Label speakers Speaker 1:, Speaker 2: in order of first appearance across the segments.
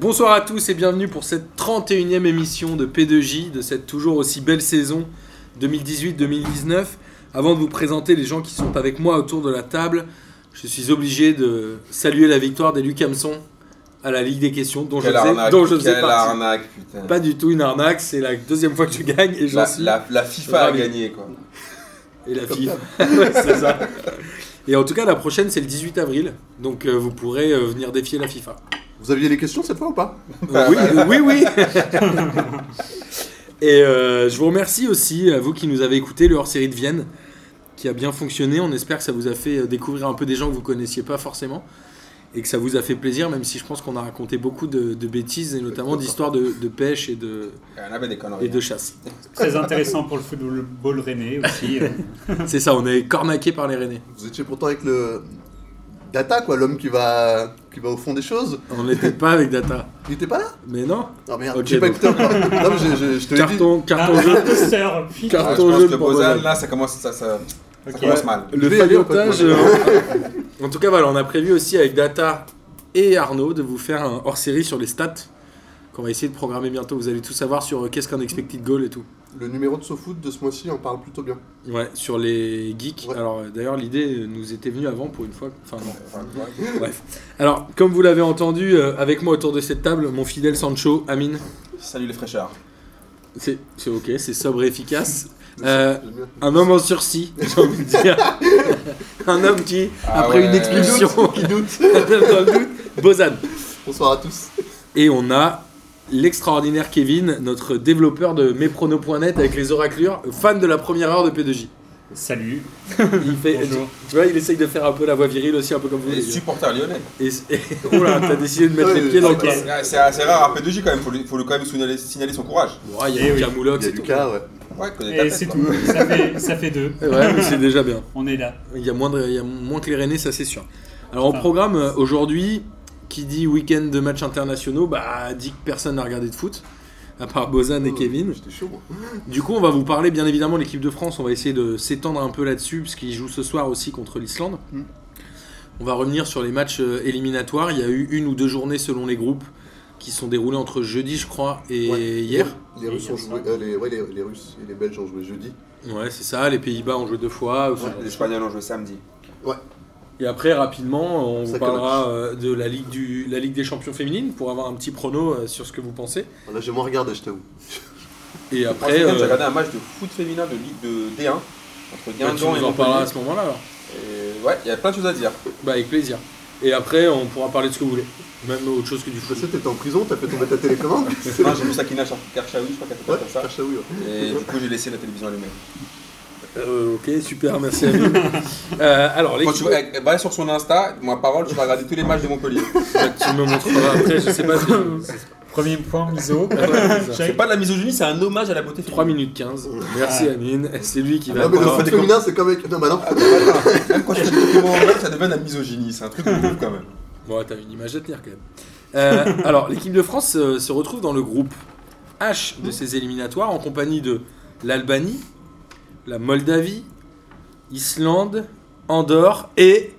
Speaker 1: Bonsoir à tous et bienvenue pour cette 31e émission de P2J, de cette toujours aussi belle saison 2018-2019. Avant de vous présenter les gens qui sont avec moi autour de la table, je suis obligé de saluer la victoire des Luc Hamson à la Ligue des questions, dont
Speaker 2: Quelle
Speaker 1: je faisais,
Speaker 2: arnaque,
Speaker 1: dont je faisais
Speaker 2: quelle
Speaker 1: partie.
Speaker 2: arnaque, putain.
Speaker 1: Pas du tout une arnaque, c'est la deuxième fois que je gagne et j'en
Speaker 2: la,
Speaker 1: suis.
Speaker 2: la, la FIFA a
Speaker 1: ravi.
Speaker 2: gagné, quoi.
Speaker 1: Et la FIFA. Ouais, c'est ça. Et en tout cas, la prochaine, c'est le 18 avril, donc euh, vous pourrez euh, venir défier la FIFA.
Speaker 3: Vous aviez des questions cette fois ou pas
Speaker 1: Euh, oui, euh, oui, oui. Et euh, je vous remercie aussi, à vous qui nous avez écouté, le hors-série de Vienne, qui a bien fonctionné. On espère que ça vous a fait euh, découvrir un peu des gens que vous connaissiez pas forcément. Et que ça vous a fait plaisir, même si je pense qu'on a raconté beaucoup de, de bêtises, et notamment d'histoires de, de pêche et de,
Speaker 2: On avait des
Speaker 3: Ah,
Speaker 2: conneries. hein.
Speaker 1: et de chasse.
Speaker 4: Très intéressant pour le football rennais aussi. euh.
Speaker 1: C'est ça, on est cornaqué par les Rennais.
Speaker 3: Vous étiez pourtant avec le Data, quoi, l'homme qui va qui va au fond des choses.
Speaker 1: On n'était pas avec Data.
Speaker 3: Il était pas là
Speaker 1: Mais non,
Speaker 3: Non merde,
Speaker 1: Ok,
Speaker 3: j'ai pas
Speaker 1: donc.
Speaker 3: écouté encore. Non mais je, je- je te l'ai dit.
Speaker 1: carton,
Speaker 4: Ah,
Speaker 1: carton
Speaker 4: un
Speaker 1: jaune.
Speaker 4: imposteur, putain.
Speaker 2: Ah, je
Speaker 1: ton
Speaker 2: pense
Speaker 1: jeu
Speaker 2: que
Speaker 1: de
Speaker 2: Bozan,
Speaker 1: Bourgogne.
Speaker 2: là, ça commence, ça, ça, ça
Speaker 4: Ok.
Speaker 2: commence mal.
Speaker 1: Le
Speaker 3: Je vais aller au
Speaker 1: faillotage.
Speaker 3: Pokémon.
Speaker 1: euh, en tout cas, voilà, on a prévu aussi avec Data et Arnaud de vous faire un hors série sur les stats qu'on va essayer de programmer bientôt. Vous allez tout savoir sur euh, qu'est-ce qu'un expected goal et tout.
Speaker 3: Le numéro de SoFoot de ce mois-ci en parle plutôt bien.
Speaker 1: Ouais, sur les geeks.
Speaker 3: Ouais.
Speaker 1: Alors euh, d'ailleurs, l'idée euh, nous était venue avant pour une fois. Enfin, non.
Speaker 2: Enfin, ouais.
Speaker 1: Bref. Alors, comme vous l'avez entendu, euh, avec moi autour de cette table, mon fidèle Sancho, Amine.
Speaker 2: Salut les fraîcheurs.
Speaker 1: C'est c'est ok, c'est sobre et efficace.
Speaker 3: J'aime
Speaker 1: Euh,
Speaker 3: bien.
Speaker 1: Un homme en sursis, j'ai envie de dire. un homme qui,
Speaker 2: Ah
Speaker 1: après une
Speaker 2: ouais.
Speaker 3: Qui
Speaker 1: expulsion,
Speaker 3: doute, qui doute.
Speaker 1: un homme dans le doute, Bozan.
Speaker 3: Bonsoir à tous.
Speaker 1: Et on a l'extraordinaire Kevin, notre développeur de mesprono.net avec les oraclures, fan de la première heure de P2J.
Speaker 4: Salut,
Speaker 1: Il fait,
Speaker 4: bonjour.
Speaker 1: tu vois, il essaye de faire un peu la voix virile aussi, un peu comme vous.
Speaker 2: Les
Speaker 1: les gars.
Speaker 2: supporters lyonnais.
Speaker 1: Et, et- oh là, t'as décidé de mettre les pieds dans le
Speaker 3: Ok.
Speaker 1: plat.
Speaker 2: C'est c'est assez rare à P2J quand même, faut, lui- faut lui quand même signaler, signaler son courage.
Speaker 1: Ouais, il y a
Speaker 4: Eh
Speaker 1: du
Speaker 4: oui.
Speaker 1: camoulox
Speaker 3: Il y a
Speaker 1: et tout.
Speaker 3: Lucas, ouais.
Speaker 2: Ouais, connais ta
Speaker 4: Et
Speaker 2: tête,
Speaker 4: c'est
Speaker 2: toi.
Speaker 4: tout, ça fait, ça fait deux.
Speaker 1: Ouais, mais c'est déjà bien.
Speaker 4: On est là.
Speaker 1: Il y a moins, de- il y a moins que les Rennais, ça c'est sûr. Alors au
Speaker 4: Ah.
Speaker 1: programme euh, aujourd'hui, qui dit week-end de matchs internationaux, bah dit que personne n'a regardé de foot, à part Bozan et
Speaker 3: Oh,
Speaker 1: Kevin.
Speaker 3: J'étais chaud. moi.
Speaker 1: Du coup, on va vous parler bien évidemment de l'équipe de France. On va essayer de s'étendre un peu là-dessus, parce qu'ils jouent ce soir aussi contre l'Islande.
Speaker 3: Mm.
Speaker 1: On va revenir sur les matchs euh, éliminatoires. Il y a eu une ou deux journées selon les groupes qui sont déroulées entre jeudi, je crois, et
Speaker 3: Ouais.
Speaker 1: hier.
Speaker 3: Les Russes ont joué. euh, les, ouais, les, les Russes et les Belges ont joué jeudi.
Speaker 1: Ouais, c'est ça. Les Pays-Bas ont joué deux fois. Enfin,
Speaker 2: Les Espagnols ont joué samedi.
Speaker 1: Et après, rapidement, on vous
Speaker 3: Ça
Speaker 1: parlera euh, de la Ligue, du, la Ligue des Champions féminines pour avoir un petit prono euh, sur ce que vous pensez.
Speaker 3: Là j'ai moins regardé, je t'avoue.
Speaker 1: Et
Speaker 2: Après,
Speaker 1: après,
Speaker 2: j'ai
Speaker 1: euh,
Speaker 2: regardé un match de foot féminin de Ligue de D1 entre
Speaker 1: bah, tu
Speaker 2: Guingamp et
Speaker 1: nous en parleras à
Speaker 2: Montpellier.
Speaker 1: ce moment-là. alors.
Speaker 2: Et Ouais, il y a plein de choses à dire.
Speaker 1: Bah, avec plaisir. Et après, on pourra parler de ce que vous voulez. Même autre chose que du
Speaker 3: Je
Speaker 1: foot.
Speaker 3: sais, Bah, t'étais en prison, t'as fait tomber ta télécommande.
Speaker 2: Non, J'ai vu Sakina Karchaoui, je crois qu'elle fait
Speaker 3: Ouais,
Speaker 2: comme ça.
Speaker 3: cherche à où, ouais.
Speaker 2: Et du coup, j'ai laissé la télévision allumée.
Speaker 1: Euh, ok, super, merci à vous. Euh, alors,
Speaker 2: Quand
Speaker 1: l'équipe,
Speaker 2: tu
Speaker 1: tu,
Speaker 2: vois, eh, va sur son Insta, ma parole, tu vas regarder tous les matchs de Montpellier.
Speaker 1: me montreras après, je sais pas. ce que-
Speaker 4: Premier point, miso.
Speaker 1: Ouais, c'est ça.
Speaker 2: C'est pas de la misogynie, c'est un hommage à la beauté
Speaker 1: 3 minutes 15. Merci, Amine. C'est lui qui va.
Speaker 3: Ah Non mais le
Speaker 1: prendre-
Speaker 3: foot féminin c'est comme avec. Non bah non.
Speaker 2: Même quand tu fais des commentaires, ça devient de la misogynie, c'est un truc de ouf quand même.
Speaker 1: Bon, t'as une image à tenir quand même. Euh, alors, l'équipe de France euh, se retrouve dans le groupe H de ces éliminatoires en compagnie de l'Albanie, la Moldavie, Islande, Andorre et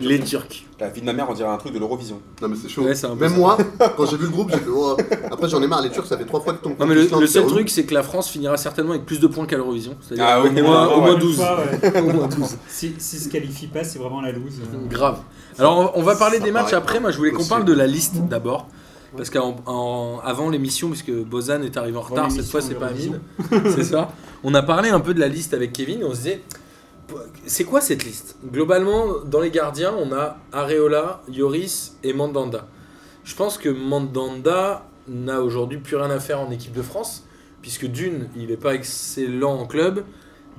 Speaker 1: les Turcs.
Speaker 2: La vie de ma mère, on dirait un truc de l'Eurovision.
Speaker 3: Non mais c'est chaud.
Speaker 1: Ouais, c'est un peu
Speaker 3: Même
Speaker 1: ça.
Speaker 3: moi, quand j'ai vu le groupe, j'ai fait oh. Après j'en ai marre, les Turcs ça fait trois fois que ton
Speaker 1: Non, mais le, le seul truc, c'est que la France finira certainement avec plus de points qu'à l'Eurovision. C'est-à-dire
Speaker 2: Ah,
Speaker 1: au,
Speaker 2: oui,
Speaker 1: moins-
Speaker 2: ouais,
Speaker 1: au moins
Speaker 2: ouais.
Speaker 1: 12. Au moins 12.
Speaker 4: Si, si se qualifie pas, c'est vraiment la loose. euh.
Speaker 1: Grave. Alors, on on va parler
Speaker 3: Ça
Speaker 1: des matchs
Speaker 3: paraît
Speaker 1: après. Moi, je voulais qu'on
Speaker 3: possible.
Speaker 1: parle de la liste d'abord. Parce qu'avant l'émission, puisque Bozan est arrivé en retard, cette
Speaker 4: l'émission,
Speaker 1: fois, c'est pas
Speaker 4: l'Eurovision.
Speaker 1: Amine. c'est ça. On a parlé un peu de la liste avec Kevin et on se disait. C'est quoi cette liste Globalement, dans les gardiens, on a Areola, Yoris et Mandanda. Je pense que Mandanda n'a aujourd'hui plus rien à faire en équipe de France, puisque d'une, il n'est pas excellent en club,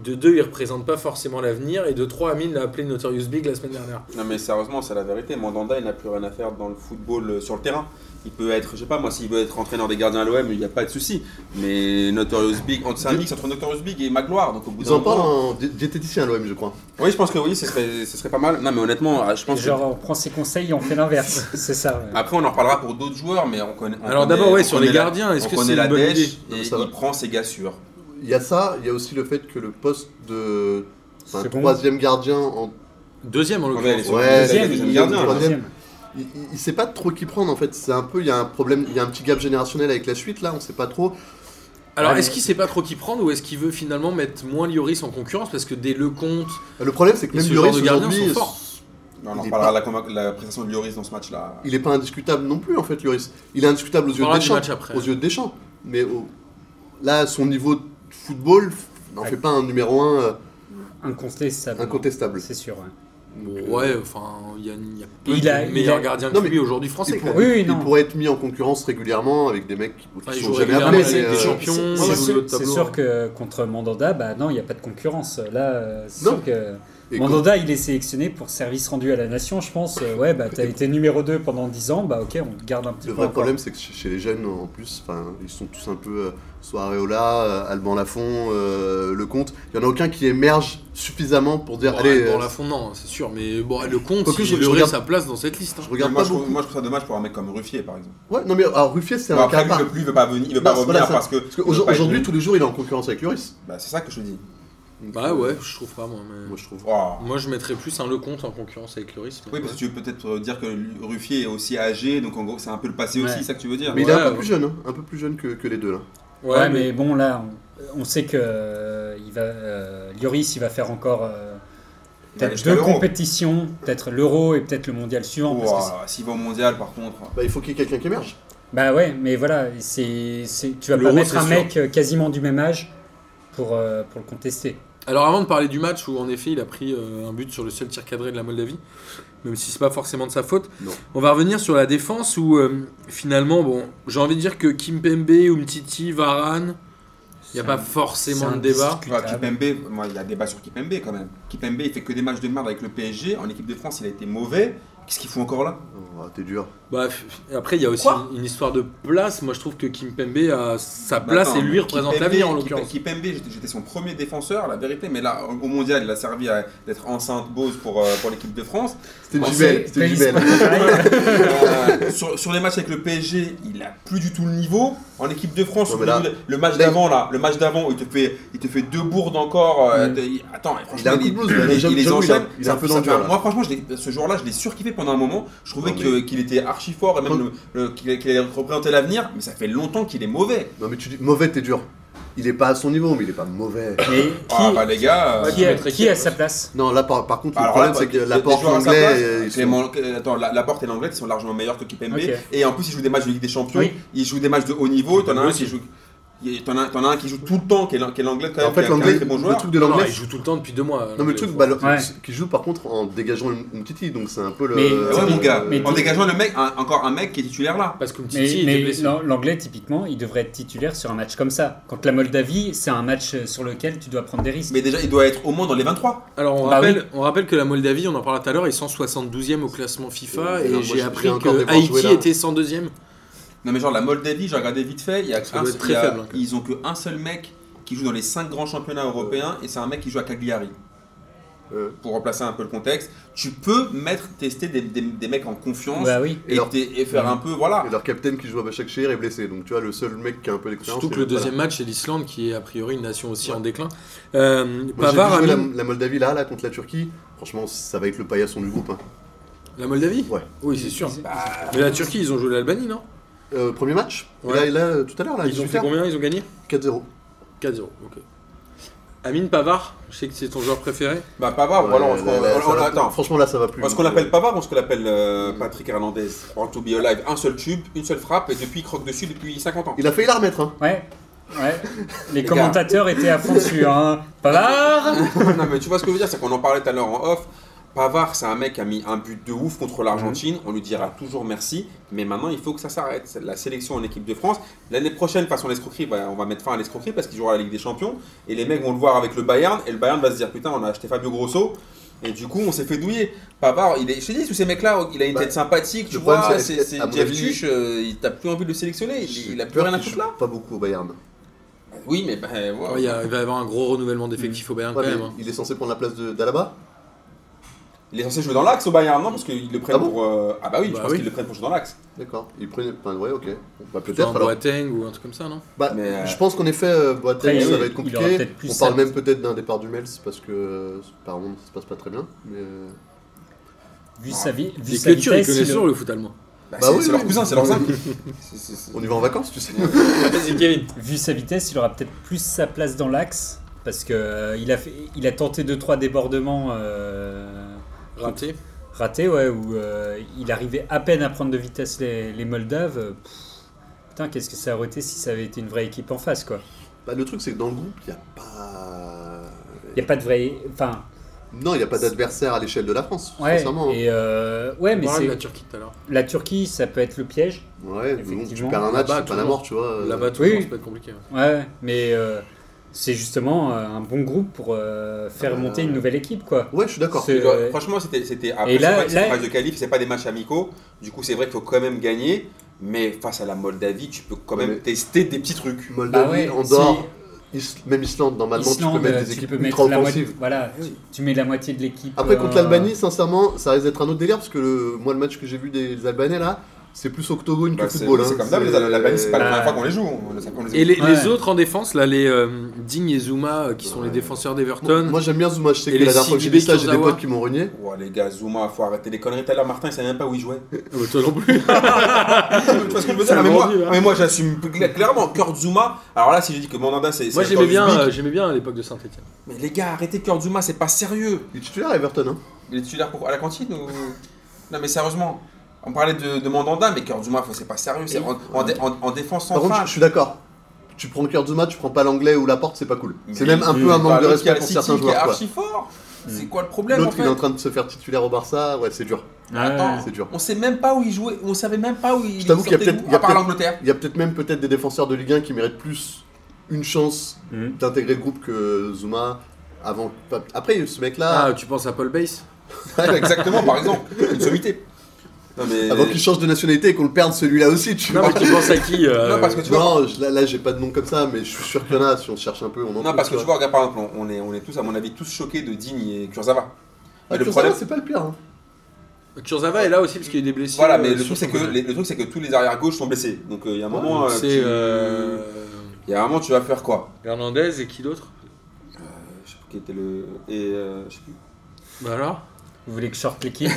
Speaker 1: de deux, il représente pas forcément l'avenir, et de trois, Amine l'a appelé Notorious Big la semaine dernière.
Speaker 2: Non mais sérieusement, c'est la vérité. Mandanda, il n'a plus rien à faire dans le football euh, sur le terrain. Il peut être, je sais pas moi, s'il veut être entraîneur des gardiens à l'OM, il n'y a pas de souci. Mais Notorious Big, c'est un mix entre Notorious Big et Magloire. Donc au bout
Speaker 3: Ils
Speaker 2: d'un
Speaker 3: en parlent
Speaker 2: moment-
Speaker 3: en di- diététicien à l'OM, je crois.
Speaker 2: Oui, je pense que oui, ce serait, ce serait pas mal. Non mais honnêtement, euh, je pense que.
Speaker 5: Genre, on prend ses conseils et on fait l'inverse, c'est ça. ouais.
Speaker 2: Après, on en reparlera pour d'autres joueurs, mais on connaît. on
Speaker 1: Alors
Speaker 2: connaît-
Speaker 1: d'abord, ouais,
Speaker 2: on
Speaker 1: sur les
Speaker 2: connaît la-
Speaker 1: gardiens, est-ce
Speaker 2: on
Speaker 1: que
Speaker 2: connaît
Speaker 1: c'est
Speaker 2: la
Speaker 1: une bonne idée
Speaker 2: dèche
Speaker 3: Non,
Speaker 2: et
Speaker 3: mais ça va.
Speaker 2: il prend ses gars sûrs.
Speaker 3: Il y a ça, il y a aussi le fait que le poste de enfin,
Speaker 5: C'est bon.
Speaker 3: troisième gardien en
Speaker 1: Deuxième en
Speaker 2: On est allé
Speaker 1: l'occurrence.
Speaker 2: sur
Speaker 3: Ouais,
Speaker 2: le
Speaker 5: Deuxième,
Speaker 2: deuxième
Speaker 3: il-
Speaker 2: gardien.
Speaker 3: troisième. il, il- il sait pas trop qui prendre en fait. C'est un peu, il y a un problème, il y a un petit gap générationnel avec la suite là, on sait pas trop.
Speaker 1: Alors,
Speaker 5: Ouais,
Speaker 1: est-ce
Speaker 5: mais-
Speaker 1: qu'il sait pas trop qui prendre ou est-ce qu'il veut finalement mettre moins Lloris en concurrence Parce que des Lecomte,
Speaker 3: Le problème c'est que
Speaker 1: Et
Speaker 3: même
Speaker 1: ce genre
Speaker 3: Lloris
Speaker 1: de gardiens
Speaker 3: aujourd'hui,
Speaker 1: sont forts.
Speaker 2: Non, on en
Speaker 3: Il est
Speaker 2: reparlera de la, convain- la prestation de Lloris dans ce match-là.
Speaker 3: il est pas indiscutable non plus en fait Lloris. Il est indiscutable aux
Speaker 1: on
Speaker 3: yeux
Speaker 1: parlera
Speaker 3: des
Speaker 1: du
Speaker 3: champs.
Speaker 1: match après.
Speaker 3: aux yeux de Deschamps. Mais au- là, son niveau de football f- n'en
Speaker 5: Ouais.
Speaker 3: fait pas un numéro 1
Speaker 5: Incontestable.
Speaker 3: incontestable.
Speaker 5: C'est sûr. ouais.
Speaker 3: euh,
Speaker 1: Bon, ouais, enfin, il y a, il y a peu
Speaker 5: Il
Speaker 1: de
Speaker 5: a- il
Speaker 1: meilleurs
Speaker 5: a-
Speaker 1: gardiens que
Speaker 3: Non, mais-
Speaker 1: lui aujourd'hui français.
Speaker 3: Il,
Speaker 1: quand même.
Speaker 5: Oui, oui,
Speaker 3: il
Speaker 5: non.
Speaker 3: pourrait être mis en concurrence régulièrement avec des mecs qui, qui
Speaker 1: Enfin, Ah, il
Speaker 3: sont
Speaker 1: joue
Speaker 3: jamais
Speaker 1: régulièrement
Speaker 3: appelés.
Speaker 1: avec
Speaker 3: mais,
Speaker 1: des
Speaker 3: euh,
Speaker 1: champions,
Speaker 5: C'est-
Speaker 1: il
Speaker 5: C'est
Speaker 1: joue le
Speaker 5: sûr, c'est
Speaker 1: tableau.
Speaker 5: sûr que contre Mandanda, bah non, il n'y a pas de concurrence. Là, euh, c'est
Speaker 3: Non.
Speaker 5: sûr que
Speaker 3: et quand-
Speaker 5: Mandanda, il est sélectionné pour service rendu à la nation, je pense. Euh, ouais, bah t'as été numéro 2 pendant 10 ans, bah ok, on te garde un petit
Speaker 3: le
Speaker 5: peu.
Speaker 3: vrai
Speaker 5: encore.
Speaker 3: problème, c'est que chez chez les jeunes, en plus, enfin, ils sont tous un peu euh, soit Areola, euh, Alban Lafont, euh, Lecomte. Il n'y en a aucun qui émerge suffisamment pour dire
Speaker 1: Bon,
Speaker 3: allez,
Speaker 1: dans
Speaker 3: euh,
Speaker 1: la fond, non, c'est sûr. Mais bon, le compte,
Speaker 3: Quoique,
Speaker 1: il
Speaker 3: je- je
Speaker 1: aurait
Speaker 3: regarde-
Speaker 1: sa place dans cette liste. hein.
Speaker 3: je regarde
Speaker 2: moi,
Speaker 3: pas
Speaker 2: je trouve,
Speaker 3: beaucoup.
Speaker 2: moi, je trouve ça dommage pour un mec comme Ruffier, par exemple.
Speaker 3: Ouais, non, mais alors Ruffier, c'est
Speaker 2: Bon,
Speaker 3: un
Speaker 2: après,
Speaker 3: cas à part.
Speaker 2: lui, le plus, il veut pas venir, il veut pas
Speaker 3: Non,
Speaker 2: revenir
Speaker 3: voilà ça.
Speaker 2: parce que.
Speaker 3: Parce que
Speaker 2: il veut
Speaker 3: aujourd-
Speaker 2: pas être
Speaker 3: Aujourd'hui,
Speaker 2: venu.
Speaker 3: tous les jours, il est en concurrence avec Lloris.
Speaker 2: Bah, c'est ça que je te dis.
Speaker 3: Donc,
Speaker 1: Bah
Speaker 3: euh,
Speaker 1: ouais, je trouve pas moi. mais-
Speaker 3: Moi, je trouve.
Speaker 2: Oh.
Speaker 1: Moi, je mettrais plus un Lecomte en concurrence avec Lloris. mais-
Speaker 2: Oui, parce que tu veux peut-être euh, dire que Ruffier est aussi âgé, donc en gros, c'est un peu le passé aussi,
Speaker 5: Ouais.
Speaker 2: c'est ça que tu veux dire
Speaker 3: Mais il est
Speaker 1: Ouais,
Speaker 3: un peu
Speaker 1: ouais.
Speaker 3: plus jeune, hein, un peu plus jeune que, que les deux là.
Speaker 5: Ouais, mais... bon, là, on, on sait que euh, il va, euh, Lloris, il va faire encore euh,
Speaker 2: Il va aller
Speaker 5: peut-être
Speaker 2: jusqu'à
Speaker 5: deux
Speaker 2: l'Euro.
Speaker 5: compétitions, peut-être l'Euro et peut-être le Mondial suivant. parce que c'est-
Speaker 2: Ouah, S'il va au mondial, par contre.
Speaker 3: Bah, il faut qu'il y ait quelqu'un qui émerge.
Speaker 5: Bah ouais, mais voilà, c'est, c'est- tu vas
Speaker 1: L'Euro,
Speaker 5: pas mettre
Speaker 1: c'est
Speaker 5: un
Speaker 1: sûr.
Speaker 5: mec euh, quasiment du même âge pour, euh, pour le contester.
Speaker 1: Alors avant de parler du match où en effet il a pris euh, un but sur le seul tir cadré de la Moldavie, même si c'est pas forcément de sa faute,
Speaker 3: Non.
Speaker 1: on va revenir sur la défense où euh, finalement bon j'ai envie de dire que Kimpembe, Umtiti, Varane, il n'y a
Speaker 5: C'est
Speaker 1: pas
Speaker 5: un- c'est
Speaker 1: forcément
Speaker 5: un
Speaker 1: de débat.
Speaker 5: discutable.
Speaker 2: Ouais, Kipembe, moi il y a débat sur Kipembe quand même. Kipembe il fait que des matchs de merde avec le PSG, en équipe de France il a été mauvais. Qu'est-ce qu'il fout encore là
Speaker 3: Oh, t'es dur.
Speaker 1: Bah, f- après il y a aussi
Speaker 2: Quoi
Speaker 1: une, une histoire de place, moi je trouve que Kimpembe a sa
Speaker 2: Bah,
Speaker 1: place
Speaker 2: attends,
Speaker 1: et Ah, lui
Speaker 2: mais
Speaker 1: représente
Speaker 2: Kimpembe-
Speaker 1: l'avenir en
Speaker 2: Kip-
Speaker 1: l'occurrence.
Speaker 2: Kipembe, j'étais j'étais son premier défenseur, la vérité, mais là au mondial il a servi à d'être enceinte Bose pour, euh, pour l'équipe de France.
Speaker 3: C'était une
Speaker 2: Pensez-
Speaker 3: jumelle, c'était une
Speaker 5: Pays-
Speaker 3: jumelle.
Speaker 2: Euh, sur, sur les matchs avec le PSG, il a plus du tout le niveau. En équipe de France,
Speaker 3: Ouais, mais là-
Speaker 2: le, le match
Speaker 3: là,
Speaker 2: d'avant là, le match d'avant où il te fait, il te fait deux bourdes encore. euh,
Speaker 5: Mm.
Speaker 2: de- il- attends, et
Speaker 3: Il a
Speaker 2: franchement,
Speaker 3: un coup de blues, là, j'avoue,
Speaker 2: les
Speaker 3: j'avoue, il a-
Speaker 2: enchaîne.
Speaker 3: il est un peu
Speaker 2: Ça
Speaker 3: dans le
Speaker 2: fait
Speaker 3: dur, là.
Speaker 2: Moi franchement, je l'ai- ce joueur-là, je l'ai surkiffé pendant un moment. Je trouvais
Speaker 3: Non,
Speaker 2: que- qu'il était archi fort et même
Speaker 3: Quand-
Speaker 2: le- le- qu'il qu'il allait représenter l'avenir, mais ça fait longtemps qu'il est mauvais.
Speaker 3: Non mais tu dis mauvais, t'es dur. Il est pas à son niveau, mais il est pas mauvais.
Speaker 5: Mais qui,
Speaker 2: Ah bah les gars. euh,
Speaker 5: qui, a,
Speaker 1: tu mettrais
Speaker 5: qui a
Speaker 1: qui,
Speaker 5: sa place
Speaker 3: Non, là par, par contre, le
Speaker 2: alors
Speaker 3: problème
Speaker 2: là,
Speaker 3: c'est que
Speaker 2: il y a
Speaker 3: la
Speaker 2: des
Speaker 3: porte
Speaker 2: joueurs à sa place,
Speaker 3: anglais, ils sont-
Speaker 2: Clément- euh, attends, la, la porte et l'anglais ils sont largement meilleurs que Kipembe.
Speaker 5: Ok.
Speaker 2: Et en plus, ils jouent des matchs de Ligue des Champions.
Speaker 5: Oui.
Speaker 2: Ils jouent des matchs de haut niveau. T'en as un
Speaker 1: Aussi.
Speaker 2: qui joue. il- T'en as, t'en as un qui joue tout le temps, qui est l'an- qui est l'anglais quand même.
Speaker 3: en fait
Speaker 2: qui est un-
Speaker 3: l'anglais,
Speaker 2: qui est un très bon
Speaker 3: le
Speaker 2: joueur.
Speaker 3: truc de
Speaker 1: Non, non, il
Speaker 3: l'anglais.
Speaker 1: joue tout le temps depuis deux mois.
Speaker 3: Non mais le
Speaker 1: l'anglais,
Speaker 3: truc,
Speaker 1: faut-
Speaker 3: bah, le-
Speaker 5: Ouais.
Speaker 3: qui joue par contre en dégageant une, une petite île, donc c'est un peu le. euh,
Speaker 5: Mais-
Speaker 2: Ouais, ouais, mon gars.
Speaker 5: Mais
Speaker 2: en
Speaker 5: tout-
Speaker 2: dégageant le mec, un- encore un mec qui est titulaire là.
Speaker 1: parce que
Speaker 5: Mais,
Speaker 1: Umtiti était
Speaker 5: mais
Speaker 1: blessé.
Speaker 5: l'an- l'anglais, typiquement, il devrait être titulaire sur un match comme ça. Contre la Moldavie, c'est un match euh, sur lequel tu dois prendre des risques.
Speaker 2: Mais déjà, il doit être au moins dans les 23.
Speaker 1: Alors on,
Speaker 5: Bah
Speaker 1: rappelle, on rappelle que la Moldavie, on en parlera tout à l'heure, est 172e au classement FIFA
Speaker 3: Et
Speaker 1: et,
Speaker 3: moi,
Speaker 1: j'ai
Speaker 3: j'ai-
Speaker 1: appris
Speaker 3: j'ai encore des
Speaker 1: que
Speaker 3: bons joueurs
Speaker 1: Haïti
Speaker 3: là.
Speaker 1: était 102e.
Speaker 2: Non mais genre la Moldavie, j'ai regardé vite fait. Il y a
Speaker 1: Ça
Speaker 2: un-
Speaker 1: doit être très
Speaker 2: il y a-
Speaker 1: faible, hein, quand même.
Speaker 2: ils ont que un seul mec qui joue dans les 5 grands championnats européens et c'est un mec qui joue à Cagliari.
Speaker 3: Euh,
Speaker 2: Pour remplacer un peu le contexte, tu peux mettre tester des, des- des mecs en confiance.
Speaker 5: Bah oui.
Speaker 2: et,
Speaker 3: Et leur-
Speaker 2: t'es- et faire un peu, voilà.
Speaker 3: Et leur capitaine qui joue à Başakşehir est blessé, donc tu vois le seul mec qui a un peu d'expérience.
Speaker 1: Surtout que
Speaker 3: c'est-
Speaker 1: le deuxième
Speaker 3: voilà.
Speaker 1: match, c'est l'Islande, qui est a priori une nation aussi
Speaker 3: Ouais.
Speaker 1: en déclin. Euh,
Speaker 3: Moi, j'ai
Speaker 1: Pavard a
Speaker 3: vu
Speaker 1: mis...
Speaker 3: jouer
Speaker 1: La...
Speaker 3: la, la Moldavie là, là contre la Turquie. Franchement, ça va être le paillasson du groupe. hein.
Speaker 1: Moldavie
Speaker 3: Ouais.
Speaker 1: Oui, c'est sûr.
Speaker 5: Ils-
Speaker 1: Mais la Turquie, ils ont joué l'Albanie, non
Speaker 3: Euh, premier match.
Speaker 1: Ouais.
Speaker 3: Là, là, tout à l'heure là,
Speaker 1: Ils ont
Speaker 3: 18
Speaker 1: fait
Speaker 3: heures.
Speaker 1: combien Ils ont gagné
Speaker 3: 4-0.
Speaker 1: 4-0. Ok. Amine Pavard, je sais que c'est ton joueur préféré.
Speaker 5: Ah
Speaker 2: Bah Pavard, voilà, on,
Speaker 3: Ouais,
Speaker 2: se-
Speaker 3: là,
Speaker 2: on-
Speaker 3: là,
Speaker 2: on-
Speaker 3: ça
Speaker 2: on-
Speaker 3: va-
Speaker 2: attends.
Speaker 3: Franchement, là, ça va plus.
Speaker 2: On- Est-ce qu'on l'appelle Pavard ou est-ce qu'on l'appelle euh, Patrick Hernandez En to be alive, un seul tube, une seule frappe et depuis il croque dessus depuis 50 ans.
Speaker 3: Il a failli la remettre. Hein.
Speaker 5: Ouais. Ouais. Les
Speaker 2: gars.
Speaker 5: commentateurs étaient à fond dessus. Hein. Pavard
Speaker 2: non mais tu vois ce que je veux dire, c'est qu'on en parlait tout à l'heure en off. Pavard, c'est un mec qui a mis un but de ouf
Speaker 3: Mhm.
Speaker 2: contre l'Argentine, on lui dira toujours merci, mais maintenant il faut que ça s'arrête. C'est La sélection en équipe de France, l'année prochaine, façon l'escroquerie, bah, on va mettre fin à l'escroquerie parce qu'il jouera à la Ligue des Champions, et les mecs vont le voir avec le Bayern, et le Bayern va se dire putain, on a acheté Fabio Grosso, et du coup on s'est fait douiller. Pavard, il est, je te dis, tous ces mecs-là, il a une
Speaker 3: Bah,
Speaker 2: tête sympathique, tu
Speaker 3: le problème,
Speaker 2: vois,
Speaker 3: c'est-
Speaker 2: c'est c'est
Speaker 3: à mon
Speaker 2: Jeff
Speaker 3: avis-
Speaker 2: Tuch, euh, il- t'as plus envie de le sélectionner, il, il a plus
Speaker 3: Peur
Speaker 2: rien à
Speaker 3: qu'il
Speaker 2: foutre là.
Speaker 3: joue Pas beaucoup au Bayern.
Speaker 2: Oui, mais bah, ouais.
Speaker 1: Ouais, Ah, il, y a- il va y avoir un gros renouvellement d'effectifs au Bayern
Speaker 3: Mm. Ouais,
Speaker 1: quand
Speaker 3: mais
Speaker 1: même. hein.
Speaker 3: Il est censé prendre la place de- d'Alaba
Speaker 2: il est censé jouer dans l'axe au Bayern, non Parce qu'ils le prennent
Speaker 3: Ah bon
Speaker 2: pour. euh, Ah bah oui, je
Speaker 1: Bah
Speaker 2: pense
Speaker 1: oui.
Speaker 2: qu'ils le prennent pour jouer dans l'axe.
Speaker 3: D'accord. Il prenait. Enfin, ouais, ok. Bah,
Speaker 1: Plutôt
Speaker 3: peut-être
Speaker 1: un
Speaker 3: alors.
Speaker 1: Boateng ou un truc comme ça, non
Speaker 3: Bah,
Speaker 2: Mais, euh,
Speaker 3: Je pense qu'en effet, euh, Boateng,
Speaker 5: Après,
Speaker 3: ça
Speaker 5: oui,
Speaker 3: va être
Speaker 5: il aura
Speaker 3: compliqué.
Speaker 5: peut-être plus
Speaker 3: On parle
Speaker 5: sa-
Speaker 3: même peut-être d'un départ du Mels parce que euh, apparemment ça se passe pas très bien. Mais euh,
Speaker 5: vu sa vie, vu
Speaker 1: Les
Speaker 5: sa
Speaker 1: que tu
Speaker 5: vitesse,
Speaker 1: connais
Speaker 5: il-
Speaker 1: sur le foot allemand.
Speaker 2: Bah,
Speaker 3: Bah
Speaker 2: c'est
Speaker 3: oui,
Speaker 2: c'est leur
Speaker 3: oui.
Speaker 2: cousin, c'est leur simple.
Speaker 3: On y va en vacances, tu sais.
Speaker 1: Vas-y, Kevin.
Speaker 5: vu sa vitesse, il aura peut-être plus sa place dans l'axe parce que euh, il a fait, il a tenté deux trois débordements euh,
Speaker 1: Raté.
Speaker 5: ratés, ouais, où euh, il arrivait à peine à prendre de vitesse les, les Moldaves. Pff, putain, qu'est-ce que ça aurait été si ça avait été une vraie équipe en face, quoi.
Speaker 3: Bah, le truc, c'est que dans le groupe, il n'y a pas.
Speaker 5: Il y a pas de vraie, enfin,
Speaker 3: Non, il n'y a pas d'adversaire à l'échelle de la France, hein.
Speaker 5: ouais,
Speaker 3: sincèrement.
Speaker 5: et euh, ouais,
Speaker 1: On
Speaker 5: mais
Speaker 1: parlait de
Speaker 5: c'est
Speaker 1: la Turquie tout à l'heure.
Speaker 5: la Turquie, ça peut être le piège.
Speaker 3: Ouais, mais bon, tu
Speaker 5: Effectivement.
Speaker 3: perds un match,
Speaker 1: Là-bas,
Speaker 3: c'est
Speaker 1: tout
Speaker 3: pas
Speaker 1: le
Speaker 3: la
Speaker 1: monde.
Speaker 3: mort, tu vois. euh,
Speaker 1: Là-bas, tout
Speaker 5: oui,
Speaker 1: le monde,
Speaker 5: oui.
Speaker 1: ça peut être compliqué.
Speaker 5: Ouais, mais euh, c'est justement euh, un bon groupe pour euh, faire
Speaker 3: Ah bah,
Speaker 5: monter une
Speaker 3: ouais.
Speaker 5: nouvelle équipe, quoi.
Speaker 3: Ouais, je suis d'accord.
Speaker 5: C'est-
Speaker 2: Genre,
Speaker 5: Euh,
Speaker 2: Franchement, c'était c'était après
Speaker 5: et
Speaker 2: c'est
Speaker 5: là-
Speaker 2: vrai que c'est
Speaker 5: là-
Speaker 2: des matchs de qualif, c'est pas des matchs amicaux. Du coup, c'est vrai qu'il faut quand même gagner, mais face à la Moldavie, tu peux quand même
Speaker 3: Ouais.
Speaker 2: tester des petits trucs.
Speaker 3: Moldavie,
Speaker 5: Bah ouais,
Speaker 3: Andorre, Is- même Islande, normalement, tu
Speaker 5: Islande,
Speaker 3: peux mettre des
Speaker 5: tu
Speaker 3: équipes
Speaker 5: peux mettre
Speaker 3: ultra
Speaker 5: la moitié-
Speaker 3: offensives.
Speaker 5: Voilà,
Speaker 3: Oui.
Speaker 5: tu mets la moitié de l'équipe.
Speaker 3: Après, contre
Speaker 5: euh,
Speaker 3: l'Albanie, sincèrement, ça risque d'être un autre délire, parce que le- moi, le match que j'ai vu des Albanais, là, c'est plus octogone que
Speaker 2: Bah, c'est
Speaker 3: football.
Speaker 2: c'est
Speaker 3: hein.
Speaker 2: comme ça, mais la- la Bali, c'est pas la
Speaker 5: Bah.
Speaker 2: première fois qu'on les joue. hein. on les- qu'on les
Speaker 1: Et les,
Speaker 5: Ouais.
Speaker 1: les autres en défense, là, les euh, Digne et Zuma, euh, qui sont les
Speaker 3: Ouais.
Speaker 1: défenseurs
Speaker 3: Moi,
Speaker 1: d'Everton.
Speaker 3: moi, j'aime bien Zouma, je sais
Speaker 1: Et
Speaker 3: que
Speaker 1: les
Speaker 3: la dernière fois que j'ai
Speaker 1: Sidibé
Speaker 3: dit ça, j'ai des
Speaker 1: Kurzawa.
Speaker 3: potes qui m'ont renié.
Speaker 2: Ouah, les gars, Zouma, faut arrêter les conneries. Tout à l'heure, Martin, il savait même pas où il jouait.
Speaker 1: Euh, toi non plus.
Speaker 2: tu vois ce que je veux dire
Speaker 1: Ça l'a
Speaker 2: mais, moi,
Speaker 1: vendu, hein.
Speaker 2: mais moi, j'assume cl- clairement. Kurt Zouma, alors là, si je dis que Mandanda, c'est. c'est
Speaker 1: Moi,
Speaker 2: un
Speaker 1: j'aimais bien, hein.
Speaker 2: Uzbek,
Speaker 1: euh, j'aimais bien à l'époque de Saint-Etienne.
Speaker 2: Mais les gars, arrêtez Kurt Zouma, c'est pas sérieux.
Speaker 3: Il est titulaire Everton, hein.
Speaker 2: Il est titulaire pour à la cantine ou Non mais sérieusement, on parlait de, de Mandanda, mais Cœur du Maf, c'est pas sérieux. C'est en, en dé- en- en défense
Speaker 3: Par contre,
Speaker 2: centrale.
Speaker 3: je- je suis d'accord. Tu prends Kurt Zouma, tu prends pas l'anglais ou la porte, c'est pas cool. C'est
Speaker 2: Mais
Speaker 3: même un
Speaker 2: tu
Speaker 3: peu un manque
Speaker 2: parles
Speaker 3: de
Speaker 2: qui a
Speaker 3: respect
Speaker 2: le
Speaker 3: pour
Speaker 2: City
Speaker 3: certains
Speaker 2: qui
Speaker 3: joueurs.
Speaker 2: est
Speaker 3: quoi. Mm.
Speaker 2: archi fort. C'est quoi le problème en
Speaker 3: L'autre,
Speaker 2: fait
Speaker 3: il est en train de se faire titulaire au Barça, ouais, c'est dur.
Speaker 2: Attends,
Speaker 5: ouais.
Speaker 3: C'est dur.
Speaker 2: on sait même pas où il jouait, on savait même pas où il.
Speaker 3: Je t'avoue qu'il y a
Speaker 2: sortait
Speaker 3: peut-être-
Speaker 2: d'où,
Speaker 3: il y a
Speaker 2: à part
Speaker 3: peut-être-
Speaker 2: l'Angleterre.
Speaker 3: Il y a peut-être même peut-être des défenseurs de Ligue 1 qui méritent plus une chance
Speaker 5: Mhm.
Speaker 3: d'intégrer le groupe que Zuma avant. pas- Après, ce mec-là,
Speaker 1: Ah, tu penses à Paul Bass
Speaker 2: Exactement, par exemple, une sommité. Non mais.
Speaker 3: avant qu'il change de nationalité et qu'on le perde, celui-là aussi, tu
Speaker 1: Non,
Speaker 3: vois.
Speaker 1: mais tu penses à qui euh,
Speaker 2: Non, parce que tu vois.
Speaker 3: Non, je- là, là, j'ai pas de nom comme ça, mais je suis sûr qu'il y en a. Si on cherche un peu, on en
Speaker 2: Non,
Speaker 3: trouve,
Speaker 2: parce que tu
Speaker 3: vois.
Speaker 2: vois, regarde, par exemple, on on est, on est tous, à mon avis, tous choqués de Digne et Kurzawa.
Speaker 3: Ah,
Speaker 2: Et le
Speaker 3: Kurzawa,
Speaker 2: problème,
Speaker 3: c'est pas le pire. hein.
Speaker 1: Kurzawa est là aussi parce qu'il y a eu des blessés.
Speaker 2: voilà,
Speaker 1: euh,
Speaker 2: mais le truc,
Speaker 1: sur-
Speaker 2: c'est que, les- le truc, c'est que tous les arrières-gauches sont blessés. Donc, euh, il y a un moment. euh,
Speaker 1: C'est
Speaker 2: tu-
Speaker 1: euh,
Speaker 2: Il y a un moment, tu vas faire quoi Euh,
Speaker 1: Hernandez et qui d'autre
Speaker 2: Je sais plus qui était le. Et euh, je sais plus.
Speaker 1: Bah alors
Speaker 5: Vous voulez que je sorte l'équipe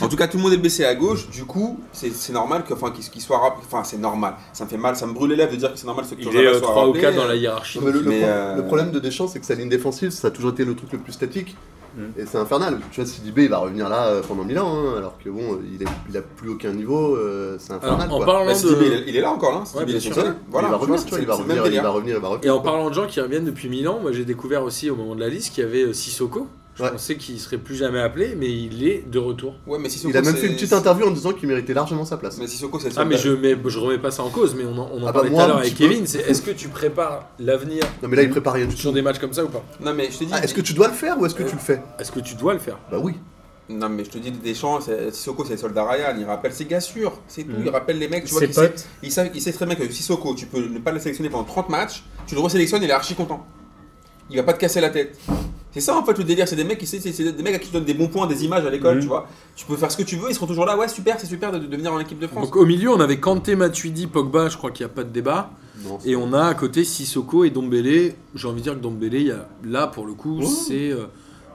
Speaker 2: En tout cas, tout le monde est blessé à gauche. Du coup, c'est c'est normal que, enfin, qu'il qu'il soit rappelé. Enfin, c'est normal. Ça me fait mal, ça me brûle les lèvres de dire que c'est normal que
Speaker 1: Il
Speaker 2: Kurzawa
Speaker 1: est euh,
Speaker 2: soit
Speaker 1: 3 ou
Speaker 2: rappelé.
Speaker 1: 4 dans la hiérarchie.
Speaker 3: Non, mais le, le
Speaker 2: Mais,
Speaker 3: pro-
Speaker 2: euh,
Speaker 3: le problème de Deschamps, c'est que sa ligne défensive, ça a toujours été le truc le plus statique.
Speaker 5: Mhm.
Speaker 2: Mm.
Speaker 3: Et c'est infernal. Tu vois, Sidibé, il va revenir là euh, pendant 1000 ans, hein, alors que bon, il, est- il a plus aucun niveau, euh, c'est
Speaker 1: Alors,
Speaker 3: infernal.
Speaker 1: en
Speaker 3: quoi.
Speaker 2: Bah,
Speaker 1: parlant
Speaker 2: Sidibé, il,
Speaker 1: de.
Speaker 2: est- il est là encore, hein. Sidibé,
Speaker 1: Ouais,
Speaker 2: il
Speaker 1: bien
Speaker 2: est sur
Speaker 1: sûr.
Speaker 2: le terrain. Voilà,
Speaker 3: il va
Speaker 2: tu
Speaker 3: revenir,
Speaker 2: vois,
Speaker 3: tu vois, il
Speaker 2: c'est-
Speaker 3: va
Speaker 2: c'est le
Speaker 3: revenir,
Speaker 2: même
Speaker 3: il va
Speaker 2: délire.
Speaker 3: revenir, il va revenir.
Speaker 1: Et en parlant de gens qui reviennent depuis 1000 ans, moi j'ai découvert aussi au moment de la liste qu'il y avait euh, Sissoko. Je
Speaker 3: Ouais.
Speaker 1: pensais qu'il serait plus jamais appelé, mais il est de retour.
Speaker 2: Ouais, mais Sissoko,
Speaker 3: Il a même
Speaker 2: c'est-
Speaker 3: fait une petite interview en disant qu'il méritait largement sa place.
Speaker 2: Mais Sissoko, c'est le
Speaker 1: Ah, mais je,
Speaker 2: seul-
Speaker 1: mets, je remets pas ça en cause, mais on en, on en
Speaker 3: Ah bah,
Speaker 1: parlait tout
Speaker 3: moi,
Speaker 1: à
Speaker 3: un
Speaker 1: l'heure
Speaker 3: petit
Speaker 1: avec
Speaker 3: peu.
Speaker 1: Kevin. c'est Est-ce que tu prépares l'avenir
Speaker 3: Non
Speaker 2: Mm.
Speaker 3: mais là il prépare rien du tout.
Speaker 1: sur des matchs comme ça ou pas
Speaker 2: Non, mais je te dis.
Speaker 3: Ah, est-ce que tu dois le faire ou est-ce que tu le fais
Speaker 1: Est-ce que tu dois le faire
Speaker 3: Bah oui.
Speaker 2: Non, mais je te dis, Deschamps, c'est- Sissoko, c'est le soldat Ryan. Il rappelle ses gars sûrs. C'est tout.
Speaker 5: Mm.
Speaker 2: Il rappelle les mecs, tu vois,
Speaker 5: Ses
Speaker 2: qu'il sait-
Speaker 5: potes
Speaker 2: Il sait, il sait très bien que Sissoko, tu peux ne pas le sélectionner pendant 30 matchs, tu le resélectionnes, il est archi content. Il va pas te casser la tête. C'est ça en fait le délire, c'est des mecs qui c'est- c'est- c'est des mecs à qui tu donnes des bons points, des images à l'école,
Speaker 5: Mhm.
Speaker 2: tu vois. Tu peux faire ce que tu veux, ils seront toujours là, ouais super, c'est super de, de venir en équipe de France.
Speaker 1: Donc au milieu, on avait Kanté, Matuidi, Pogba, je crois qu'il n'y a pas de débat. Et on a à côté Sissoko et Dombélé. J'ai envie de dire que Dombélé, il y a- là pour le coup,
Speaker 3: Ouais.
Speaker 1: c'est euh,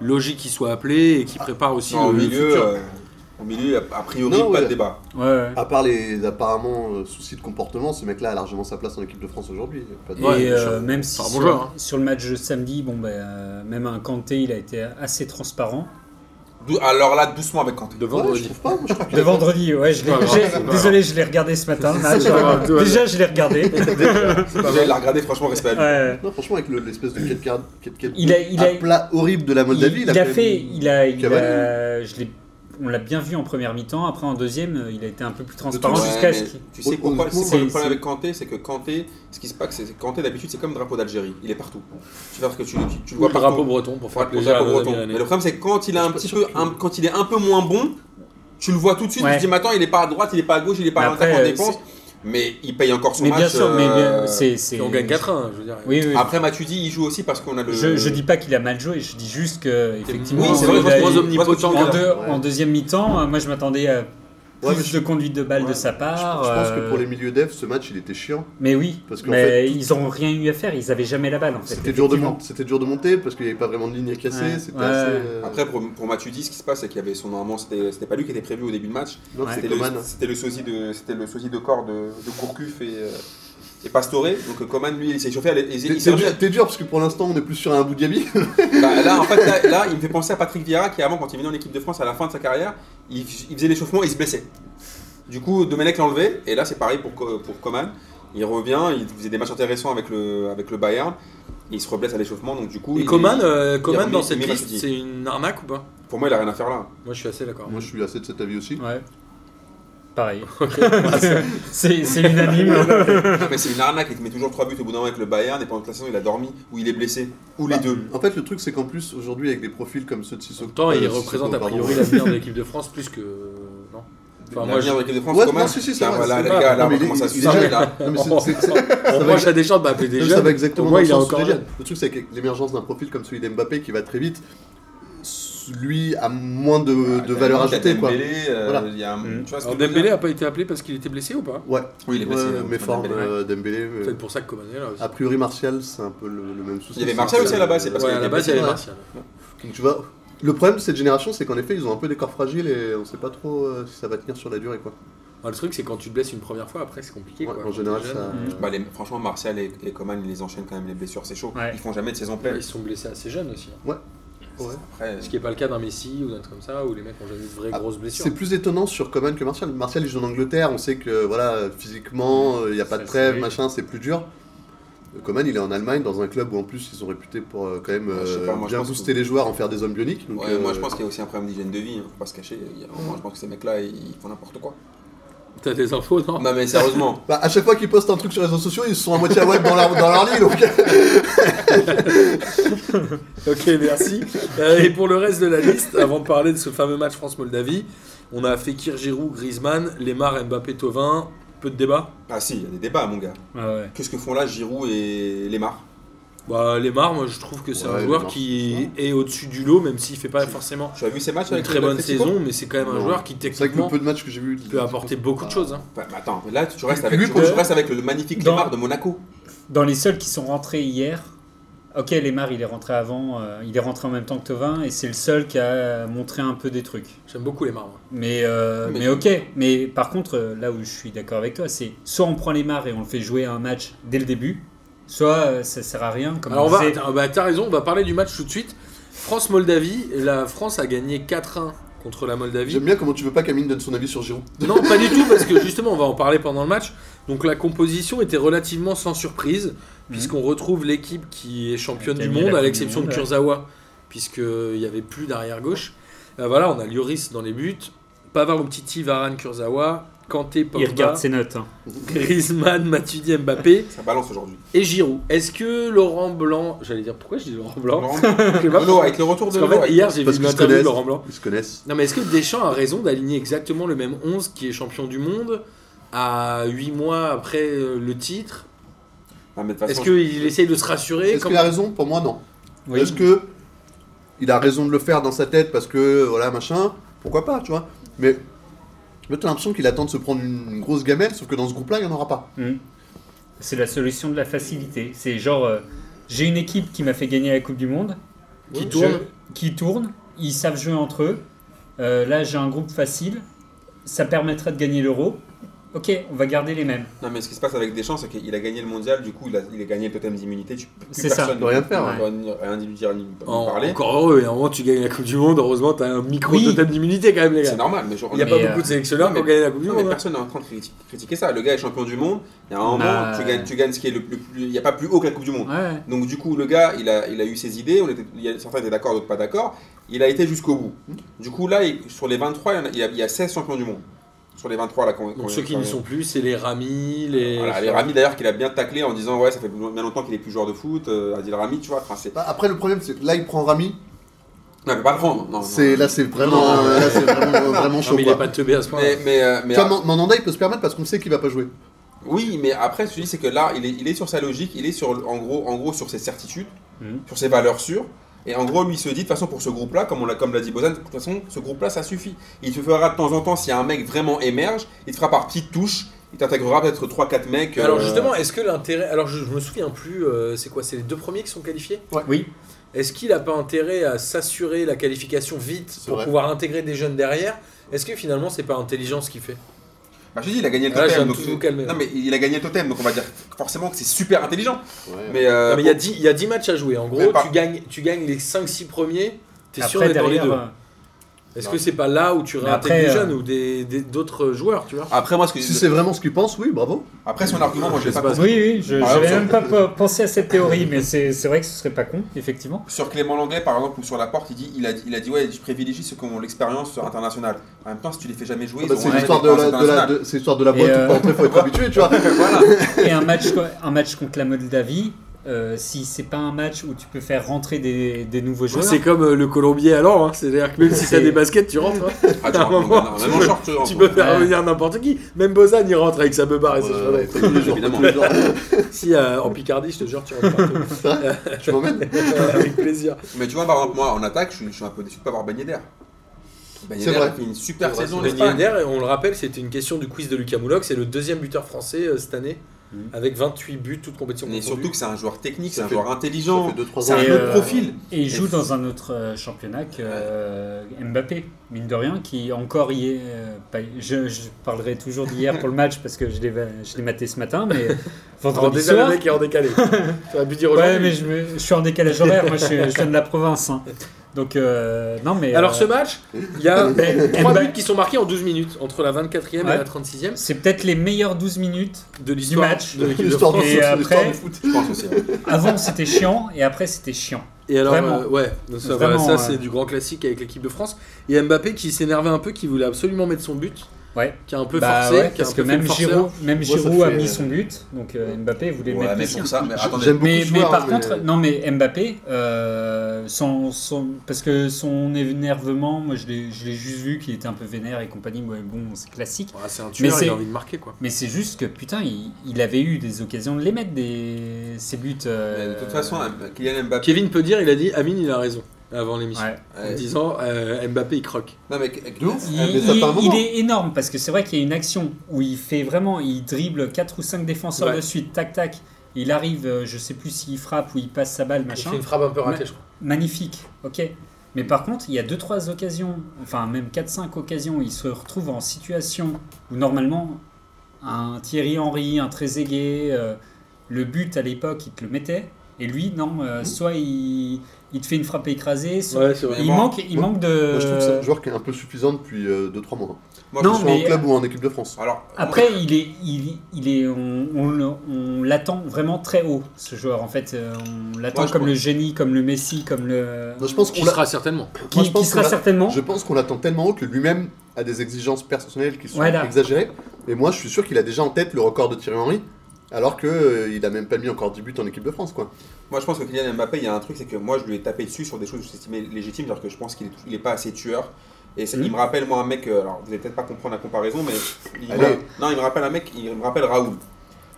Speaker 1: logique qu'il soit appelé et qu'il prépare aussi
Speaker 2: Non, au
Speaker 1: le
Speaker 2: milieu,
Speaker 1: futur.
Speaker 2: euh, au milieu, a- a priori,
Speaker 3: Non,
Speaker 2: pas
Speaker 3: ouais.
Speaker 2: de débat.
Speaker 5: Ouais, ouais.
Speaker 3: À part les apparemment euh, soucis de comportement, ce mec-là a largement sa place en équipe de France aujourd'hui. Pas de-
Speaker 5: Et
Speaker 1: Ouais,
Speaker 5: euh,
Speaker 1: sûr.
Speaker 5: même si
Speaker 1: Enfin,
Speaker 5: sur,
Speaker 1: bonjour, hein.
Speaker 5: sur le match de samedi, bon, bah, euh, même un Kanté, il a été assez transparent.
Speaker 2: Dou- Alors là, doucement avec Kanté.
Speaker 1: De
Speaker 3: Ouais, je
Speaker 1: vendredi.
Speaker 3: trouve pas. moi, je crois qu'il
Speaker 5: De
Speaker 3: a-
Speaker 5: vendredi, ouais, je l'ai-
Speaker 1: pas grave,
Speaker 5: j'ai-
Speaker 1: c'est pas grave.
Speaker 5: désolé, je l'ai regardé ce matin. le match.
Speaker 1: C'est pas grave, tout va
Speaker 5: Déjà, je l'ai regardé.
Speaker 2: Déjà, il l'a regardé, franchement, respect à lui.
Speaker 5: Ouais.
Speaker 3: Non, franchement, avec le- l'espèce de 4 4
Speaker 5: Il a- il a-
Speaker 3: plat horrible de la Moldavie,
Speaker 5: il, il a
Speaker 3: quand
Speaker 5: fait,
Speaker 3: même-
Speaker 5: il a, il
Speaker 3: cavalé.
Speaker 5: a- je l'ai- on l'a bien vu en première mi-temps. Après, en deuxième, euh, il a été un peu plus transparent
Speaker 2: Ouais,
Speaker 5: jusqu'à ce
Speaker 2: mais
Speaker 5: qu'il.
Speaker 2: Tu sais pourquoi
Speaker 3: Honnêtement,
Speaker 2: c'est quoi le
Speaker 5: c'est-
Speaker 2: problème avec Kanté C'est que Kanté, ce qui se passe, c'est que Kanté d'habitude, c'est comme le drapeau d'Algérie, il est partout. Tu vois, parce que tu, tu- tu le
Speaker 1: Ou
Speaker 2: vois
Speaker 1: le drapeau
Speaker 2: partout.
Speaker 1: breton pour faire
Speaker 2: Frappe
Speaker 1: plaisir à
Speaker 2: Jacques
Speaker 1: nos
Speaker 2: Breton.
Speaker 1: amis
Speaker 2: Mais
Speaker 1: rennais.
Speaker 2: le problème, c'est que quand il, a
Speaker 3: Je
Speaker 2: un
Speaker 3: suis
Speaker 2: petit
Speaker 3: pas
Speaker 2: peu,
Speaker 3: sûr que-
Speaker 2: un- quand il est un peu moins bon, tu le vois tout de suite.
Speaker 5: Ouais.
Speaker 2: Tu te dis, mais attends, il est pas à droite, il est pas à gauche, il est pas
Speaker 5: Mais
Speaker 2: à l'attaque en
Speaker 5: après, euh,
Speaker 2: défense. Mais il paye encore son
Speaker 5: Mais
Speaker 2: match.
Speaker 5: bien sûr, mais
Speaker 2: euh,
Speaker 5: bien- c'est, c'est.
Speaker 1: Et on gagne 4-1, je veux dire.
Speaker 5: Oui, oui.
Speaker 2: Après, euh, Matuidi, il joue aussi parce qu'on a le.
Speaker 5: Je, je dis pas qu'il a mal joué, je dis juste que effectivement.
Speaker 1: oui, c'est
Speaker 5: il
Speaker 1: vrai, je
Speaker 5: a-
Speaker 1: pense moins
Speaker 5: il-
Speaker 1: omnipotent
Speaker 5: en,
Speaker 1: que-
Speaker 5: deux-
Speaker 3: Ouais.
Speaker 5: en deuxième mi-temps, euh, moi je m'attendais à
Speaker 3: Ouais, mais
Speaker 5: plus
Speaker 3: je-
Speaker 5: de conduite de balle
Speaker 3: ouais.
Speaker 5: de sa
Speaker 3: Je,
Speaker 5: part.
Speaker 3: je pense
Speaker 5: euh,
Speaker 3: que pour les milieux dev, ce match il était chiant.
Speaker 5: Mais oui,
Speaker 3: Parce qu'en
Speaker 5: mais
Speaker 3: fait, tout-
Speaker 5: ils n'ont rien eu à faire, ils n'avaient jamais la balle en fait.
Speaker 3: C'était dur, de
Speaker 5: effectivement.
Speaker 3: mon- c'était dur de monter parce qu'il n'y avait pas vraiment de ligne à casser.
Speaker 5: Ouais.
Speaker 3: C'était
Speaker 5: Ouais.
Speaker 3: assez. euh,
Speaker 2: Après, pour, pour Matuidi, ce qui se passe, c'est qu'il y avait son normalement, c'était c'était pas lui qui était prévu au début de match.
Speaker 3: non,
Speaker 5: ouais,
Speaker 3: c'était
Speaker 2: C'était le,
Speaker 3: Coman.
Speaker 2: c'était le sosie de, c'était le sosie de corps de, de Gourcuff et, euh, et Pastore. Donc euh, Coman, lui, il s'est chauffé. il- il-
Speaker 3: T'es
Speaker 2: il s'est
Speaker 3: t'es
Speaker 2: remis-
Speaker 3: dur, t'es dur parce que pour l'instant on est plus sur un bout de Gabi.
Speaker 2: Bah, là, en fait, là, là, il me fait penser à Patrick Vieira qui, avant, quand il venait en équipe de France à la fin de sa carrière, il, f- il faisait l'échauffement et il se blessait. Du coup, Domenech l'a enlevé, et là, c'est pareil pour, Co- pour Coman. Il revient, il faisait des matchs intéressants avec le, avec le Bayern, et il se reblesse à l'échauffement, donc du coup.
Speaker 1: Et
Speaker 2: il-
Speaker 1: Coman, euh, Coman
Speaker 2: remis-
Speaker 1: dans
Speaker 2: il
Speaker 1: cette
Speaker 2: met
Speaker 1: liste,
Speaker 2: Matuidi.
Speaker 1: c'est une arnaque ou pas
Speaker 2: Pour moi, il a rien à faire là.
Speaker 1: Moi, je suis assez d'accord.
Speaker 3: Moi je suis assez de cet avis aussi.
Speaker 5: Ouais. Pareil. c'est c'est unanime.
Speaker 2: Non, mais c'est une arnaque, il te met toujours 3 buts au bout d'un moment avec le Bayern, et pendant toute la saison, il a dormi, ou il est blessé, ou les
Speaker 3: Bah,
Speaker 2: deux.
Speaker 3: En fait, le truc, c'est qu'en plus, aujourd'hui, avec des profils comme ceux de Sissoko.
Speaker 1: Pourtant, il
Speaker 3: euh,
Speaker 1: représente
Speaker 3: Sissoko,
Speaker 1: a priori
Speaker 3: pardon.
Speaker 1: l'avenir de l'équipe de France plus que. Non. Enfin, moi, je.
Speaker 2: L'avenir de l'équipe de France,
Speaker 3: Ouais,
Speaker 2: Coman.
Speaker 3: non, si, si, c'est
Speaker 2: là,
Speaker 3: vrai,
Speaker 2: voilà,
Speaker 3: c'est
Speaker 2: les
Speaker 1: vrai.
Speaker 2: gars, là,
Speaker 3: Non,
Speaker 2: on
Speaker 3: mais il-
Speaker 2: commence à
Speaker 3: il-
Speaker 2: se
Speaker 3: il-
Speaker 2: sarrer,
Speaker 3: déjà-
Speaker 2: là.
Speaker 3: Non, mais c'est- c'est- c'est-
Speaker 1: On
Speaker 3: va
Speaker 1: reproche à Deschamps de m'appeler des
Speaker 3: Ça
Speaker 1: jeunes.
Speaker 3: va exactement
Speaker 1: Au moins,
Speaker 3: dans
Speaker 1: il
Speaker 3: le
Speaker 1: est
Speaker 3: sens
Speaker 1: encore
Speaker 3: du
Speaker 1: là.
Speaker 3: délire. Le truc, c'est que l'émergence d'un profil comme celui d'Mbappé qui va très vite, lui a moins de, de
Speaker 2: Ah,
Speaker 3: valeur
Speaker 2: il y a
Speaker 3: ajoutée. Quoi.
Speaker 2: Dembélé, euh,
Speaker 3: Voilà.
Speaker 2: il y a un-
Speaker 5: Mm.
Speaker 2: tu vois ce que
Speaker 1: Alors,
Speaker 2: je veux dire
Speaker 1: Dembélé a pas été appelé parce qu'il était blessé ou pas
Speaker 3: Ouais,
Speaker 2: Oui, il est blessé.
Speaker 3: ouais,
Speaker 2: euh,
Speaker 3: mes formes
Speaker 2: Dembélé.
Speaker 3: euh, Dembélé.
Speaker 1: C'est
Speaker 3: mais-
Speaker 1: peut-être pour ça que Coman est là aussi.
Speaker 3: A priori, Martial, c'est un peu le, le même souci.
Speaker 2: Il y avait Martial aussi à la base, c'est parce
Speaker 1: ouais,
Speaker 2: qu'il
Speaker 1: à la
Speaker 2: était
Speaker 1: base, il y avait
Speaker 3: blessé,
Speaker 1: Martial.
Speaker 3: Donc, tu vois, le problème de cette génération, c'est qu'en effet, ils ont un peu des corps fragiles et on sait pas trop euh, si ça va tenir sur la durée. Quoi.
Speaker 1: Ouais, le truc, c'est quand tu te blesses une première fois, après, c'est compliqué.
Speaker 3: Ouais,
Speaker 1: quoi.
Speaker 3: en
Speaker 1: Quand
Speaker 3: général,
Speaker 1: t'es
Speaker 3: ça.
Speaker 1: jeune,
Speaker 2: Bah, les- franchement, Martial et, et Coman, ils les enchaînent quand même les blessures, c'est chaud.
Speaker 5: Ouais.
Speaker 2: Ils font jamais de saison
Speaker 1: ouais,
Speaker 2: pleine.
Speaker 1: Ils se sont blessés assez jeunes aussi.
Speaker 3: Ouais.
Speaker 2: Après,
Speaker 1: Ce qui n'est pas le cas d'un Messi ou d'un truc comme ça, où les mecs ont jamais eu de vraies
Speaker 3: Ah,
Speaker 1: grosses blessures.
Speaker 3: C'est plus étonnant sur Coman que Martial. Martial, il joue en Angleterre, on sait que voilà, physiquement, euh, il n'y a pas
Speaker 5: Ça,
Speaker 3: de trêve,
Speaker 5: c'est-
Speaker 3: machin, c'est plus dur. Coman, il est en Allemagne, dans un club où en plus ils sont réputés pour euh, quand même
Speaker 2: Ouais, je sais
Speaker 3: euh,
Speaker 2: pas, moi, je
Speaker 3: bien
Speaker 2: pense
Speaker 3: booster
Speaker 2: que-
Speaker 3: les joueurs, en faire des hommes bioniques. donc,
Speaker 2: ouais,
Speaker 3: euh,
Speaker 2: moi, je pense qu'il y a aussi un problème d'hygiène de vie, hein, faut pas se cacher. Il y a- Moi, je pense que ces mecs-là, ils font n'importe quoi.
Speaker 1: T'as des infos, non
Speaker 2: Non, mais sérieusement,
Speaker 3: bah, à chaque fois qu'ils postent un truc sur les réseaux sociaux, ils sont à moitié à web dans leur, dans leur lit. Donc...
Speaker 1: Ok, merci. Euh, et pour le reste de la liste, avant de parler de ce fameux match France-Moldavie, on a Fekir, Giroud, Griezmann, Lemar, Mbappé, Tovin. Peu de débat.
Speaker 2: ah si, il y a des débats, mon gars.
Speaker 5: Ah ouais.
Speaker 2: Qu'est-ce que font là Giroud et Lemar
Speaker 1: Bah, Lemar, moi, je trouve que c'est
Speaker 3: Ouais,
Speaker 1: un joueur
Speaker 3: Lemar.
Speaker 1: qui est au-dessus du lot, même s'il fait pas forcément
Speaker 2: Tu as vu ces matchs
Speaker 1: une
Speaker 2: avec
Speaker 1: très bonne
Speaker 2: l'Atlético
Speaker 1: saison, mais c'est quand même un
Speaker 3: Non.
Speaker 1: joueur qui
Speaker 3: C'est vrai que le
Speaker 1: techniquement
Speaker 3: peu de bah, matchs que j'ai vu,
Speaker 1: peut apporter beaucoup de choses. hein.
Speaker 2: Enfin, mais Attends, là, tu restes avec,
Speaker 5: Lui,
Speaker 2: tu
Speaker 5: pour-
Speaker 2: restes avec le magnifique
Speaker 5: Dans-
Speaker 2: Lemar de Monaco.
Speaker 5: Dans les seuls qui sont rentrés hier, ok, Lemar il est rentré avant, euh, il est rentré en même temps que Tovin et c'est le seul qui a montré un peu des trucs.
Speaker 1: J'aime beaucoup Lemar. moi.
Speaker 5: Mais, euh,
Speaker 2: Mais-
Speaker 5: mais ok, mais par contre, euh, là où je suis d'accord avec toi, c'est soit on prend Lemar et on le fait jouer à un match dès le début, soit euh, ça sert à rien. Comme
Speaker 1: Alors,
Speaker 5: on
Speaker 1: on va,
Speaker 5: disait.
Speaker 1: t'as- bah, t'as raison, on va parler du match tout de suite. France-Moldavie, la France a gagné 4-1 contre la Moldavie.
Speaker 3: J'aime bien comment tu veux pas qu'Amine donne son avis sur Giroud.
Speaker 1: Non, pas du tout, parce que justement, on va en parler pendant le match. Donc la composition était relativement sans surprise, puisqu'on retrouve l'équipe qui est championne
Speaker 5: Mhm. Qui a
Speaker 1: du
Speaker 5: mis la
Speaker 1: monde, à
Speaker 5: Coupe du
Speaker 1: l'exception de
Speaker 5: Monde, ouais.
Speaker 1: Kurzawa, puisqu'il n'y avait plus d'arrière-gauche. Euh, voilà, on a Lloris dans les buts, Pavard, Umtiti, Varane, Kurzawa, Kanté,
Speaker 5: Il
Speaker 1: Pogba,
Speaker 5: regarde ses notes. hein.
Speaker 1: Griezmann, Matuidi, Mbappé
Speaker 2: Ça balance aujourd'hui.
Speaker 1: et Giroud. Est-ce que Laurent Blanc... J'allais dire, pourquoi je dis Laurent Blanc
Speaker 2: Laurent-
Speaker 1: Je sais pas.
Speaker 2: Lolo, avec le retour
Speaker 1: Parce
Speaker 2: de
Speaker 1: qu'en
Speaker 2: Lolo.
Speaker 1: fait, hier, j'ai vu
Speaker 3: Parce
Speaker 1: une
Speaker 3: qu'ils se
Speaker 1: interview de
Speaker 3: connaissent.
Speaker 1: Laurent Blanc.
Speaker 3: Ils se connaissent.
Speaker 1: Non, mais est-ce que Deschamps a raison d'aligner exactement le même 11 qui est champion du monde à 8 mois après euh, le titre
Speaker 2: Ah, mais de toute façon,
Speaker 1: Est-ce qu'il essaye de se rassurer
Speaker 3: Est-ce
Speaker 1: comme-
Speaker 3: qu'il a raison Pour moi, non.
Speaker 5: Oui.
Speaker 3: Est-ce que il a raison de le faire dans sa tête parce que voilà machin Pourquoi pas, tu vois Mais mais t'as l'impression qu'il attend de se prendre une, une grosse gamelle, sauf que dans ce groupe-là, il n'y en aura pas.
Speaker 5: Mm. C'est la solution de la facilité. C'est genre, euh, j'ai une équipe qui m'a fait gagner la Coupe du Monde,
Speaker 1: Qui
Speaker 5: Je-
Speaker 1: tourne.
Speaker 5: qui tourne, ils savent jouer entre eux. Euh, là, j'ai un groupe facile, ça permettra de gagner l'euro. Ok, on va garder les mêmes.
Speaker 2: Non, mais ce qui se passe avec Deschamps, c'est qu'il a gagné le mondial, du coup, il a, il a gagné le totem d'immunité. tu- plus
Speaker 5: C'est ça,
Speaker 2: personne
Speaker 3: on peut rien faire,
Speaker 2: ne peut Rien ni lui dire, ni lui
Speaker 1: En-
Speaker 2: parler.
Speaker 1: Oh, Encore heureux, et à un moment tu gagnes la Coupe du Monde, heureusement t'as un micro
Speaker 5: Oui.
Speaker 1: totem d'immunité quand même, les
Speaker 2: C'est
Speaker 1: gars.
Speaker 2: normal, mais genre,
Speaker 1: Il n'y a
Speaker 5: Mais,
Speaker 1: pas
Speaker 5: euh,
Speaker 1: beaucoup de sélectionneurs
Speaker 2: non,
Speaker 1: qui ont
Speaker 2: mais-
Speaker 1: gagné la Coupe du
Speaker 2: Non, mais
Speaker 1: Monde. hein.
Speaker 2: personne n'est en train de criti- critiquer ça. Le gars est champion du monde. Il y a un
Speaker 5: Bah,
Speaker 2: moment, tu gagnes, tu gagnes ce qui est le, le plus. Il n'y a pas plus haut que la Coupe du Monde.
Speaker 5: Ouais.
Speaker 2: Donc, du coup, le gars, il a, il a eu ses idées. On était, il y a- certains étaient d'accord, d'autres pas d'accord. Il a été jusqu'au bout.
Speaker 5: Hmm.
Speaker 2: Du coup, là, il- sur les 23, il y en a- il y, a, il y a 16 champions du monde. Sur les 23, là, qu'on- qu'on-
Speaker 1: Donc ceux qui
Speaker 2: qu'on-
Speaker 1: n'y sont plus, c'est les Rami, les.
Speaker 2: Voilà, les Rami d'ailleurs qu'il a bien taclé en disant ouais ça fait bien longtemps qu'il est plus joueur de foot, euh, Adil Rami tu vois, enfin c'est...
Speaker 3: Bah, Après, le problème, c'est que là, il prend Rami.
Speaker 2: Non mais pas le prendre, Oh non. non.
Speaker 3: C'est là, c'est vraiment, euh,
Speaker 2: Non, non,
Speaker 3: là, c'est vraiment, vraiment
Speaker 1: Non,
Speaker 3: chaud.
Speaker 1: mais il
Speaker 3: quoi.
Speaker 1: a pas de teubé à ce point.
Speaker 2: Mais, mais, euh, mais
Speaker 3: Tu vois, Man- Mandanda, il peut se permettre parce qu'on sait qu'il va pas jouer.
Speaker 2: Oui, mais après, ce que je dis, c'est que là, il est, il est sur sa logique, il est sur, en, gros, en gros sur ses certitudes,
Speaker 5: Mhm.
Speaker 2: sur ses valeurs sûres. Et en gros, lui, il se dit, de toute façon, pour ce groupe-là, comme on l'a comme l'a dit Bozan, de toute façon, ce groupe-là, ça suffit. Il te fera de temps en temps, si un mec vraiment émerge, il te fera par petites touches, il t'intégrera peut-être 3-4 mecs. euh,
Speaker 1: Alors justement, est-ce que l'intérêt... Alors je, je me souviens plus, euh, c'est quoi C'est les deux premiers qui sont qualifiés
Speaker 5: Oui,
Speaker 1: Est-ce qu'il n'a pas intérêt à s'assurer la qualification vite
Speaker 3: C'est
Speaker 1: pour
Speaker 3: vrai.
Speaker 1: pouvoir intégrer des jeunes derrière Est-ce que finalement c'est pas intelligent ce qu'il fait
Speaker 2: Bah, je dis, il a gagné le
Speaker 1: Ah, je viens
Speaker 2: totem.
Speaker 1: de
Speaker 2: donc-
Speaker 1: tout vous calmer,
Speaker 2: non,
Speaker 1: là.
Speaker 2: mais il a gagné le totem, donc on va dire forcément que c'est super intelligent. Mais,
Speaker 1: Non,
Speaker 2: euh,
Speaker 1: mais il y a 10 il y a 10 matchs à jouer. En gros,
Speaker 2: Mais pas-
Speaker 1: tu gagnes, tu gagnes les 5-6 premiers, t'es sûr
Speaker 5: après
Speaker 1: d'être dans les
Speaker 5: derrière,
Speaker 1: deux.
Speaker 5: euh,
Speaker 1: Est-ce
Speaker 2: Non.
Speaker 1: que c'est pas là où tu
Speaker 5: Mais
Speaker 1: réintègres
Speaker 5: après,
Speaker 1: des
Speaker 5: euh,
Speaker 1: jeunes ou des- des- d'autres joueurs, tu vois
Speaker 2: Après, moi, ce que
Speaker 3: Si c'est vraiment ce qu'il pense, oui, bravo.
Speaker 2: Après, son argument, moi, je l'ai pas
Speaker 1: Je sais
Speaker 2: compris.
Speaker 5: euh, oui, oui, je
Speaker 1: Ah,
Speaker 2: Par
Speaker 5: n'avais
Speaker 2: exemple,
Speaker 5: même pas po- pensé à cette théorie, mais c'est c'est vrai que ce serait pas con, effectivement.
Speaker 2: Sur Clément Langlais, par exemple, ou sur la porte, il, dit, il, a, dit- il a dit Ouais, je privilégie ceux qui ont l'expérience internationale. En même temps, si tu les fais jamais jouer,
Speaker 3: Ah bah,
Speaker 2: ils
Speaker 3: c'est
Speaker 2: auront jamais
Speaker 3: l'histoire de, la- de, la-
Speaker 2: d'expérience
Speaker 3: de- c'est l'histoire de la
Speaker 5: Et
Speaker 3: boîte
Speaker 5: euh,
Speaker 3: où pour entrer, faut être habitué, tu vois.
Speaker 2: internationale.
Speaker 5: Et un match, co- un match contre la Moldavie, euh, si c'est pas un match où tu peux faire rentrer des, des nouveaux joueurs,
Speaker 1: C'est comme euh, le Colombier à Laurent, hein. c'est-à-dire que même si t'as
Speaker 5: C'est-
Speaker 1: des baskets, tu rentres. hein.
Speaker 2: Ah, tu
Speaker 1: À un
Speaker 2: rentres,
Speaker 1: moment,
Speaker 2: non,
Speaker 1: tu
Speaker 2: même en
Speaker 1: peux-
Speaker 2: short, tu rentres.
Speaker 1: Tu peux faire
Speaker 5: Ouais.
Speaker 1: revenir n'importe qui. Même Bozan il rentre avec sa beubare et ses
Speaker 3: Euh,
Speaker 1: cheveux.
Speaker 3: tous les jours,
Speaker 2: Évidemment.
Speaker 3: tous les jours.
Speaker 1: Si euh, en Picardie, je te jure, tu rentres partout.
Speaker 3: C'est vrai Tu m'emmènes
Speaker 1: avec plaisir.
Speaker 2: Mais tu vois, par exemple, moi, en attaque, je suis, je suis un peu déçu de pas avoir Bagné d'air. Bagné
Speaker 3: C'est
Speaker 2: d'air
Speaker 3: vrai.
Speaker 2: a fait une super
Speaker 3: C'est vrai,
Speaker 2: saison
Speaker 1: Ben
Speaker 2: l'Espagne.
Speaker 1: Yedder, on le rappelle, c'était une question du quiz de Lucas Moulox. C'est le deuxième buteur français euh, cette année,
Speaker 5: Mhm.
Speaker 1: avec 28 buts, toutes compétitions
Speaker 2: Mais
Speaker 1: confondues.
Speaker 2: surtout que c'est un joueur technique,
Speaker 3: Ça
Speaker 2: c'est un
Speaker 3: fait-
Speaker 2: joueur
Speaker 3: Ça
Speaker 2: intelligent.
Speaker 3: fait 2-3
Speaker 2: C'est
Speaker 3: ans.
Speaker 2: un
Speaker 5: Et,
Speaker 2: autre
Speaker 5: euh,
Speaker 2: profil.
Speaker 5: Et il joue
Speaker 2: Et-
Speaker 5: dans un autre euh, championnat que euh, Mbappé, mine de rien, qui encore hier. euh, pas- je, je parlerai toujours d'hier pour le match parce que je l'ai euh, je l'ai maté ce matin, mais
Speaker 1: Alors,
Speaker 5: vendredi
Speaker 1: déjà, le
Speaker 5: soir.
Speaker 1: mec est en décalé. tu aurais pu dire
Speaker 5: Ouais,
Speaker 1: aujourd'hui.
Speaker 5: mais je, me- je suis en décalage horaire, moi je, suis- je viens de la province. hein. Donc, euh, non, mais.
Speaker 1: Alors,
Speaker 5: euh,
Speaker 1: ce match, il y a
Speaker 5: Ben-
Speaker 1: 3
Speaker 5: Mba-
Speaker 1: buts qui sont marqués en 12 minutes, entre la 24e et
Speaker 5: Ouais.
Speaker 1: la 36e
Speaker 5: c'est peut-être les meilleures 12 minutes.
Speaker 1: de l'histoire
Speaker 5: match.
Speaker 1: de l'équipe de
Speaker 3: L'histoire
Speaker 1: France. euh,
Speaker 3: du
Speaker 5: Et
Speaker 3: foot,
Speaker 5: après-
Speaker 3: l'histoire du foot.
Speaker 2: Je pense aussi. ouais.
Speaker 5: Avant c'était chiant et après c'était chiant.
Speaker 1: Et alors,
Speaker 5: Vraiment.
Speaker 1: euh, ouais, donc ça,
Speaker 5: Vraiment, euh,
Speaker 1: voilà, ça, c'est
Speaker 5: ouais.
Speaker 1: du grand classique avec l'équipe de France. Et Mbappé qui s'énervait un peu, qui voulait absolument mettre son but,
Speaker 5: Ouais.
Speaker 1: qui a un peu
Speaker 5: Bah
Speaker 1: forcé,
Speaker 5: ouais,
Speaker 1: qui a un
Speaker 5: parce
Speaker 1: peu
Speaker 5: que
Speaker 1: fait hein. le
Speaker 5: même
Speaker 1: forceur.
Speaker 5: Giroud, même
Speaker 3: ça
Speaker 5: Giroud a
Speaker 3: fait,
Speaker 5: mis
Speaker 3: euh,
Speaker 5: son but, donc euh, Mbappé voulait
Speaker 2: Ouais,
Speaker 5: mettre
Speaker 2: mais
Speaker 5: le sien.
Speaker 2: pour ça, mais attendez.
Speaker 3: hein. J'aime beaucoup
Speaker 5: Mais,
Speaker 3: ce
Speaker 5: mais
Speaker 3: joueur,
Speaker 5: par
Speaker 3: mais-
Speaker 5: contre, non mais Mbappé, euh, son- son- parce que son énervement, moi je l'ai je l'ai juste vu qu'il était un peu vénère et compagnie, ouais, bon c'est classique.
Speaker 1: Ouais, c'est un tueur, il
Speaker 5: c'est-
Speaker 1: a envie de marquer quoi.
Speaker 5: Mais c'est juste que putain, il, il avait eu des occasions de les mettre, des, ses buts.
Speaker 2: Mais
Speaker 5: euh,
Speaker 2: De toute façon, euh, Kylian Mbappé.
Speaker 1: Kevin peut dire, il a dit Amine, il a raison avant l'émission.
Speaker 5: ouais.
Speaker 1: En
Speaker 2: euh,
Speaker 1: disant euh, Mbappé, il croque.
Speaker 2: Non, mais.
Speaker 3: De ouf.
Speaker 5: Il,
Speaker 3: mais ça
Speaker 5: il-
Speaker 3: fait un moment.
Speaker 5: il est énorme parce que c'est vrai qu'il y a une action où il fait vraiment, il dribble 4 ou 5 défenseurs
Speaker 1: Ouais.
Speaker 5: de suite, tac tac. Il arrive, euh, je sais plus s'il frappe ou il passe sa balle, machin.
Speaker 1: Il fait une frappe un peu ratée,
Speaker 5: Ma-
Speaker 1: je crois.
Speaker 5: Magnifique, ok. Mais par contre, il y a 2-3 occasions, enfin même 4-5 occasions où il se retrouve en situation où normalement un Thierry Henry, un Trezeguet, euh, le but à l'époque, il te le mettait. Et lui, non,
Speaker 3: Mmh.
Speaker 5: euh, soit il, il te fait une frappe écrasée, soit
Speaker 1: Ouais, c'est vrai.
Speaker 5: il,
Speaker 2: moi-
Speaker 5: manque, il
Speaker 3: moi-
Speaker 5: manque de...
Speaker 3: Moi, je trouve que c'est un joueur qui est un peu suffisant depuis 2-3 mois. hein.
Speaker 2: Moi,
Speaker 5: euh, Non,
Speaker 3: Que ce soit en
Speaker 5: mais- euh,
Speaker 3: club ou en équipe de France.
Speaker 2: Alors,
Speaker 5: Après, il est, il, il est, on, on le- on l'attend vraiment très haut, ce joueur. En fait, Euh, on l'attend
Speaker 2: Moi, je
Speaker 5: comme
Speaker 2: crois-
Speaker 5: le génie, comme le Messi, comme le.
Speaker 3: Non, je pense
Speaker 1: Qui
Speaker 3: qu'on l'a-
Speaker 1: sera certainement.
Speaker 5: qui,
Speaker 3: moi, je pense
Speaker 5: qui sera
Speaker 3: qu'on l'a-
Speaker 5: certainement.
Speaker 3: Je pense qu'on l'attend tellement haut que lui-même a des exigences personnelles qui sont
Speaker 5: Voilà.
Speaker 3: exagérées. Et moi, je suis sûr qu'il a déjà en tête le record de Thierry Henry, alors que euh, il a même pas mis encore 10 buts en équipe de France, quoi.
Speaker 2: Moi, je pense que Kylian Mbappé, il y a un truc, c'est que moi, je lui ai tapé dessus sur des choses que j'estimais légitimes, c'est-à-dire que je pense qu'il est- il est pas assez tueur. Et ça-
Speaker 5: Mhm.
Speaker 2: il me rappelle, moi, un mec, euh, alors vous allez peut-être pas comprendre la comparaison, mais. il me-
Speaker 3: Allez.
Speaker 2: non, il me rappelle un mec, il me rappelle Raoul.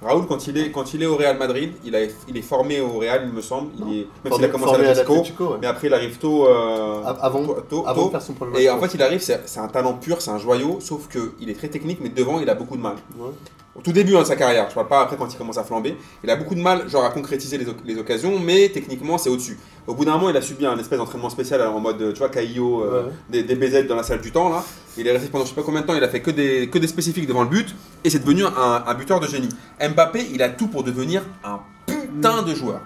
Speaker 2: Raoul, quand il est, quand il est au Real Madrid, il, a- il est formé au Real, il me semble. Il
Speaker 3: Non.
Speaker 2: est, même s'il
Speaker 3: Formé-
Speaker 2: a commencé à
Speaker 3: formé
Speaker 2: l'Atlético,
Speaker 3: l'Atlético, ouais.
Speaker 2: mais après, il arrive tôt. euh,
Speaker 3: Av- Avant,
Speaker 2: tôt- tôt-
Speaker 3: avant
Speaker 2: tôt.
Speaker 3: de faire son premier
Speaker 2: Et
Speaker 3: match,
Speaker 2: en fait, il arrive, c'est c'est un talent pur, c'est un joyau, sauf qu'il est très technique, mais devant, il a beaucoup de mal.
Speaker 3: Ouais.
Speaker 2: Au tout début hein, de sa carrière, je parle pas après quand il commence à flamber, il a beaucoup de mal genre à concrétiser les, oc- les occasions, mais techniquement, c'est au-dessus. Au bout d'un moment, il a subi un espèce d'entraînement spécial en mode, tu vois, Caillot, euh,
Speaker 3: Ouais.
Speaker 2: des, des BZ dans la salle du temps, là. Il est resté pendant je sais pas combien de temps, il a fait que des, que des spécifiques devant le but, et c'est devenu un, un buteur de génie. Mbappé, il a tout pour devenir un putain de joueur.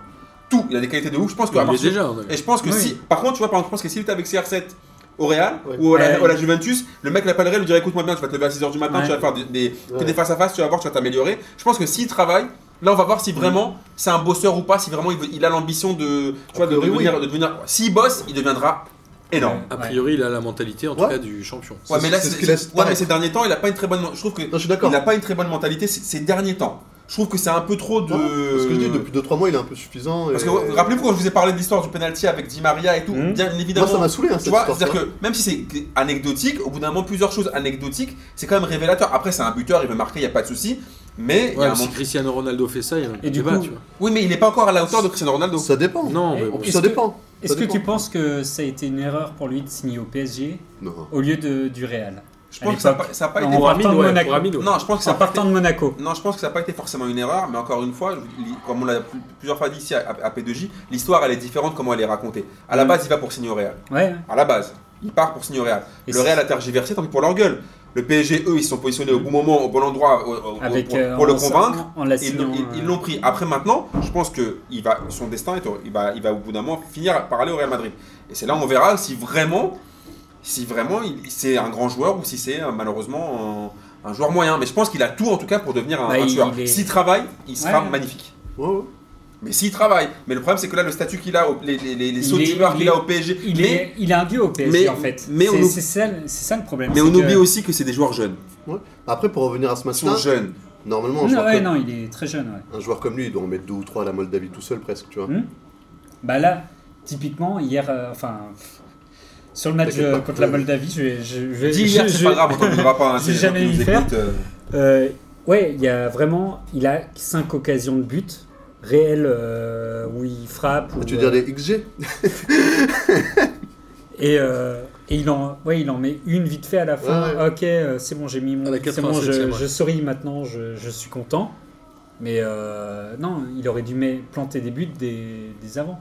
Speaker 2: Tout, il a des qualités de ouf, je pense que à
Speaker 1: Il est
Speaker 2: partir-
Speaker 1: déjà. hein, on a-
Speaker 2: et je pense que
Speaker 5: Oui.
Speaker 2: si. Par contre, tu vois, par exemple, je pense que s'il était avec CR7 au Real
Speaker 3: Ouais.
Speaker 2: ou à la,
Speaker 5: Ouais.
Speaker 2: ou à la Juventus, le mec l'appellerait, lui dirait écoute-moi bien, tu vas te lever à 6h du matin,
Speaker 5: Ouais.
Speaker 2: tu vas faire des, des- que
Speaker 3: Ouais.
Speaker 2: des face à face, tu vas voir, tu vas t'améliorer. Je pense que s'il travaille, là, on va voir si vraiment c'est un bosseur ou pas, si vraiment il, veut- il a l'ambition de, tu vois, de
Speaker 3: priori,
Speaker 2: devenir. de devenir- S'il bosse, il deviendra énorme.
Speaker 5: euh, Ouais.
Speaker 1: A priori, il a la mentalité, en tout
Speaker 3: Ouais.
Speaker 1: cas, du champion.
Speaker 3: C'est-
Speaker 2: Ouais, mais là,
Speaker 3: c'est ce
Speaker 2: c'est-
Speaker 3: qu'il laisse
Speaker 2: ouais, mais
Speaker 3: paraître.
Speaker 2: ces derniers temps, il a pas une très bonne. Je trouve que
Speaker 3: Non, je suis d'accord.
Speaker 2: il a pas une très bonne mentalité ces, ces derniers temps. Je trouve que c'est un peu trop de.
Speaker 3: Ouais, Parce que je dis, depuis euh, 2-3 mois, il est un peu suffisant.
Speaker 2: Parce
Speaker 3: et-
Speaker 2: que rappelez-vous quand je vous ai parlé de l'histoire du penalty avec Di Maria et tout,
Speaker 5: Mhm.
Speaker 2: bien évidemment.
Speaker 3: Hmm. Moi, ça m'a saoulé, hein,
Speaker 2: Tu
Speaker 3: cette
Speaker 2: vois,
Speaker 3: histoire.
Speaker 2: c'est-à-dire que même si c'est anecdotique, au bout d'un moment, plusieurs choses anecdotiques, c'est quand même révélateur. Après, c'est un buteur, il veut marquer, il n'y a pas de souci. Mais il y
Speaker 1: Ouais,
Speaker 2: a un
Speaker 1: mais si
Speaker 2: moment-
Speaker 1: Cristiano Ronaldo fait ça, il y a un
Speaker 5: Et du
Speaker 1: débat,
Speaker 5: coup-
Speaker 1: tu vois.
Speaker 2: Oui, mais il n'est pas encore à la hauteur de Cristiano Ronaldo.
Speaker 3: Ça dépend.
Speaker 1: Non,
Speaker 5: Et-
Speaker 1: mais
Speaker 3: En
Speaker 1: bon.
Speaker 3: plus,
Speaker 5: Est-ce
Speaker 3: ça
Speaker 5: que-
Speaker 3: dépend.
Speaker 5: Est-ce que
Speaker 3: dépend.
Speaker 5: tu penses que ça a été une erreur pour lui de signer au PSG
Speaker 3: Non.
Speaker 5: au lieu de, du Real
Speaker 2: Je pense que ça n'a pas, ça a pas
Speaker 5: Non,
Speaker 2: été.
Speaker 5: Pour
Speaker 1: Pour Amine,
Speaker 5: Amine,
Speaker 1: ouais,
Speaker 5: Monaco.
Speaker 1: pour Amine, ouais.
Speaker 2: Non, je pense que ça
Speaker 5: En
Speaker 2: a pas été-
Speaker 5: partant de Monaco.
Speaker 2: Non, je pense que ça n'a pas été forcément une erreur, mais encore une fois, je vous- li- comme on l'a pl- plusieurs fois dit ici à, à P2J, l'histoire elle est différente comment elle est racontée. À la
Speaker 5: Mm.
Speaker 2: base, il va pour signer au Real.
Speaker 5: Ouais.
Speaker 2: À la base, il part pour signer au Real.
Speaker 5: Et
Speaker 2: le
Speaker 5: c'est- Mm.
Speaker 2: Real a tergiversé, tant pis pour leur gueule. Le PSG, eux, ils se sont positionnés au bon moment, au bon endroit, au- au-
Speaker 5: Avec,
Speaker 2: pour,
Speaker 5: euh,
Speaker 2: pour le
Speaker 5: en-
Speaker 2: convaincre.
Speaker 5: En, en la
Speaker 2: Ils
Speaker 5: signant,
Speaker 2: l'ont- ils-
Speaker 5: euh,
Speaker 2: ils l'ont pris. Après maintenant, je pense que il va, son destin, est au- il va, il va au bout d'un moment finir par aller au Real Madrid. Et c'est là où on verra si vraiment, si vraiment il- c'est un grand joueur ou si c'est euh, malheureusement un, un joueur moyen. Mais je pense qu'il a tout en tout cas pour devenir un,
Speaker 5: Bah,
Speaker 2: un
Speaker 5: il-
Speaker 2: tueur.
Speaker 5: il est-
Speaker 2: S'il travaille, il sera
Speaker 5: Ouais.
Speaker 2: magnifique.
Speaker 3: Ouais, ouais.
Speaker 2: Mais s'il travaille, mais le problème c'est que là le statut qu'il a, au- les, les, les, les sauts
Speaker 5: Il est-
Speaker 2: de joueurs
Speaker 5: il
Speaker 2: qu'il
Speaker 5: est-
Speaker 2: a au PSG,
Speaker 5: Il,
Speaker 2: mais-
Speaker 5: est, il est un dieu au PSG
Speaker 2: mais-
Speaker 5: en fait.
Speaker 2: mais on
Speaker 5: C'est-
Speaker 2: oublie-
Speaker 5: c'est ça, le- c'est ça le problème.
Speaker 2: mais on
Speaker 5: c'est que-
Speaker 2: oublie aussi que c'est des joueurs jeunes.
Speaker 3: Après, pour revenir à ce
Speaker 2: Ils sont
Speaker 3: match-là,
Speaker 2: jeunes.
Speaker 3: normalement, un
Speaker 5: Non,
Speaker 3: joueur,
Speaker 5: ouais,
Speaker 3: comme,
Speaker 5: non, il est très jeune. Ouais.
Speaker 3: un joueur comme lui, il doit en mettre deux ou trois à la Moldavie tout seul presque, tu vois.
Speaker 5: Hmm. Bah là, typiquement, hier, euh, enfin, pff, sur le match
Speaker 3: T'inquiète
Speaker 5: euh,
Speaker 3: pas.
Speaker 5: contre la Moldavie, je vais. Je, je vais-
Speaker 2: Dis hier,
Speaker 5: je-
Speaker 2: c'est
Speaker 5: je-
Speaker 2: pas grave, on t'en voudra pas. hein,
Speaker 5: j'ai
Speaker 2: c'est les gens
Speaker 5: jamais
Speaker 2: qui
Speaker 5: eu
Speaker 2: nous
Speaker 5: faire.
Speaker 2: écoutent, euh,
Speaker 5: Euh, ouais, il y a vraiment. Il a cinq occasions de but réelles euh, où il frappe. ou,
Speaker 3: Ah, tu veux
Speaker 5: euh,
Speaker 3: dire des XG
Speaker 5: Et, euh, et il, en, ouais, il en met une vite fait à la fin.
Speaker 3: Ouais, ouais.
Speaker 5: Ok, euh, c'est bon, j'ai mis mon.
Speaker 1: À la
Speaker 5: C'est bon,
Speaker 1: 87e,
Speaker 5: je,
Speaker 1: ouais.
Speaker 5: je souris maintenant, je, je suis content. Mais euh, non, il aurait dû met- planter des buts des, des avant.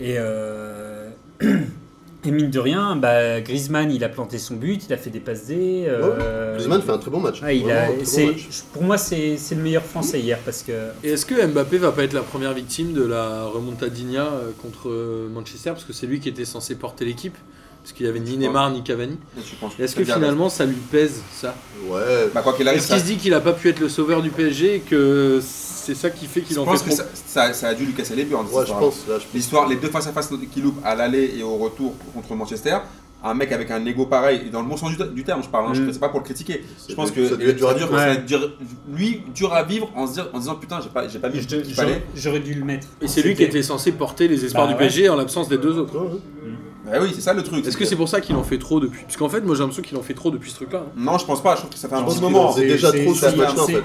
Speaker 5: Et, euh, et mine de rien, bah, Griezmann, il a planté son but, il a fait des passes D. euh,
Speaker 3: Griezmann fait un très bon match.
Speaker 5: ouais, il
Speaker 3: Vraiment
Speaker 5: a,
Speaker 3: un très bon
Speaker 5: c'est-
Speaker 3: match.
Speaker 5: Pour moi, c'est c'est le meilleur français hier parce que.
Speaker 1: Et est-ce que Mbappé va pas être la première victime de la remontadinha euh, contre euh, Manchester Parce que c'est lui qui était censé porter l'équipe. Parce qu'il y avait ni
Speaker 2: Je
Speaker 1: Neymar ni Cavani.
Speaker 2: je pense
Speaker 1: Et Est-ce que
Speaker 2: c'est bien,
Speaker 1: finalement ça lui pèse ça
Speaker 3: Ouais.
Speaker 2: Bah, quoi qu'il arrive,
Speaker 1: Est-ce qu'il
Speaker 2: ça,
Speaker 1: se dit qu'il a pas pu être le sauveur du PSG et que c'est ça qui fait
Speaker 2: je
Speaker 1: qu'il en
Speaker 2: pense
Speaker 1: fait
Speaker 2: que
Speaker 1: trop
Speaker 2: ça, ça- ça a dû lui casser les burnes.
Speaker 3: Ouais, je pense. Là, je pense.
Speaker 2: L'histoire, les deux face à face qu'il loupe à l'aller et au retour contre Manchester, un mec avec un ego pareil, et dans le bon sens du, du terme, je parle, hein,
Speaker 5: Mm.
Speaker 2: je sais pas pour le critiquer. Je
Speaker 3: Ça
Speaker 2: pense
Speaker 3: doit-
Speaker 2: que
Speaker 3: ça doit être dur à
Speaker 2: dur-
Speaker 5: vivre.
Speaker 2: ça doit être dur- lui, dur à vivre en se, dire- en se disant putain, j'ai pas, j'ai pas mis
Speaker 5: je
Speaker 2: ce
Speaker 5: te-
Speaker 2: qu'il
Speaker 5: J'aurais
Speaker 2: fallait.
Speaker 5: j'aurais dû le mettre.
Speaker 1: Et c'est lui qui était censé porter les espoirs
Speaker 5: Bah
Speaker 1: du
Speaker 5: ouais.
Speaker 1: PSG en l'absence des deux autres.
Speaker 3: Ouais, ouais.
Speaker 2: Bah oui, c'est ça le truc.
Speaker 1: Est-ce que c'est pour ça qu'il en fait trop depuis Parce qu'en fait, moi j'ai l'impression qu'il en fait trop depuis ce truc-là. hein.
Speaker 2: Non, je pense pas, je trouve que ça fait un
Speaker 3: Je
Speaker 2: petit
Speaker 3: pense
Speaker 2: moment.
Speaker 3: qu'il en faisait déjà trop
Speaker 2: sur ce match-là,
Speaker 3: en fait.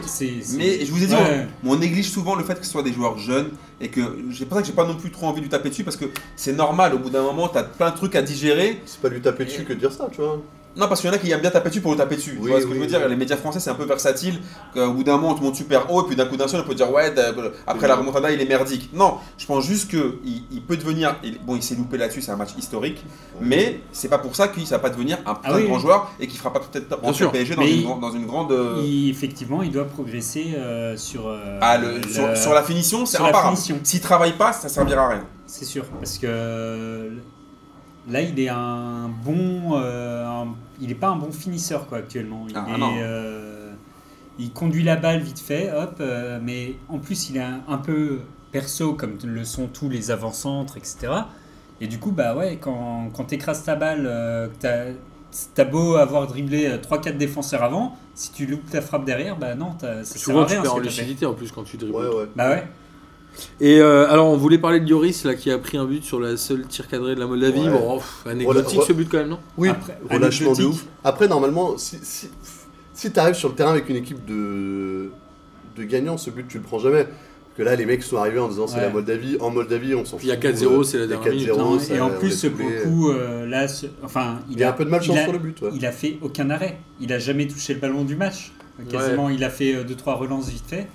Speaker 2: Mais je vous ai dit,
Speaker 5: Ouais.
Speaker 2: on, on néglige souvent le fait que ce soit des joueurs jeunes et que c'est pour ça que j'ai pas non plus trop envie de lui taper dessus parce que c'est normal, au bout d'un moment, t'as plein de trucs à digérer.
Speaker 3: C'est pas lui taper dessus que de dire ça, tu vois.
Speaker 2: Non, parce qu'il y en a qui aiment bien taper dessus pour le taper dessus. tu
Speaker 3: Oui,
Speaker 2: vois ce que
Speaker 3: oui,
Speaker 2: je veux dire
Speaker 3: oui.
Speaker 2: Les médias français, c'est un peu versatile. Au bout d'un moment, on te monte super haut et puis d'un coup d'un seul, on peut dire ouais, d'a- après la remontada, il est merdique. Non, je pense juste que il, il peut devenir. il- bon, il s'est loupé là-dessus, c'est un match historique, mais c'est pas pour ça qu'il ça va pas devenir un putain
Speaker 5: Ah oui.
Speaker 2: de grand joueur et qu'il fera pas peut-être rentrer
Speaker 1: sûr.
Speaker 2: le PSG dans,
Speaker 5: Mais
Speaker 2: une,
Speaker 5: il-
Speaker 2: grande- dans une grande. euh,
Speaker 5: Il- effectivement, il doit progresser euh, sur, euh,
Speaker 2: Ah, le- sur,
Speaker 5: le-
Speaker 2: sur la finition, c'est
Speaker 5: sur la
Speaker 2: imparable.
Speaker 5: finition.
Speaker 2: S'il travaille pas, ça servira à rien.
Speaker 5: C'est sûr, parce que euh, là, il est un bon. euh, un- il n'est pas un bon finisseur quoi, actuellement. Il,
Speaker 2: Ah,
Speaker 5: est,
Speaker 2: non.
Speaker 5: euh, il conduit la balle vite fait, hop, euh, mais en plus, il est un, un peu perso, comme le sont tous les avant-centres, etc. Et du coup, bah ouais, quand, quand tu écrases ta balle, euh, que t'as- T'as beau avoir dribblé euh, 3-4 défenseurs avant, si tu loupes ta frappe derrière, bah non, t'as- ça sert à
Speaker 1: Souvent, tu
Speaker 5: rien.
Speaker 1: perds
Speaker 5: ce
Speaker 1: en
Speaker 5: que t'as fait.
Speaker 1: lucidité en plus quand tu dribbles.
Speaker 3: Ouais, ouais.
Speaker 5: Bah ouais.
Speaker 1: Et euh, alors, on voulait parler de Lloris là qui a pris un but sur la seule tir cadrée de la Moldavie.
Speaker 3: Ouais.
Speaker 1: Bon, pff, anecdotique
Speaker 3: Voilà.
Speaker 1: ce but quand même, non
Speaker 3: Oui,
Speaker 5: Après,
Speaker 3: relâchement de
Speaker 5: anecdotique.
Speaker 3: ouf. Après, normalement, si, si, si t'arrives sur le terrain avec une équipe de, de gagnants, ce but, tu le prends jamais. Parce que là, les mecs sont arrivés en disant c'est
Speaker 5: Ouais.
Speaker 3: la Moldavie. En Moldavie, on s'en fout.
Speaker 1: Il y a 4-0,
Speaker 3: euh,
Speaker 1: c'est la
Speaker 3: il y a
Speaker 1: dernière minute.
Speaker 3: 4-0,
Speaker 5: Non,
Speaker 3: ça,
Speaker 5: hein. et en
Speaker 3: on
Speaker 5: plus,
Speaker 3: est
Speaker 5: pour
Speaker 3: coulé.
Speaker 5: le coup, euh, là, ce- enfin, il,
Speaker 3: Il y a
Speaker 5: a
Speaker 3: un peu de malchance
Speaker 5: il a-
Speaker 3: sur le but. ouais.
Speaker 5: Il a fait aucun arrêt. Il a jamais touché le ballon du match. Quasiment, il a fait 2-3 relances vite fait.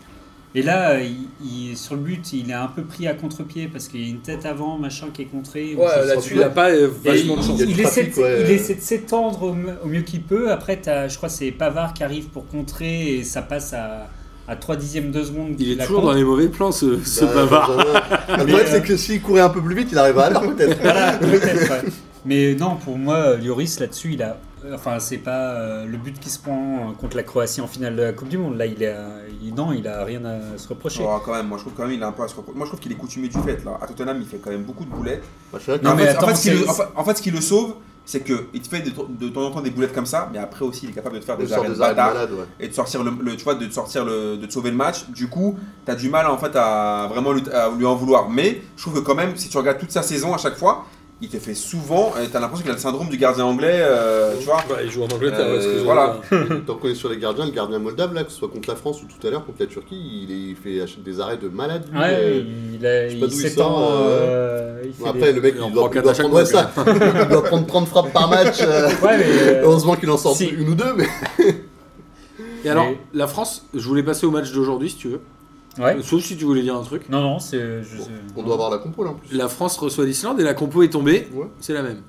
Speaker 5: Et là, euh, il, il- sur le but, il est un peu pris à contre-pied parce qu'il y a une tête avant, machin qui est contrée. ou je sais
Speaker 3: là-dessus,
Speaker 5: pas.
Speaker 3: il a
Speaker 1: pas euh,
Speaker 5: Et
Speaker 1: vachement de
Speaker 5: il-
Speaker 1: chance.
Speaker 3: Il y a
Speaker 5: il
Speaker 3: du
Speaker 5: essaie de-
Speaker 3: trafic, ouais.
Speaker 5: il essaie de s'étendre au, m- au mieux qu'il peut. Après, t'as- je crois que c'est Pavard qui arrive pour contrer et ça passe à, à 3 dixièmes de seconde.
Speaker 1: Il
Speaker 5: de
Speaker 1: est
Speaker 5: la
Speaker 1: toujours
Speaker 5: compte.
Speaker 1: dans les mauvais plans, ce, ce
Speaker 3: Bah,
Speaker 1: bavard.
Speaker 3: Benjamin. Le
Speaker 5: Mais, euh,
Speaker 3: problème, c'est que s'il courait un peu plus vite, il arriverait à l'heure peut-être.
Speaker 5: Voilà, peut-être. ouais. Mais non, pour moi, Lloris, là-dessus, il a. Enfin, c'est pas euh, le but qui se prend euh, contre la Croatie en finale de la Coupe du Monde. Là, il est. euh, il- non, il a rien à se reprocher.
Speaker 2: Oh, quand même, moi je trouve quand même il a un peu à se reprendre. Moi je trouve qu'il est coutumier du fait là. À Tottenham, il fait quand même beaucoup de boulettes.
Speaker 3: Bah, c'est vrai que-
Speaker 5: Non,
Speaker 2: en,
Speaker 5: mais
Speaker 2: fait,
Speaker 5: attends,
Speaker 2: en fait, ce qui
Speaker 5: c'est-
Speaker 2: le, en fait- en fait, ce qui le sauve, c'est que il te fait de, de temps en temps des boulettes comme ça, mais après aussi il est capable de te faire
Speaker 3: Il
Speaker 2: des
Speaker 3: sort
Speaker 2: arrêts
Speaker 3: des arrêts de
Speaker 2: bâtards
Speaker 3: malade, ouais.
Speaker 2: et de sortir le, le- tu vois, de te sortir le, de te sauver le match. Du coup, t'as du mal en fait à vraiment lui, à lui en vouloir. Mais je trouve que quand même, si tu regardes toute sa saison à chaque fois, il te fait souvent, euh, t'as l'impression qu'il a le syndrome du gardien anglais, euh, tu vois.
Speaker 1: Bah, il joue en Angleterre,
Speaker 2: Euh,
Speaker 1: excuse-moi.
Speaker 2: voilà.
Speaker 3: Tant qu'on est sur les gardiens, le gardien moldave, là, que ce soit contre la France ou tout à l'heure contre la Turquie, il, est- il fait achète des arrêts de malade. lui,
Speaker 5: Ouais,
Speaker 3: euh,
Speaker 5: il, a-
Speaker 3: je sais pas
Speaker 5: il
Speaker 3: d'où il
Speaker 5: s'étend.
Speaker 3: sort,
Speaker 5: euh, il fait
Speaker 3: bon, après,
Speaker 5: des-
Speaker 3: le mec,
Speaker 1: Il en
Speaker 3: il
Speaker 1: prend
Speaker 3: doit, il
Speaker 1: quatre
Speaker 3: doit
Speaker 1: à chaque
Speaker 3: prendre, ouais,
Speaker 1: fois,
Speaker 3: ça. il doit prendre 30 frappes par match. euh,
Speaker 5: Ouais, mais, euh,
Speaker 3: Heureusement qu'il en sort
Speaker 5: Si.
Speaker 3: une ou deux, mais.
Speaker 1: Et alors,
Speaker 5: Mais-
Speaker 1: la France, je voulais passer au match d'aujourd'hui si tu veux.
Speaker 5: ouais.
Speaker 1: Euh, Sauf si tu voulais dire un truc.
Speaker 5: Non, non, c'est. euh, je-
Speaker 3: On doit avoir la compo là en plus.
Speaker 1: La France reçoit l'Islande et la compo est tombée.
Speaker 3: Ouais.
Speaker 1: C'est la même.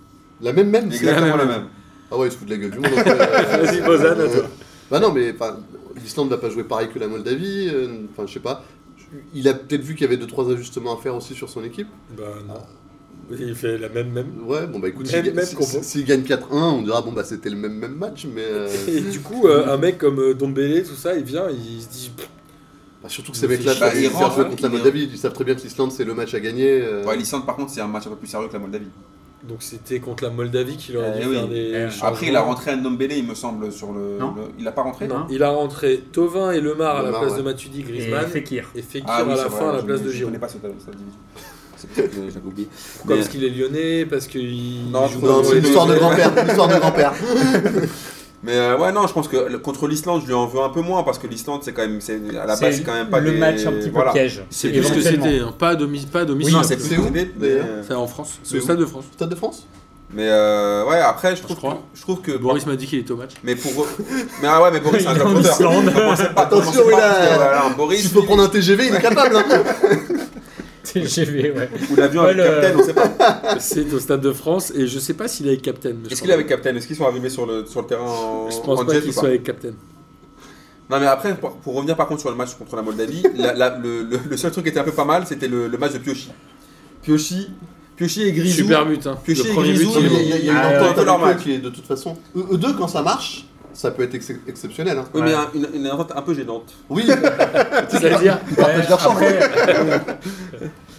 Speaker 3: La même même. c'est-
Speaker 2: Exactement le même.
Speaker 3: Ah ouais, il se fout de la gueule du monde. en fait. Euh,
Speaker 1: Vas-y, Bozan, à toi.
Speaker 3: euh, Bah non, mais enfin, l'Islande n'a pas joué pareil que la Moldavie. euh, Enfin, je sais pas. Il a peut-être vu qu'il y avait deux trois ajustements à faire aussi sur son équipe.
Speaker 1: Bah non. Il fait la même même.
Speaker 3: Ouais, bon bah écoute,
Speaker 1: Même-
Speaker 3: s'il
Speaker 1: même
Speaker 3: si,
Speaker 1: compo.
Speaker 3: si- s'il gagne 4-1, on dira bon bah c'était le même même match, mais euh,
Speaker 1: Et du coup, euh, un mec comme euh, Dombele, tout ça, il vient, il se dit. pff,
Speaker 3: bah, surtout que ces
Speaker 1: Bah,
Speaker 3: mecs-là,
Speaker 1: il
Speaker 3: bah, ils
Speaker 2: rentre,
Speaker 3: savent jouer
Speaker 2: hein,
Speaker 3: contre la
Speaker 2: il
Speaker 3: Moldavie, ils savent très bien que l'Islande c'est le match à gagner. euh,
Speaker 2: Ouais, l'Islande, par contre, c'est un match un peu plus sérieux que la Moldavie.
Speaker 1: Donc c'était contre la Moldavie qu'il aurait
Speaker 2: Eh
Speaker 1: dû
Speaker 2: oui.
Speaker 1: faire des.
Speaker 5: Eh oui.
Speaker 1: changements.
Speaker 2: Après, il a rentré hein. un Ndombele, il me semble, sur le.
Speaker 5: Non.
Speaker 2: le- Il a pas rentré
Speaker 5: Non.
Speaker 1: Il a rentré Tovin et Lemar à la
Speaker 3: Lemar,
Speaker 1: place
Speaker 3: ouais.
Speaker 1: de Matuidi,
Speaker 5: Et
Speaker 1: Griezmann et,
Speaker 5: Fekir.
Speaker 1: Fekir
Speaker 2: Ah oui,
Speaker 1: à
Speaker 2: c'est
Speaker 1: la
Speaker 2: vrai,
Speaker 1: fin à la
Speaker 2: je-
Speaker 1: place de
Speaker 2: Je
Speaker 1: Giroud.
Speaker 2: connais pas cette, cette division. C'est pour ça que j'avais oublié.
Speaker 1: Pourquoi
Speaker 2: Mais-
Speaker 1: Parce qu'il est lyonnais, parce qu'il
Speaker 2: Non,
Speaker 1: joue
Speaker 2: faut-
Speaker 1: dans
Speaker 3: Non, c'est
Speaker 1: les
Speaker 3: une histoire de
Speaker 1: deux-
Speaker 3: grand-père, une histoire de grand-père.
Speaker 2: Mais euh, ouais, non, je pense que le- contre l'Islande, je lui en veux un peu moins parce que l'Islande, c'est quand même. c'est- À la base, c'est quand même pas
Speaker 5: le
Speaker 2: des-
Speaker 5: match un petit peu
Speaker 2: voilà.
Speaker 5: piège.
Speaker 1: C'est plus ce que
Speaker 5: Éventuellement.
Speaker 1: c'était, hein. pas à demi, pas à demi
Speaker 5: Oui,
Speaker 2: non,
Speaker 5: en
Speaker 2: c'est
Speaker 3: plus.
Speaker 2: plus
Speaker 3: C'est où,
Speaker 2: mais,
Speaker 3: d'ailleurs
Speaker 2: euh,
Speaker 1: C'est en France, c'est
Speaker 3: Mais
Speaker 1: au Stade de France.
Speaker 3: Stade de France
Speaker 2: mais euh, ouais, après, je trouve,
Speaker 1: crois.
Speaker 2: que- je trouve que.
Speaker 1: Boris m'a dit qu'il était au match.
Speaker 2: Mais pour. mais ah ouais, mais Boris, c'est un
Speaker 5: Il est en
Speaker 2: club auteur.
Speaker 5: Islande.
Speaker 2: Commencez pas-
Speaker 3: Attention,
Speaker 2: commencez
Speaker 3: il
Speaker 2: pas,
Speaker 3: a-
Speaker 2: parce que, voilà, un Boris.
Speaker 3: S'il faut prendre un TGV, il est capable hein.
Speaker 5: TGV, ouais.
Speaker 2: Ou l'avion
Speaker 5: Ouais,
Speaker 2: avec
Speaker 5: le-
Speaker 2: Captain, on sait pas.
Speaker 1: C'est au Stade de France et je sais pas s'il est avec Captain. mais je
Speaker 2: Est-ce
Speaker 1: pense
Speaker 2: qu'il est avec Captain Est-ce qu'ils sont arrivés sur le, sur le terrain en,
Speaker 1: Je pense
Speaker 2: en
Speaker 1: pas
Speaker 2: jet
Speaker 1: qu'il
Speaker 2: ou pas
Speaker 1: soit avec Captain.
Speaker 2: Non mais après, pour, pour revenir par contre sur le match contre la Moldavie, la- la- le, le- le seul truc qui était un peu pas mal, c'était le, le match de Piochi. Piochi, Piochi et Grisou.
Speaker 1: Super but, hein.
Speaker 2: Piocher
Speaker 1: le premier
Speaker 2: Grisou,
Speaker 1: but, il est
Speaker 3: Il y
Speaker 1: bon.
Speaker 3: a, il y a- il y a
Speaker 5: Ah,
Speaker 3: une
Speaker 5: ouais,
Speaker 3: entente
Speaker 2: ouais. Leur
Speaker 3: avec eux
Speaker 2: match.
Speaker 3: qui est de toute façon. Eux, eux deux, quand ça marche, ça peut être ex- exceptionnel. hein.
Speaker 2: Oui, mais
Speaker 5: Ouais.
Speaker 2: un- une, une entente un peu gênante.
Speaker 3: Oui,
Speaker 1: C'est-à-dire.
Speaker 3: ils partagent leur chambre.
Speaker 5: après, euh,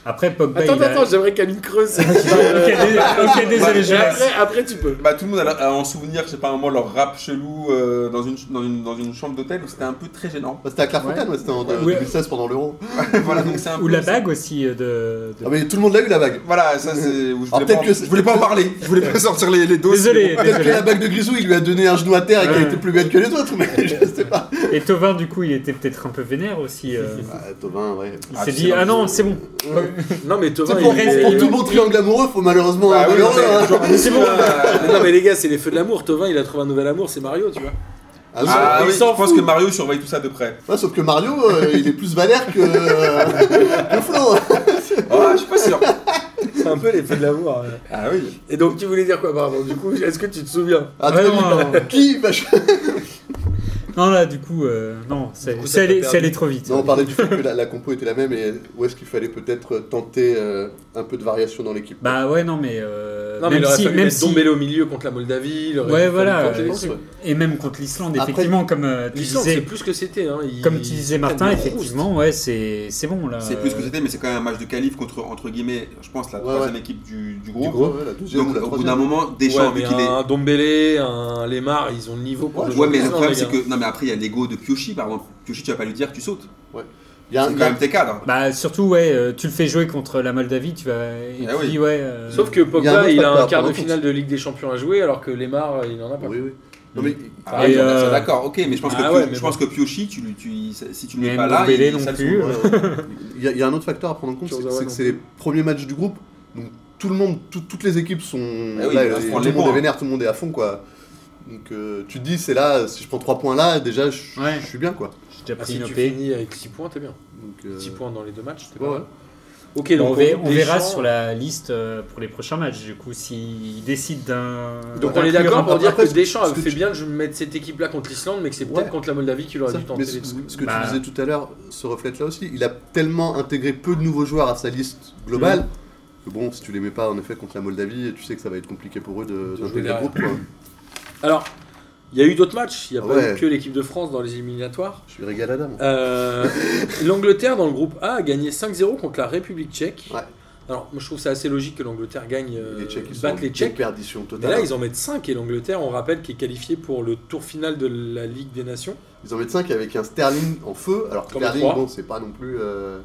Speaker 5: après, Pogba,
Speaker 1: Attends,
Speaker 5: il a...
Speaker 1: attends, j'aimerais qu'Aline creuse. Euh,
Speaker 5: ok, dé-
Speaker 1: Bah,
Speaker 5: ok, désolé, je laisse.
Speaker 1: après, après, tu peux.
Speaker 2: Bah tout le monde a, a en souvenir, je sais pas, un moment leur rap chelou euh, dans, une, ch- dans, une, dans une chambre d'hôtel où c'était un peu très gênant.
Speaker 3: Bah, C'était à Clairefontaine, ouais, c'était en
Speaker 5: Ouais.
Speaker 3: 2016 pendant l'Euro.
Speaker 2: voilà, donc c'est un
Speaker 5: Ou
Speaker 2: peu-
Speaker 5: la bague aussi euh, de... de-
Speaker 3: Ah, mais tout le monde l'a eu la bague.
Speaker 2: Voilà, ça c'est où je voulais,
Speaker 3: Alors,
Speaker 2: pas,
Speaker 3: peut-être que
Speaker 2: en-
Speaker 3: c'est-
Speaker 2: je voulais pas en parler. Je voulais pas sortir les, les doses.
Speaker 5: Désolé,
Speaker 3: Peut-être que
Speaker 5: désolé.
Speaker 3: la bague de Grisou, il lui a donné un genou à terre et qu'elle
Speaker 5: Ouais.
Speaker 3: était plus belle que les autres, mais je sais pas.
Speaker 5: Et Tovin, du coup, il était peut-être un peu vénère aussi. euh.
Speaker 3: Ah, Thauvin, ouais.
Speaker 5: Il
Speaker 2: Ah,
Speaker 5: s'est
Speaker 2: tu
Speaker 5: dit,
Speaker 2: sais,
Speaker 5: ah non, c'est bon.
Speaker 1: Non, mais Thomas,
Speaker 3: C'est pour,
Speaker 1: il
Speaker 5: reste-
Speaker 1: est-
Speaker 3: pour tout bon triangle amoureux, faut malheureusement
Speaker 2: Bah
Speaker 3: un
Speaker 2: oui,
Speaker 3: malheureux,
Speaker 2: mais-
Speaker 3: hein.
Speaker 5: C'est bon.
Speaker 1: Mais non mais les gars c'est les feux de l'amour, Tovin il a trouvé un nouvel amour, c'est Mario tu vois.
Speaker 3: Ah, oui.
Speaker 2: Ah
Speaker 1: Il
Speaker 2: oui, je
Speaker 1: s'en
Speaker 2: pense
Speaker 1: fout.
Speaker 2: que Mario surveille tout ça de près.
Speaker 3: Ouais, sauf que Mario, euh, il est plus valère que, euh, que Flo. hein.
Speaker 1: Ah,
Speaker 2: Oh, je suis pas sûr.
Speaker 1: C'est un peu les feux de l'amour. ouais.
Speaker 2: Ah oui.
Speaker 1: Et donc tu voulais dire quoi pardon Du coup est-ce que tu te souviens
Speaker 3: Ah,
Speaker 5: Ouais,
Speaker 3: très
Speaker 5: non,
Speaker 3: vite.
Speaker 5: non, non.
Speaker 3: Qui va ch-
Speaker 5: Non, là, du coup, euh, non, c'est
Speaker 1: coup, ça
Speaker 5: c'est allé,
Speaker 1: t'a
Speaker 5: c'est allé
Speaker 1: perdu.
Speaker 5: trop vite.
Speaker 3: Non, bah. on parlait du fait que la, la compo était la même et où est-ce qu'il fallait peut-être tenter euh, un peu de variation dans l'équipe.
Speaker 5: Bah ouais, non, mais... euh,
Speaker 1: Non mais
Speaker 5: même
Speaker 1: il aurait
Speaker 5: si,
Speaker 1: fallu
Speaker 5: même
Speaker 1: mettre
Speaker 5: si-
Speaker 1: Dombele au milieu contre la Moldavie. il aurait
Speaker 5: Ouais,
Speaker 1: fallu
Speaker 5: voilà,
Speaker 1: tenter des
Speaker 5: euh,
Speaker 1: trucs.
Speaker 5: Et même contre l'Islande,
Speaker 3: Après,
Speaker 5: effectivement, comme euh, tu
Speaker 1: L'Islande c'est
Speaker 5: disais...
Speaker 1: plus ce que c'était. Hein. Ils-
Speaker 5: Comme tu disais
Speaker 1: ils
Speaker 5: Martin,
Speaker 1: prennent des
Speaker 5: effectivement, ouais, c'est c'est bon là.
Speaker 2: C'est plus ce que c'était, mais c'est quand même un match de qualif contre, entre guillemets, je pense, la
Speaker 3: Ouais,
Speaker 2: troisième équipe du, du
Speaker 3: Du
Speaker 2: groupe.
Speaker 3: gros, ouais, la deuxième ou
Speaker 2: Donc,
Speaker 3: la
Speaker 2: au bout
Speaker 3: troisième.
Speaker 2: d'un moment,
Speaker 1: roustes.
Speaker 2: Deschamps,
Speaker 1: Ouais,
Speaker 2: vu
Speaker 1: mais
Speaker 2: qu'il est.
Speaker 1: un Dombele, un Lemar, ils ont le niveau pour
Speaker 3: Ouais,
Speaker 1: jouer
Speaker 2: Ouais, mais le
Speaker 1: l'Islande,
Speaker 2: problème,
Speaker 1: les
Speaker 2: c'est
Speaker 1: gars.
Speaker 2: que. Non, mais après, il y a l'ego de Piochi, par exemple. Piochi, tu vas pas lui dire, tu sautes.
Speaker 3: Il y a
Speaker 2: C'est
Speaker 3: un-
Speaker 2: quand
Speaker 3: il y a-
Speaker 2: même tes cadres.
Speaker 5: Bah surtout ouais, euh, tu le fais jouer contre la Moldavie, tu vas et
Speaker 2: Ah
Speaker 5: tu
Speaker 2: oui.
Speaker 5: dis ouais. euh,
Speaker 1: Sauf que
Speaker 3: il y a un
Speaker 1: Pogba
Speaker 3: autre
Speaker 1: il a
Speaker 3: facteur
Speaker 1: un quart
Speaker 3: à prendre
Speaker 1: de
Speaker 3: en compte.
Speaker 1: finale de Ligue des Champions à jouer alors que Lemar il en a pas.
Speaker 3: Oui, oui. Non, mais
Speaker 2: Ah,
Speaker 5: Et,
Speaker 2: oui,
Speaker 5: euh,
Speaker 2: ça, d'accord, ok, mais je pense,
Speaker 1: Ah
Speaker 2: que,
Speaker 1: ouais,
Speaker 2: Pio-
Speaker 1: mais
Speaker 2: je pense que Piochi, tu, lui- tu, si tu le
Speaker 5: Et
Speaker 2: mets pas là,
Speaker 5: Ndombele
Speaker 2: il
Speaker 5: non
Speaker 2: ça le
Speaker 5: plus.
Speaker 2: fout.
Speaker 3: il y, a- il y a un autre facteur à prendre en compte, c'est
Speaker 1: Kurzawa
Speaker 3: c'est
Speaker 1: non
Speaker 3: que c'est les
Speaker 1: plus.
Speaker 3: premiers matchs du groupe. Donc tout le monde, tout- toutes les équipes sont.
Speaker 2: Ah oui,
Speaker 3: là,
Speaker 2: ils vont se
Speaker 3: et tout
Speaker 2: prendre les
Speaker 3: le
Speaker 2: hein.
Speaker 3: monde
Speaker 2: points.
Speaker 3: est vénère, tout le monde est à fond, quoi. Donc euh, tu te dis, c'est là, si je prends 3 points là, déjà je
Speaker 5: Ouais.
Speaker 3: je suis bien, quoi.
Speaker 5: J'ai déjà
Speaker 1: Ah,
Speaker 5: pris
Speaker 1: si
Speaker 5: une
Speaker 1: tu
Speaker 5: OP.
Speaker 1: finis avec 6 points t'es bien.
Speaker 3: Donc, euh,
Speaker 1: 6 points dans les deux matchs t'es
Speaker 3: ouais,
Speaker 1: pas
Speaker 3: ouais.
Speaker 1: mal. Ok donc
Speaker 5: on, ver- on verra
Speaker 1: Deschamps-
Speaker 5: sur la liste euh, pour les prochains matchs du coup s'il décide d'un.
Speaker 1: Donc on
Speaker 5: d'inclure
Speaker 1: est d'accord
Speaker 5: un-
Speaker 1: pour dire que
Speaker 3: Après, ce-
Speaker 1: Deschamps
Speaker 3: ce
Speaker 1: a
Speaker 3: que
Speaker 1: fait
Speaker 3: tu-
Speaker 1: bien de mettre cette équipe-là contre l'Islande, mais que c'est
Speaker 3: Ouais.
Speaker 1: peut-être contre la Moldavie qu'il aurait
Speaker 3: Ça,
Speaker 1: dû tenter.
Speaker 3: mais ce,
Speaker 1: les-
Speaker 3: ce que
Speaker 5: Bah.
Speaker 3: tu disais tout à l'heure se reflète là aussi. Il a tellement intégré peu de nouveaux joueurs à sa liste globale que bon, si tu les mets pas en effet contre la Moldavie, tu sais que ça va être compliqué pour eux de-
Speaker 1: De jouer
Speaker 3: d'intégrer le
Speaker 1: derrière.
Speaker 3: groupe. quoi.
Speaker 1: Alors, il y a eu d'autres matchs. Il n'y a
Speaker 3: Ah
Speaker 1: pas
Speaker 3: ouais.
Speaker 1: eu que l'équipe de France dans les éliminatoires.
Speaker 3: Je suis régalada. moi.
Speaker 1: Euh, L'Angleterre dans le groupe A a gagné 5-0 contre la République Tchèque.
Speaker 3: Ouais.
Speaker 1: Alors, moi je trouve ça assez logique que l'Angleterre gagne, euh,
Speaker 3: les Tchèques, ils sont en
Speaker 1: batte les Tchèques.
Speaker 3: perdition
Speaker 1: Mais
Speaker 3: totale.
Speaker 1: là,
Speaker 3: ils,
Speaker 1: ils en mettent 5 et l'Angleterre, on rappelle, qui est qualifiée pour le tour final de la Ligue des Nations.
Speaker 3: en mettent 5 avec un Sterling en feu. Alors que
Speaker 1: Comme
Speaker 3: Sterling,
Speaker 1: trois.
Speaker 3: bon, c'est pas non plus. euh,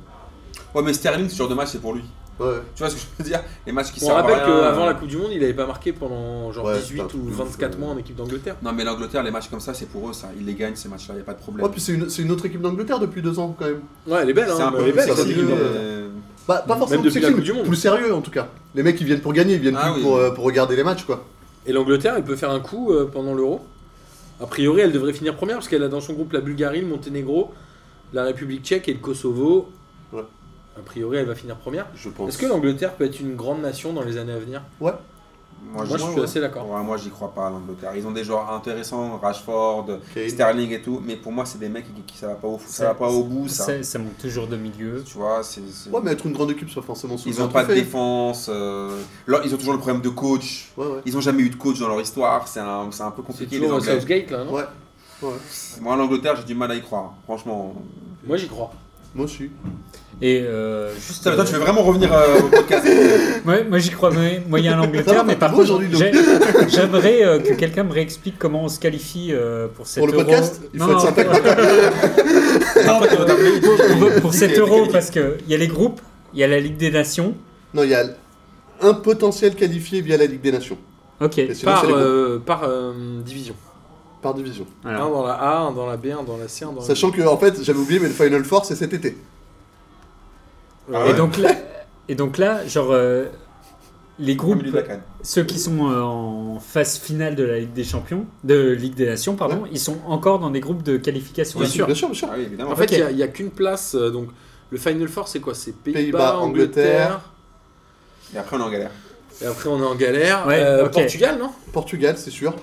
Speaker 2: Ouais, mais Sterling, ce genre de match, c'est pour lui.
Speaker 3: Ouais.
Speaker 2: Tu vois ce que je veux dire Les matchs qui
Speaker 1: On
Speaker 2: servent à
Speaker 1: rappelle
Speaker 2: rien.
Speaker 1: qu'avant la Coupe du Monde, il n'avait pas marqué pendant genre
Speaker 3: Ouais,
Speaker 1: 18
Speaker 3: putain,
Speaker 1: ou
Speaker 3: ouf,
Speaker 1: 24
Speaker 3: euh.
Speaker 1: mois en équipe d'Angleterre.
Speaker 2: Non, mais l'Angleterre, les matchs comme ça, c'est pour eux, ça. Ils les gagnent, ces matchs-là, il n'y a pas de problème.
Speaker 1: Oh,
Speaker 3: Ouais, Oh, puis c'est une, c'est une autre équipe d'Angleterre depuis deux ans quand même.
Speaker 1: Ouais, elle est belle,
Speaker 2: c'est
Speaker 1: hein.
Speaker 2: un peu
Speaker 1: Elle est
Speaker 2: plus
Speaker 1: belle,
Speaker 3: ça,
Speaker 1: cette
Speaker 3: c'est
Speaker 1: équipe
Speaker 3: mieux.
Speaker 1: d'Angleterre.
Speaker 2: euh,
Speaker 3: Bah, pas forcément
Speaker 1: Même depuis la
Speaker 3: sexy,
Speaker 1: Coupe du
Speaker 3: mais
Speaker 1: Monde.
Speaker 3: plus sérieux en tout cas. Les mecs ils viennent pour gagner, ils viennent
Speaker 2: Ah
Speaker 3: plus
Speaker 2: oui.
Speaker 3: pour, euh, pour regarder les matchs quoi.
Speaker 1: Et l'Angleterre, elle peut faire un coup euh, pendant l'Euro. A priori, elle devrait finir première parce qu'elle a dans son groupe la Bulgarie, le Monténégro, la République tchèque et le Kosovo.
Speaker 3: Ouais.
Speaker 1: A priori, elle va finir première.
Speaker 3: Je pense.
Speaker 1: Est-ce que l'Angleterre peut être une grande nation dans les années à venir
Speaker 2: Moi,
Speaker 1: Moi, je suis assez d'accord.
Speaker 2: Ouais, moi, j'y crois pas, l'Angleterre. Ils ont des joueurs intéressants, Rashford,
Speaker 3: Kane.
Speaker 2: Sterling et tout, mais pour moi, c'est des mecs qui, qui ça va pas au foot, ça va pas au bout, ça.
Speaker 5: Ça, ça manque toujours de milieu.
Speaker 2: Tu vois, c'est. c'est-
Speaker 3: Ouais, mais être une grande équipe, c'est pas forcément
Speaker 2: Ils
Speaker 3: ont
Speaker 2: n'ont pas de défense. euh, leur- ils ont toujours le problème de coach.
Speaker 3: Ouais, ouais.
Speaker 2: Ils n'ont jamais eu de coach dans leur histoire. C'est un, c'est un peu
Speaker 1: C'est
Speaker 2: compliqué, les
Speaker 1: toujours
Speaker 2: Anglais.
Speaker 1: Southgate là, non
Speaker 3: Ouais. Ouais.
Speaker 2: Moi, l'Angleterre, j'ai du mal à y croire. Franchement.
Speaker 1: Moi, j'y crois.
Speaker 3: Moi aussi.
Speaker 5: Et euh, juste.
Speaker 2: Toi,
Speaker 5: euh,
Speaker 2: tu veux vraiment revenir euh, au podcast
Speaker 5: Ouais, moi j'y crois mais- moyen à
Speaker 3: Ça va,
Speaker 5: l'Angleterre,
Speaker 3: mais
Speaker 5: mais par
Speaker 3: vous,
Speaker 5: contre,
Speaker 3: aujourd'hui, donc.
Speaker 5: j'ai- j'aimerais euh, que quelqu'un me réexplique comment on se qualifie euh, pour cet
Speaker 3: Pour le
Speaker 5: euro.
Speaker 3: podcast, il faut être sympa.
Speaker 5: non, euh, pour, pour- pour
Speaker 2: Dis
Speaker 5: cet
Speaker 2: que-
Speaker 5: euro,
Speaker 2: que-
Speaker 5: parce qu'il y a les groupes, il y a la Ligue des Nations.
Speaker 3: Non, il y a un potentiel qualifié via la Ligue des Nations.
Speaker 5: Ok.
Speaker 3: Et sinon,
Speaker 1: Par,
Speaker 3: c'est les groupes,
Speaker 1: euh, par euh, division.
Speaker 3: par division.
Speaker 1: Un dans la A, un dans la B, un dans la C, un dans la E.
Speaker 3: Sachant que, en fait, j'avais oublié, mais le Final Four, c'est cet été.
Speaker 2: Ah
Speaker 5: Et
Speaker 2: ouais.
Speaker 5: donc là, et donc là genre, euh, les
Speaker 2: Au
Speaker 5: groupes,
Speaker 2: milieu de la canne.
Speaker 5: ceux qui sont euh, en phase finale de la Ligue des Champions, de Ligue des Nations, pardon, ils sont encore dans des groupes de qualification.
Speaker 2: Bien
Speaker 5: Ils-
Speaker 2: sûr.
Speaker 3: Bien sûr, bien sûr.
Speaker 2: Ah oui, évidemment.
Speaker 1: En fait,
Speaker 5: Ok.
Speaker 1: il n'y a, il y a qu'une place. euh, donc, le Final Four, c'est quoi C'est Pays-Bas,
Speaker 3: Pays-Bas,
Speaker 1: Angleterre.
Speaker 2: Et après, on est en galère.
Speaker 1: Et après, on est en galère.
Speaker 5: Ouais,
Speaker 1: Euh,
Speaker 5: ok.
Speaker 1: Portugal, non
Speaker 3: Portugal, c'est sûr.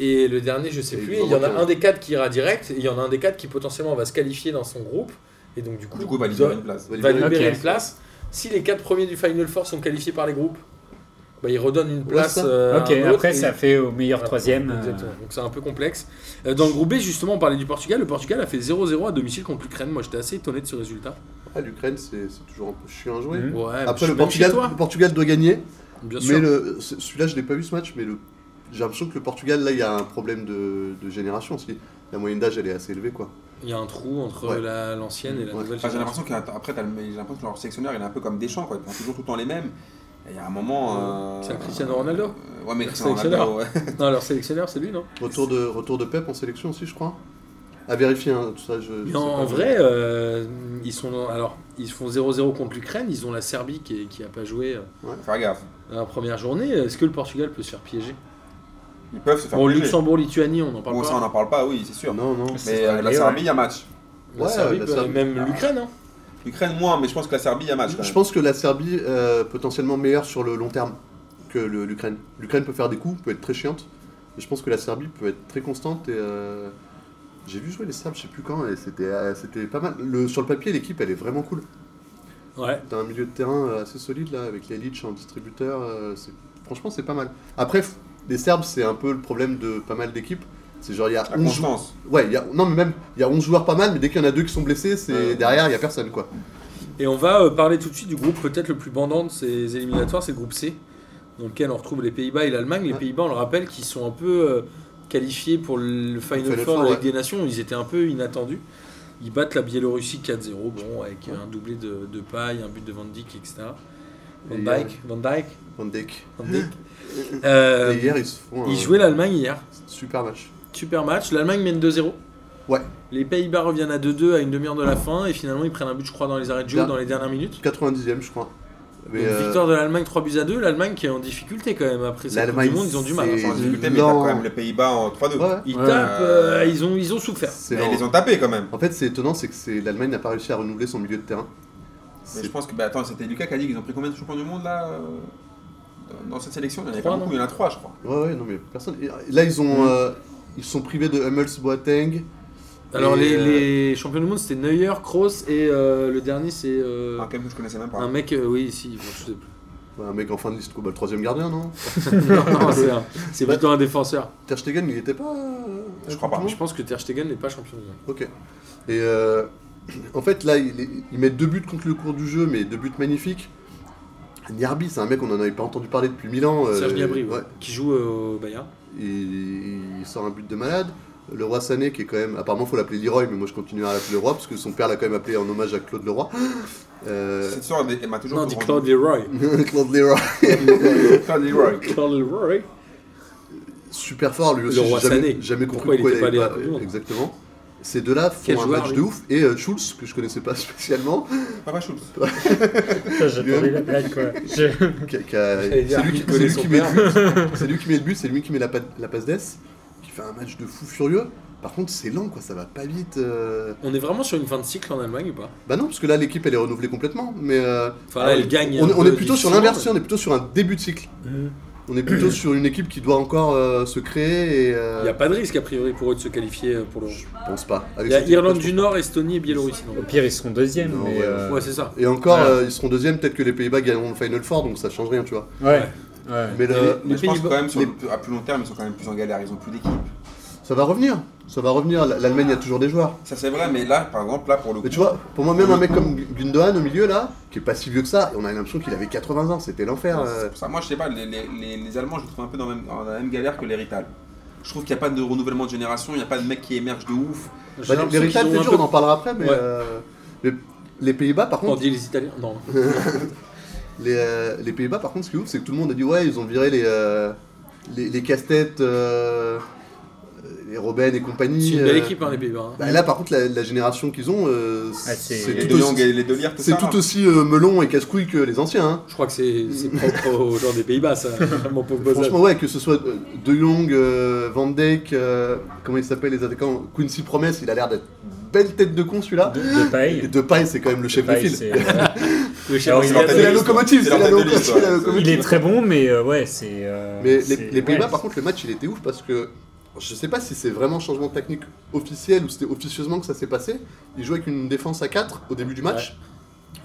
Speaker 1: Et le dernier, je sais
Speaker 3: Et
Speaker 1: plus.
Speaker 3: ils
Speaker 1: et
Speaker 3: vont
Speaker 1: Il y en a
Speaker 3: monter,
Speaker 1: un des quatre qui ira direct. Et il y en a un des quatre qui potentiellement va se qualifier dans son groupe. Et donc, du coup,
Speaker 2: Du coup, bah, va libérer
Speaker 1: doit-
Speaker 2: une place.
Speaker 3: Valide.
Speaker 1: va libérer
Speaker 5: Ok.
Speaker 1: une place. Si les quatre premiers du Final Four sont qualifiés par les groupes, bah, ils redonnent une place.
Speaker 3: ça.
Speaker 1: euh, à
Speaker 5: Ok,
Speaker 1: un
Speaker 3: Ah,
Speaker 1: autre
Speaker 5: après
Speaker 1: et-
Speaker 5: ça fait au meilleur
Speaker 1: Voilà.
Speaker 5: troisième. euh,
Speaker 1: Exactement. Donc c'est un peu complexe. Euh, Dans le groupe B, justement, on parlait du Portugal. Le Portugal a fait 0-0 à domicile contre l'Ukraine. Moi, j'étais assez étonné de ce résultat.
Speaker 3: Ah, l'Ukraine, c'est c'est toujours un peu chiant à jouer.
Speaker 5: Mhm.
Speaker 1: Ouais,
Speaker 3: Après, le
Speaker 1: Mmh. même chez
Speaker 3: Portugal,
Speaker 1: toi,
Speaker 3: le Portugal doit gagner.
Speaker 1: bien sûr.
Speaker 3: Mais le- ce- celui-là, je l'ai pas vu ce match, mais le- j'ai l'impression que le Portugal, là, il y a un problème de, de génération. Aussi. La moyenne d'âge, elle est assez élevée, quoi.
Speaker 1: Il y a un trou entre
Speaker 3: Ouais.
Speaker 1: la- l'ancienne et la
Speaker 3: Ouais.
Speaker 1: nouvelle.
Speaker 2: Enfin, j'ai
Speaker 1: génération.
Speaker 2: l'impression qu'après, t'as le- j'ai l'impression que leur sélectionneur il est un peu comme Deschamps, quoi. Il prend toujours tout le temps les mêmes. Et il y a un moment. euh,
Speaker 1: C'est Cristiano Ronaldo
Speaker 2: euh, Ouais, mais
Speaker 1: Le
Speaker 2: Cristiano
Speaker 1: sélectionneur.
Speaker 2: Ronaldo. ouais.
Speaker 1: Non, leur sélectionneur, c'est lui, non
Speaker 3: Retour de, retour de Pep en sélection aussi, je crois. À vérifier, hein, tout ça, je. je
Speaker 1: Mais
Speaker 3: sais
Speaker 1: en, en
Speaker 3: pas.
Speaker 1: vrai, euh, ils sont dans- alors ils font 0-0 contre l'Ukraine, ils ont la Serbie qui, est- qui a pas joué euh,
Speaker 2: Faut Faire gaffe.
Speaker 1: à la première journée. Est-ce que le Portugal peut se faire piéger
Speaker 2: Ils peuvent se faire
Speaker 1: Bon,
Speaker 2: piéger.
Speaker 1: Luxembourg, Lituanie, on en parle
Speaker 2: Bon, ça, on
Speaker 1: pas.
Speaker 2: n'en parle pas, oui, c'est sûr.
Speaker 3: Non, non.
Speaker 5: c'est
Speaker 2: Mais euh, la
Speaker 5: réglé,
Speaker 2: Serbie,
Speaker 5: ouais.
Speaker 2: il y a match.
Speaker 1: La
Speaker 3: Ouais,
Speaker 1: Serbie
Speaker 3: la
Speaker 1: peut-
Speaker 3: Serbie.
Speaker 1: même l'Ukraine. Hein.
Speaker 2: L'Ukraine, moins, mais je pense que la Serbie, il y a match. quand
Speaker 3: Je
Speaker 2: même.
Speaker 3: pense que la Serbie euh, potentiellement meilleure sur le long terme que le- l'Ukraine. L'Ukraine peut faire des coups, peut être très chiante. Mais je pense que la Serbie peut être très constante et euh, j'ai vu jouer les Serbes, je sais plus quand, et c'était euh, c'était pas mal. Le, sur le papier, l'équipe, elle est vraiment cool.
Speaker 1: Ouais.
Speaker 3: T'as un milieu de terrain euh, assez solide là, avec Lalic en distributeur. euh, c'est- franchement, c'est pas mal. Après, f- les Serbes, c'est un peu le problème de pas mal d'équipes. C'est genre, il y a
Speaker 2: La
Speaker 3: 11 joueurs.
Speaker 2: constance.
Speaker 3: Ouais, il y a- non, mais même, il y a 11 joueurs pas mal, mais dès qu'il y en a deux qui sont blessés, c'est
Speaker 1: Ouais.
Speaker 3: derrière, il y a personne quoi.
Speaker 1: Et on va euh, parler tout de suite du groupe peut-être le plus bandant de ces éliminatoires, c'est le groupe C, dans lequel on retrouve les Pays-Bas et l'Allemagne. Les
Speaker 3: Ouais.
Speaker 1: Pays-Bas, on le rappelle, qui sont un peu euh, qualifiés pour le Final,
Speaker 3: Final
Speaker 1: Four
Speaker 3: Four,
Speaker 1: de la Ligue
Speaker 3: ouais.
Speaker 1: des Nations. Ils étaient un peu inattendus. Ils battent la Biélorussie 4-0, bon, avec un doublé de, de paille, un but de Van Dijk, etc. Van
Speaker 3: Et,
Speaker 1: Dijk, Van Dijk,
Speaker 3: Van Dijk.
Speaker 1: Van Dijk. Euh,
Speaker 3: Et hier, ils se font. un
Speaker 1: ils jouaient l'Allemagne hier.
Speaker 3: Super match.
Speaker 1: Super match. L'Allemagne mène 2-0.
Speaker 3: Ouais.
Speaker 1: Les Pays-Bas reviennent à 2-2 à une demi-heure de la fin et finalement ils prennent un but, je crois, dans les arrêts de jeu,
Speaker 3: Là.
Speaker 1: dans les dernières minutes.
Speaker 3: 90e, je crois. Mais
Speaker 1: Donc,
Speaker 3: euh,
Speaker 1: victoire de l'Allemagne 3 buts à 2, l'Allemagne qui est en difficulté quand même après cette Coupe du
Speaker 3: L'Allemagne,
Speaker 1: Monde, ils ont du mal. hein.
Speaker 3: c'est-
Speaker 2: Sans difficulté, mais ils tapent
Speaker 3: Non.
Speaker 2: quand même les Pays-Bas en 3-2.
Speaker 3: ouais,
Speaker 1: Ils
Speaker 5: Ouais.
Speaker 1: tapent, euh, ils, ont, ils ont souffert.
Speaker 3: c'est
Speaker 2: Mais
Speaker 3: lent.
Speaker 2: ils les ont tapés quand même.
Speaker 3: En fait, c'est étonnant, c'est que c'est- l'Allemagne n'a pas réussi à renouveler son milieu de terrain.
Speaker 2: Mais
Speaker 3: C'est-
Speaker 2: je pense que, bah, attends, c'était Lucas qui a dit qu'ils ont pris combien de champions du monde là euh, dans- Dans cette sélection Il y en a
Speaker 1: Trois,
Speaker 2: pas beaucoup,
Speaker 1: non
Speaker 2: il y en a 3, je crois.
Speaker 3: Ouais, ouais, non, mais personne. et Là, ils
Speaker 1: Mm.
Speaker 3: ont. euh, ils sont privés de Hummels Boateng.
Speaker 1: Alors
Speaker 3: Et,
Speaker 1: les,
Speaker 3: euh,
Speaker 1: les champions du monde c'était Neuer, Kroos et euh, le dernier c'est euh,
Speaker 3: Ah,
Speaker 2: Un que je connaissais même
Speaker 1: un
Speaker 2: pas.
Speaker 1: mec, euh, oui, si, bon, je sais plus.
Speaker 3: ouais, un mec en fin de liste, quoi. Bah, le troisième gardien, non
Speaker 1: Non, non, c'est un-
Speaker 3: Bah,
Speaker 1: c'est plutôt un défenseur.
Speaker 3: Ter Stegen, il était pas. euh,
Speaker 2: Je crois pas.
Speaker 1: Je pense que Ter Stegen n'est pas champion du monde.
Speaker 3: Ok. Et euh, en fait, là, ils, ils mettent deux buts contre le cours du jeu, mais deux buts magnifiques. Niarbi, c'est un mec qu'on n'en avait pas entendu parler depuis mille ans. euh,
Speaker 1: Serge Gnabry, ouais,
Speaker 3: ouais.
Speaker 1: qui joue euh, au Bayern.
Speaker 3: Il, il sort un but de malade. le roi Sané, qui est quand même. Apparemment, faut l'appeler Leroy, mais moi je continue à l'appeler Leroy, parce que son père l'a quand même appelé en hommage à Claude Leroy. Euh,
Speaker 2: Cette histoire, elle m'a toujours
Speaker 1: Non, dit
Speaker 2: rendu-
Speaker 1: Claude Leroy.
Speaker 3: Claude Leroy.
Speaker 2: Claude Leroy.
Speaker 1: Claude Leroy.
Speaker 3: Super fort, lui aussi.
Speaker 1: Le roi
Speaker 3: j'ai jamais,
Speaker 1: Sané.
Speaker 3: jamais compris
Speaker 1: Pourquoi il était pas allé à la Coupe du Monde
Speaker 3: Exactement. Ces deux-là font
Speaker 1: Quel
Speaker 3: un
Speaker 1: joueur,
Speaker 3: match
Speaker 1: lui
Speaker 3: de ouf. Et euh, Schulz, que je connaissais pas spécialement,
Speaker 2: Papa Schultz.
Speaker 5: J'attendais la blague, quoi. Je-
Speaker 3: qui a- qui a-
Speaker 1: J'allais dire,
Speaker 3: c'est lui,
Speaker 1: il
Speaker 3: qui-
Speaker 1: connaît
Speaker 3: c'est lui
Speaker 1: son
Speaker 3: qui met
Speaker 1: père.
Speaker 3: le but, c'est lui qui met le but, c'est lui qui met la, pa- la passe d'ess, qui fait un match de fou furieux. Par contre, c'est lent, quoi, ça va pas vite. euh.
Speaker 1: On est vraiment sur une fin de cycle en Allemagne ou pas
Speaker 3: Bah non, parce que là, l'équipe, elle est renouvelée complètement. Mais euh,
Speaker 1: Enfin, là, elle gagne.
Speaker 3: on,
Speaker 1: un
Speaker 3: on
Speaker 1: peu
Speaker 3: est plutôt sur
Speaker 1: difficilement,
Speaker 3: l'inversion, on est plutôt sur un début de cycle.
Speaker 1: mais- Mhm.
Speaker 3: On est plutôt sur une équipe qui doit encore euh, se créer et.
Speaker 1: Il
Speaker 3: euh,
Speaker 1: n'y a pas de risque, a priori, pour eux de se qualifier euh, pour l'Euro.
Speaker 3: Je pense pas. Avec
Speaker 1: Il y a
Speaker 3: cette
Speaker 1: Irlande
Speaker 3: équipe,
Speaker 1: du Nord, Estonie et Biélorussie. non
Speaker 5: Au pire, ils seront deuxième,
Speaker 3: Non,
Speaker 5: mais.
Speaker 3: ouais,
Speaker 5: euh,
Speaker 1: Ouais, c'est ça.
Speaker 3: Et encore,
Speaker 5: Voilà.
Speaker 3: euh, ils seront deuxième, peut-être que les Pays-Bas gagneront le Final Four, donc ça change rien, tu vois.
Speaker 5: ouais. ouais.
Speaker 3: Mais le-
Speaker 1: Et
Speaker 2: Euh, Mais je pense
Speaker 1: Pays-Bas-
Speaker 2: quand même, sur
Speaker 3: les-
Speaker 2: le plus- à plus long terme, ils sont quand même plus en galère, ils ont plus d'équipe.
Speaker 3: ça va revenir, ça va revenir. L- L'Allemagne, il y a toujours des joueurs.
Speaker 2: Ça c'est vrai, mais là, par exemple, là pour le coup,
Speaker 3: Mais tu vois, pour moi, même un mec comme Gu- Gundogan au milieu, là, qui est pas si vieux que ça, et on a l'impression qu'il avait 80 ans, c'était l'enfer. euh.
Speaker 2: c'est pour ça, moi je sais pas, les, les- les- les Allemands, je les trouve un peu dans, la même- dans la même galère que l'héritage. Je trouve qu'il n'y a pas de renouvellement de génération, il n'y a pas de mec qui émerge de ouf.
Speaker 1: J'ai
Speaker 3: Bah,
Speaker 1: l'impression
Speaker 3: L'héritage,
Speaker 1: qu'ils
Speaker 3: c'est
Speaker 1: ont un
Speaker 3: dur,
Speaker 1: peu-
Speaker 3: on en parlera après, mais
Speaker 1: Ouais.
Speaker 3: euh, les- les Pays-Bas, par
Speaker 1: On
Speaker 3: contre,
Speaker 1: dit les Italiens. Non.
Speaker 3: les, euh, les Pays-Bas, par contre, ce qui est ouf, c'est que tout le monde a dit ouais, ils ont viré les, euh, les, les casse-têtes, euh, les Robben et compagnie.
Speaker 1: C'est une belle
Speaker 3: euh.
Speaker 1: équipe, hein, les Pays-Bas. hein.
Speaker 3: Bah, là, par contre, la, la génération qu'ils ont, euh,
Speaker 5: Ah, c'est-
Speaker 3: c'est
Speaker 2: les
Speaker 3: tout
Speaker 2: deux
Speaker 3: aussi-
Speaker 2: langues et les deux lires, tout
Speaker 3: C'est
Speaker 2: ça.
Speaker 1: hein.
Speaker 3: tout aussi euh, melon et casse-couille que les anciens. hein.
Speaker 1: Je crois que c'est c'est propre aux gens des Pays-Bas, Bah, ça. Mon pauvre Bozan.
Speaker 3: Franchement, ouais, que ce soit euh, De Jong, euh, Van Dijk, euh, comment il s'appelle les attaquants Quincy Promesse, il a l'air d'être belle tête de con celui-là.
Speaker 5: De, de
Speaker 3: Et
Speaker 5: paille.
Speaker 3: De Paille, c'est quand même le chef de
Speaker 5: Paille,
Speaker 3: file.
Speaker 5: c'est- euh,
Speaker 1: Le chef
Speaker 5: Alors,
Speaker 1: de
Speaker 5: il
Speaker 1: Sénat,
Speaker 2: leur tête
Speaker 3: C'est la
Speaker 2: de liste,
Speaker 3: locomotive,
Speaker 2: c'est
Speaker 3: c'est
Speaker 2: leur
Speaker 3: la
Speaker 2: tête de liste,
Speaker 3: locomotive,
Speaker 2: ouais.
Speaker 3: la locomotive.
Speaker 5: Il est très bon, mais euh, ouais, c'est. euh,
Speaker 3: Mais les,
Speaker 5: c'est-
Speaker 3: les Pays-Bas,
Speaker 5: ouais.
Speaker 3: par contre, le match, il était ouf parce que je sais pas si c'est vraiment changement de technique officiel ou c'était officieusement que ça s'est passé. Ils jouaient avec une défense à 4 au début du match.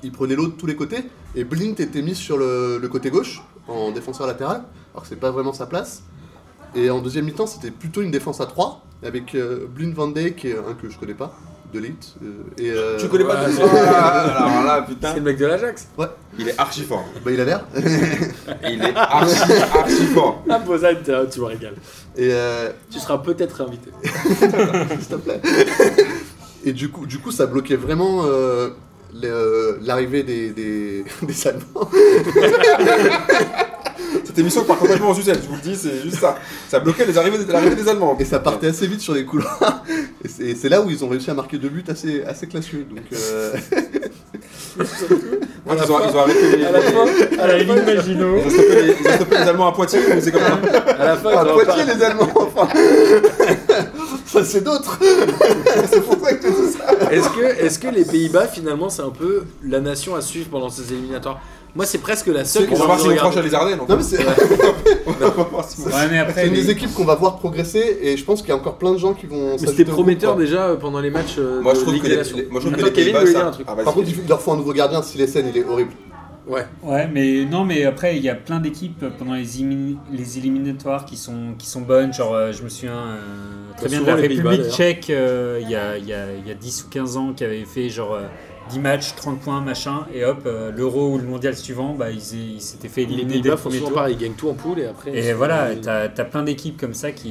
Speaker 3: Ils prenaient l'eau de tous les côtés et Blint était mis sur le, le côté gauche en défenseur latéral, alors que c'est pas vraiment sa place. Et en deuxième mi-temps, c'était plutôt une défense à 3 avec euh, Blind Van Dijk et un que je connais pas, de l'élite. et, euh,
Speaker 2: Tu connais pas
Speaker 1: Ouais,
Speaker 2: de
Speaker 1: c'est-
Speaker 2: Ah, Alors là,
Speaker 1: C'est le
Speaker 2: putain,
Speaker 1: mec de l'Ajax.
Speaker 2: il est archi fort.
Speaker 3: bah, il a l'air.
Speaker 2: Il est archi, archi fort.
Speaker 1: Ah, Bozan, t'es- tu me régales.
Speaker 3: et, euh,
Speaker 1: Tu seras peut-être invité.
Speaker 3: s'il te plaît. Et du coup, du coup, ça bloquait vraiment euh, le- euh, l'arrivée des, des, des Allemands.
Speaker 2: Cette émission part complètement en sucette, je vous le dis, c'est juste ça. Ça bloquait les arrivées des, l'arrivée des Allemands.
Speaker 3: Et ça partait assez vite sur les couloirs. Et c'est et c'est là où ils ont réussi à marquer deux buts assez, assez classieux. Donc, euh,
Speaker 2: En fait, ils, ont, ils ont arrêté les.
Speaker 1: À la fin,
Speaker 5: À la ligne Maginot.
Speaker 2: Ils ont stoppé les, ils ont stoppé les Allemands à Poitiers, ou c'est comme ça
Speaker 1: à la fin,
Speaker 3: à
Speaker 1: ils ont
Speaker 3: Poitiers,
Speaker 1: pas-
Speaker 3: les Allemands, enfin. ça, c'est d'autres. c'est pour ça que tu dis ça.
Speaker 1: Est-ce que, est-ce que les Pays-Bas, finalement, c'est un peu la nation à suivre pendant ces éliminatoires Moi, c'est presque la seule que
Speaker 2: On
Speaker 1: j'ai
Speaker 2: va voir
Speaker 1: envie
Speaker 2: si
Speaker 1: de
Speaker 2: on proche
Speaker 1: regarder.
Speaker 2: à les Ardennes. en
Speaker 3: Non,
Speaker 2: fait.
Speaker 3: mais c'est
Speaker 2: On va voir si on-
Speaker 5: Ouais, mais
Speaker 3: c'est
Speaker 5: après.
Speaker 3: une des
Speaker 5: les-
Speaker 3: équipes qu'on va voir progresser. Et je pense qu'il y a encore plein de gens qui vont.
Speaker 1: Mais
Speaker 3: s'ajouter
Speaker 1: c'était
Speaker 3: au groupe,
Speaker 1: prometteur
Speaker 3: quoi.
Speaker 1: déjà euh, pendant les matchs euh,
Speaker 2: Moi je
Speaker 1: de
Speaker 2: trouve
Speaker 1: Ligue
Speaker 2: que
Speaker 1: des
Speaker 2: les,
Speaker 1: Nations.
Speaker 2: les- moi, je trouve que
Speaker 1: Toi,
Speaker 2: les
Speaker 1: Kevin,
Speaker 2: Pays-Bas,
Speaker 1: voulait dire
Speaker 2: ça-
Speaker 1: un truc.
Speaker 2: Ah, vas-y.
Speaker 3: Par contre, il leur faut un nouveau gardien. Si les scènes, il est horrible.
Speaker 1: Ouais.
Speaker 5: Ouais, mais non, mais après, il y a plein d'équipes pendant les, émi- les éliminatoires qui sont, qui sont bonnes. Genre, euh, je me souviens euh, très
Speaker 1: Bah,
Speaker 5: bien de
Speaker 1: souvent
Speaker 5: la
Speaker 1: les Pays-Bas,
Speaker 5: République
Speaker 1: d'ailleurs.
Speaker 5: tchèque euh, il y, a, il y, a, il y a 10 ou 15 ans qui avait fait genre euh, 10 matchs, 30 points, machin, et hop, euh, l'Euro ou le Mondial suivant, bah, ils, aient- ils s'étaient fait
Speaker 1: Les
Speaker 5: éliminer dès
Speaker 1: Pays-Bas
Speaker 5: le
Speaker 1: font
Speaker 5: premier
Speaker 1: souvent
Speaker 5: tour.
Speaker 1: pareil, ils gagnent tout en poule et après.
Speaker 5: Et voilà,
Speaker 1: ils-
Speaker 5: t'as as plein d'équipes comme ça qui,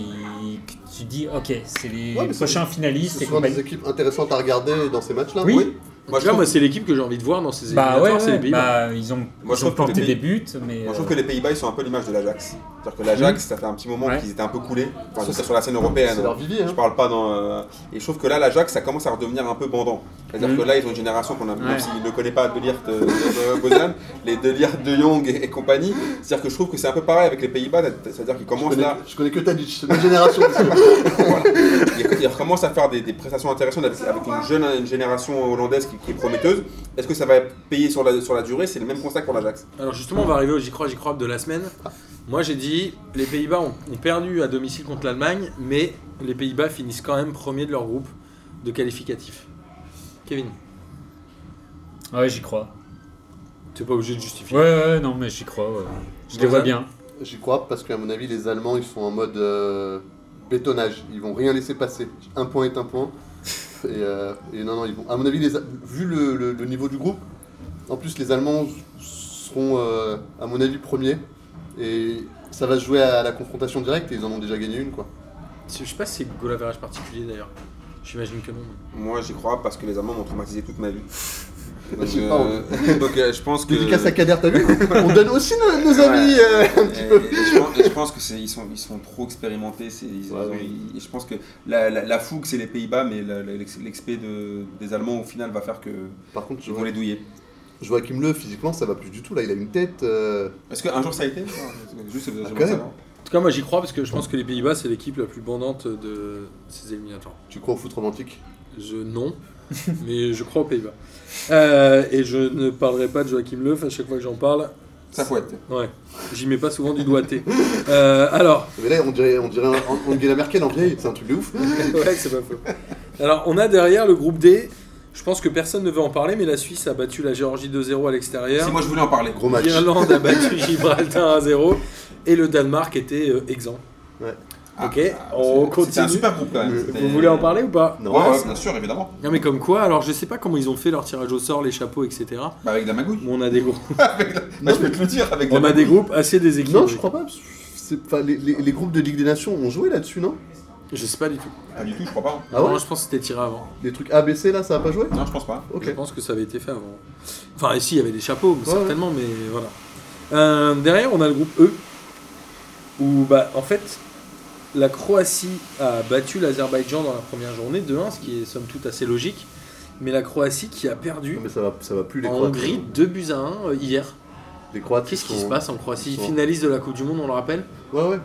Speaker 5: que tu dis, ok, c'est les
Speaker 3: Ouais, mais c'est-
Speaker 5: prochains finalistes
Speaker 3: C'est
Speaker 5: et
Speaker 3: souvent
Speaker 5: compagnie.
Speaker 3: des équipes intéressantes à regarder dans ces matchs-là.
Speaker 5: Oui,
Speaker 1: Moi,
Speaker 2: Moi, je trouve-
Speaker 1: moi c'est l'équipe que j'ai envie de voir dans ces
Speaker 5: bah
Speaker 1: éliminatoires,
Speaker 5: ouais,
Speaker 1: c'est
Speaker 5: ouais,
Speaker 1: les Pays-Bas.
Speaker 5: bah, ils ont,
Speaker 2: Moi, je
Speaker 5: ils ont
Speaker 2: trouve que les
Speaker 5: planté
Speaker 2: Pays-
Speaker 5: des buts, mais
Speaker 2: Moi, je
Speaker 5: euh,
Speaker 2: trouve que les Pays-Bas, ils sont un peu l'image de l'Ajax. C'est-à-dire que l'Ajax, ça fait un petit moment
Speaker 5: Ouais.
Speaker 2: qu'ils étaient un peu coulés. Enfin, je sais, Hmm. sur la scène européenne.
Speaker 3: C'est leur vivier, hein.
Speaker 2: Je parle pas dans. euh, Et je trouve que là, l'Ajax, ça commence à redevenir un peu bandant. C'est-à-dire
Speaker 3: Mm.
Speaker 5: Mhm.
Speaker 2: que là, ils ont une génération qu'on a.
Speaker 5: Ouais.
Speaker 2: Même s'ils ne connaissent pas De Ligt, euh, de- de Bozan, les De Ligt, De Jong et, et compagnie. C'est-à-dire que je trouve que c'est un peu pareil avec les Pays-Bas. C'est-à-dire qu'ils
Speaker 3: Je
Speaker 2: commencent
Speaker 3: connais,
Speaker 2: là.
Speaker 3: je connais que Tadic, c'est ma génération.
Speaker 2: Voilà. Ils, ils recommencent à faire des, des prestations intéressantes avec, avec une jeune une génération hollandaise qui, qui est prometteuse. Est-ce que ça va payer sur la, sur la durée C'est le même constat pour l'Ajax.
Speaker 5: bah-
Speaker 1: Alors justement, on va arriver au j'y crois, j'y crois de la semaine. Moi j'ai dit, les Pays-Bas ont, ont perdu à domicile contre l'Allemagne, mais les Pays-Bas finissent quand même premier de leur groupe de qualificatif. Kevin,
Speaker 5: ouais, j'y crois.
Speaker 1: tu n'es pas obligé de justifier.
Speaker 5: Ouais, ouais, non, mais j'y crois. ouais. Je les
Speaker 1: Bon,
Speaker 5: vois
Speaker 1: ça-
Speaker 5: bien.
Speaker 3: J'y crois parce qu'à mon avis, les Allemands, ils sont en mode euh, bétonnage. Ils vont rien laisser passer. Un point est un point. Et, euh, et non, non, ils vont. À mon avis, les, A- vu le, le- le niveau du groupe, en plus, les Allemands seront, euh, à mon avis, premiers. Et ça va se jouer à la confrontation directe et ils en ont déjà gagné une, quoi.
Speaker 1: Je sais pas si c'est goal average particulier d'ailleurs. J'imagine que non.
Speaker 2: Moi, j'y crois parce que les Allemands m'ont traumatisé toute ma vie. Donc,
Speaker 3: J'ai
Speaker 2: euh, donc, euh, je pense que.
Speaker 3: Dédicace à Kader, t'as vu On donne aussi nos, nos amis euh, un petit
Speaker 2: Et-
Speaker 3: peu.
Speaker 2: et je pense, et je pense que c'est ils sont ils sont trop expérimentés. c'est- ils-
Speaker 3: Ouais,
Speaker 2: ils ont-
Speaker 3: oui.
Speaker 2: ils- et je pense que la, la, la fougue c'est les Pays-Bas, mais la- la- l'ex- l'expé de, des Allemands au final va faire que
Speaker 3: Par contre, je
Speaker 2: ils vont
Speaker 3: vois,
Speaker 2: les douiller.
Speaker 3: je vois Kim Le, physiquement, ça va plus du tout. Là, il a une tête. euh,
Speaker 2: Est-ce qu'un jour ça a été Juste, j'aimerais
Speaker 3: Ah, quand même.
Speaker 2: savoir.
Speaker 1: En tout cas, moi j'y crois parce que je pense que les Pays-Bas c'est l'équipe la plus bandante de ces éliminatoires.
Speaker 3: Tu crois au foot romantique
Speaker 1: Je non, mais je crois aux Pays-Bas. Euh, et je ne parlerai pas de Joachim Löw à chaque fois que j'en parle.
Speaker 2: Ça fouette.
Speaker 1: Ouais, j'y mets pas souvent du doigté. Euh, alors,
Speaker 3: Mais là, on dirait, on dirait un- un- Angela Merkel en vieille, c'est un truc de ouf.
Speaker 1: ouais, c'est pas faux. Alors, on a derrière le groupe D. Je pense que personne ne veut en parler, mais la Suisse a battu la Géorgie 2-0 à l'extérieur.
Speaker 2: Si moi je voulais en parler.
Speaker 3: Gros match.
Speaker 1: L'Irlande a battu Gibraltar 1-0. Et le Danemark était euh, exempt.
Speaker 2: Ah,
Speaker 1: Ok,
Speaker 2: ah,
Speaker 1: on
Speaker 2: c'est- C'était un
Speaker 1: continue.
Speaker 2: super groupe quand même. c'était-
Speaker 1: Vous voulez en parler ou pas
Speaker 2: Ouais,
Speaker 3: Non,
Speaker 2: ouais,
Speaker 3: c'est-
Speaker 2: bien sûr, évidemment.
Speaker 1: Non mais comme quoi, alors je sais pas comment ils ont fait leur tirage au sort, les chapeaux, etc.
Speaker 2: Bah, avec de la magouille.
Speaker 1: Mais on a des groupes,
Speaker 2: Bah, je peux te le dire avec de la
Speaker 1: on a des
Speaker 2: magouille.
Speaker 1: groupes assez déséquilibrés.
Speaker 3: non, je crois pas. parce que c'est- enfin, les, les- les groupes de Ligue des Nations ont joué là-dessus, non
Speaker 1: Je sais pas du tout.
Speaker 2: Pas du tout, je crois pas.
Speaker 3: Ah ouais
Speaker 1: Non, je pense que c'était tiré avant.
Speaker 3: Les trucs ABC là, ça a pas joué
Speaker 2: Non, je pense pas.
Speaker 3: Ok.
Speaker 1: Je pense que ça avait été fait avant. Enfin, ici, il y avait des chapeaux, mais
Speaker 3: Ouais, ouais.
Speaker 1: certainement, mais voilà. Euh, derrière, on a le groupe E, où, bah, en fait, la Croatie a battu l'Azerbaïdjan dans la première journée 2-1, ce qui est somme toute assez logique. Mais la Croatie qui a perdu
Speaker 3: Non, Ah, mais ça va, ça va plus les
Speaker 1: en
Speaker 3: Croates.
Speaker 1: Hongrie 2 buts à 1 euh, hier.
Speaker 3: Les Croates.
Speaker 1: Qu'est-ce qui
Speaker 3: sont-
Speaker 1: se passe en Croatie
Speaker 3: ils sont-
Speaker 1: Finaliste de la Coupe du Monde, on le rappelle
Speaker 3: Ouais, ouais.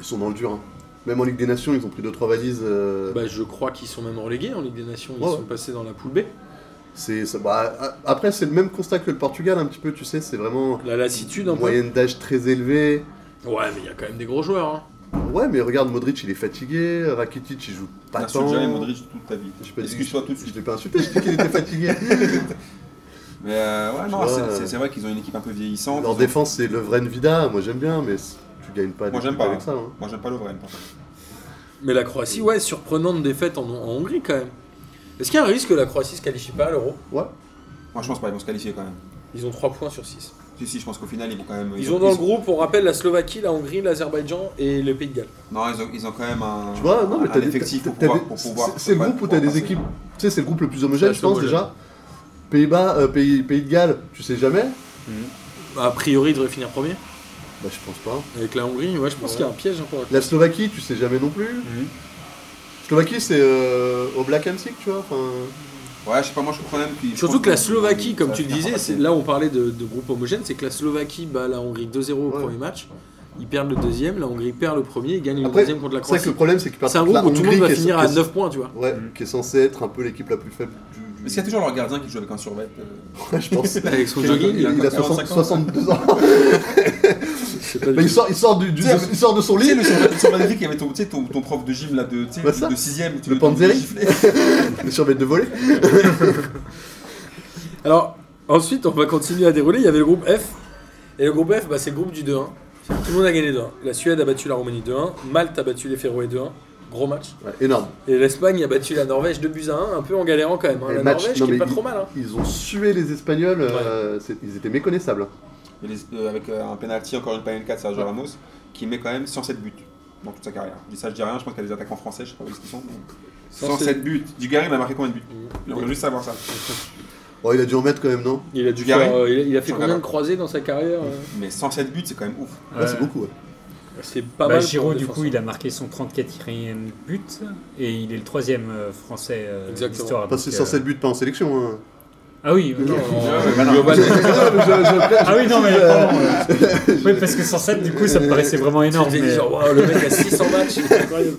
Speaker 3: Ils sont dans le dur. hein. Même en Ligue des Nations, ils ont pris 2-3 valises. euh,
Speaker 1: Bah, je crois qu'ils sont même relégués en Ligue des Nations. Ils
Speaker 3: Ouais,
Speaker 1: sont
Speaker 3: ouais.
Speaker 1: passés dans la poule B.
Speaker 3: c'est, ça- bah, a- après, c'est le même constat que le Portugal, un petit peu, tu sais, c'est vraiment
Speaker 1: La lassitude, un peu. Ouais,
Speaker 3: moyenne d'âge très élevée.
Speaker 1: mais il y a quand même des gros joueurs. hein.
Speaker 3: Ouais, mais regarde, Modric, il est fatigué. Rakitic, il joue pas
Speaker 2: T'insultes
Speaker 3: tant.
Speaker 2: jamais Modric toute ta vie.
Speaker 3: J'ai pas dit-
Speaker 2: Excuse-toi tout de
Speaker 3: Je
Speaker 2: suite.
Speaker 3: l'ai pas insulté, je dis qu'il était fatigué.
Speaker 2: Mais euh, ouais, non,
Speaker 3: Ouais.
Speaker 2: c'est- c'est c'est vrai qu'ils ont une équipe un peu vieillissante.
Speaker 3: Leur défense, c'est Lovren Vida. Moi, j'aime bien, mais c'est- tu gagnes pas, des
Speaker 2: Moi, j'aime
Speaker 3: trucs
Speaker 2: pas,
Speaker 3: avec
Speaker 2: hein.
Speaker 3: ça. hein.
Speaker 2: Moi, j'aime pas l'Overham, par contre.
Speaker 1: Mais la Croatie, ouais, surprenante défaite en, en Hongrie quand même. Est-ce qu'il y a un risque que la Croatie se qualifie pas à l'Euro
Speaker 3: Ouais.
Speaker 2: Moi, je pense pas, ils vont se qualifier quand même.
Speaker 1: Ils ont 3 points sur 6.
Speaker 2: Si, si, je pense qu'au final, ils vont quand même.
Speaker 1: Ils ont dans le groupe, on rappelle, la Slovaquie, la Hongrie, l'Azerbaïdjan et le Pays de Galles.
Speaker 2: Non, ils ont, ils ont quand même un.
Speaker 3: Tu vois, non, mais
Speaker 2: un
Speaker 3: t'as des.
Speaker 2: effectif
Speaker 3: t'as-
Speaker 2: pour
Speaker 3: t'as
Speaker 2: pouvoir.
Speaker 3: des-
Speaker 2: pour
Speaker 3: c'est-
Speaker 2: pouvoir-
Speaker 3: C'est le
Speaker 2: pour
Speaker 3: groupe où t'as
Speaker 2: pouvoir
Speaker 3: des
Speaker 2: passer.
Speaker 3: équipes. Tu sais, c'est le groupe le plus homogène,
Speaker 1: Ouais,
Speaker 3: je pense
Speaker 1: c'est
Speaker 3: déjà. Pays-Bas, euh, pays, pays de Galles, tu sais jamais
Speaker 1: Bah, A priori, ils devraient finir premier.
Speaker 3: Bah, je pense pas.
Speaker 1: Avec la Hongrie, ouais, je pense
Speaker 3: Ouais.
Speaker 1: qu'il y a un piège hein, pour la
Speaker 3: La Slovaquie, tu sais jamais non plus.
Speaker 2: Mhm.
Speaker 3: Slovaquie, c'est euh, au Black Hamsik, tu vois. Enfin,
Speaker 2: Ouais, je sais pas, moi, je crois même qu'ils.
Speaker 1: Surtout
Speaker 2: je pense
Speaker 1: que la
Speaker 2: qu'ils-
Speaker 1: Slovaquie, comme
Speaker 2: ça
Speaker 1: tu le
Speaker 2: va finir
Speaker 1: disais,
Speaker 2: par
Speaker 1: c'est-
Speaker 2: passer.
Speaker 1: là on parlait de, de groupe homogène, c'est que la Slovaquie bat la Hongrie 2-0 au
Speaker 3: Ouais.
Speaker 1: premier match, ils perdent le deuxième, la Hongrie perd le premier et gagne le
Speaker 3: Après,
Speaker 1: deuxième contre la
Speaker 3: c'est vrai que
Speaker 1: Croatie.
Speaker 3: le problème, c'est que par
Speaker 1: C'est un
Speaker 3: contre,
Speaker 1: groupe
Speaker 3: la
Speaker 1: où tout le
Speaker 3: Hongrie,
Speaker 1: monde va
Speaker 3: qui est-
Speaker 1: finir
Speaker 3: qui
Speaker 1: à
Speaker 3: est-
Speaker 1: 9 points, tu vois.
Speaker 3: Ouais, qui est censée être un peu l'équipe la plus faible du.
Speaker 2: Mais c'est toujours leur gardien qui joue avec un survêt. euh,
Speaker 3: je pense.
Speaker 1: Avec son
Speaker 3: Il,
Speaker 1: jogging, il a
Speaker 3: il
Speaker 1: quoi,
Speaker 3: a 60
Speaker 2: 45 ans
Speaker 3: 62 ans.
Speaker 1: C'est pas
Speaker 3: Bah,
Speaker 1: du
Speaker 3: il, sort, il, sort du, du-
Speaker 2: Tu sais,
Speaker 3: de, il sort de son
Speaker 2: Tu
Speaker 3: lit.
Speaker 2: sais, le survêt le survêt de Rick, il y avait ton, tu sais, ton, ton prof de gym là de, tu sais,
Speaker 3: Bah, ça.
Speaker 2: de 6ème.
Speaker 3: Le Panzeri. Le survêt de voler.
Speaker 1: Alors, ensuite, on va continuer à dérouler. Il y avait le groupe F. Et le groupe F, bah, c'est le groupe du 2-1. Tout le monde a gagné 2-1. La Suède a battu la Roumanie 2-1. Malte a battu les Féroé 2-1. Gros match.
Speaker 3: Ouais, énorme.
Speaker 1: Et l'Espagne a battu la Norvège 2 buts à 1, un peu en galérant quand même. hein.
Speaker 3: Et
Speaker 1: La
Speaker 3: match-
Speaker 1: Norvège
Speaker 3: non,
Speaker 1: qui est
Speaker 3: mais
Speaker 1: pas
Speaker 3: il-
Speaker 1: trop mal. hein.
Speaker 3: Ils ont sué les Espagnols. euh, c'est- ils étaient méconnaissables.
Speaker 2: Et les- euh, avec euh, un penalty, encore une penalty de Sergio Ramos, qui met quand même 107 buts dans toute sa carrière. Je dis ça, je dis rien, je pense qu'il y a des attaquants français, je sais pas où ils sont. mais-
Speaker 1: 107
Speaker 2: 107 buts. Dugarry, il a marqué combien de buts Il aurait juste savoir ça.
Speaker 3: Oh, il a dû en mettre quand même, non
Speaker 1: Il a dû
Speaker 2: Dugarry.
Speaker 1: faire, euh, il a- il a fait
Speaker 2: Sur
Speaker 1: combien de
Speaker 2: Galin.
Speaker 1: croisés dans sa carrière euh
Speaker 2: Mais 107 buts, c'est quand même ouf.
Speaker 3: Ouais, c'est beaucoup. Ouais.
Speaker 1: C'est pas
Speaker 5: Bah,
Speaker 1: mal.
Speaker 5: Giraud,
Speaker 1: pour
Speaker 5: du
Speaker 1: défense.
Speaker 5: coup, il a marqué son 34e but et il est le troisième euh, français euh,
Speaker 1: Exactement.
Speaker 5: d'histoire.
Speaker 3: Enfin, c'est
Speaker 5: donc,
Speaker 3: 107
Speaker 5: euh,
Speaker 3: buts, pas en sélection. hein.
Speaker 5: Ah oui, ok.
Speaker 1: Non,
Speaker 2: Ouais,
Speaker 1: euh,
Speaker 2: ouais,
Speaker 1: global.
Speaker 5: Ah oui, non, mais pardon. euh, oui, parce que 107, du coup, ça me paraissait vraiment énorme.
Speaker 1: Tu t'es dit
Speaker 5: mais-
Speaker 1: genre, Waouh, le mec a 600 matchs, c'est incroyable.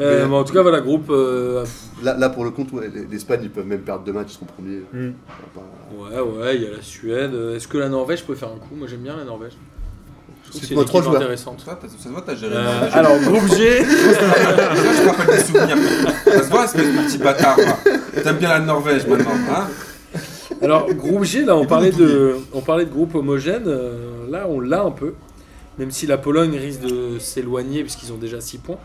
Speaker 1: Euh,
Speaker 3: Mais-
Speaker 1: mais en tout cas, voilà, groupe. euh,
Speaker 3: Là, là, pour le compte, ouais, l'Espagne, ils peuvent même perdre deux matchs, ils seront premiers.
Speaker 5: Hmm.
Speaker 3: Ça va
Speaker 1: ouais,
Speaker 3: pas-
Speaker 1: ouais, il y a la Suède. Est-ce que la Norvège peut faire un coup Moi j'aime bien la Norvège. Je trouve que c'est une
Speaker 3: Cite-moi trois
Speaker 1: équipe
Speaker 3: joueurs.
Speaker 1: intéressante.
Speaker 2: Ça, t'as- ça se voit, t'as géré.
Speaker 1: Euh,
Speaker 2: Déjà,
Speaker 1: alors, groupe G,
Speaker 2: je me rappelle des souvenirs. Ça se voit, espèce de petit bâtard. là. T'aimes bien la Norvège maintenant, hein
Speaker 1: alors, groupe G, là, on parlait de, on parlait de groupe homogène. euh, là, on l'a un peu. Même si la Pologne risque de s'éloigner, puisqu'ils ont déjà 6 points.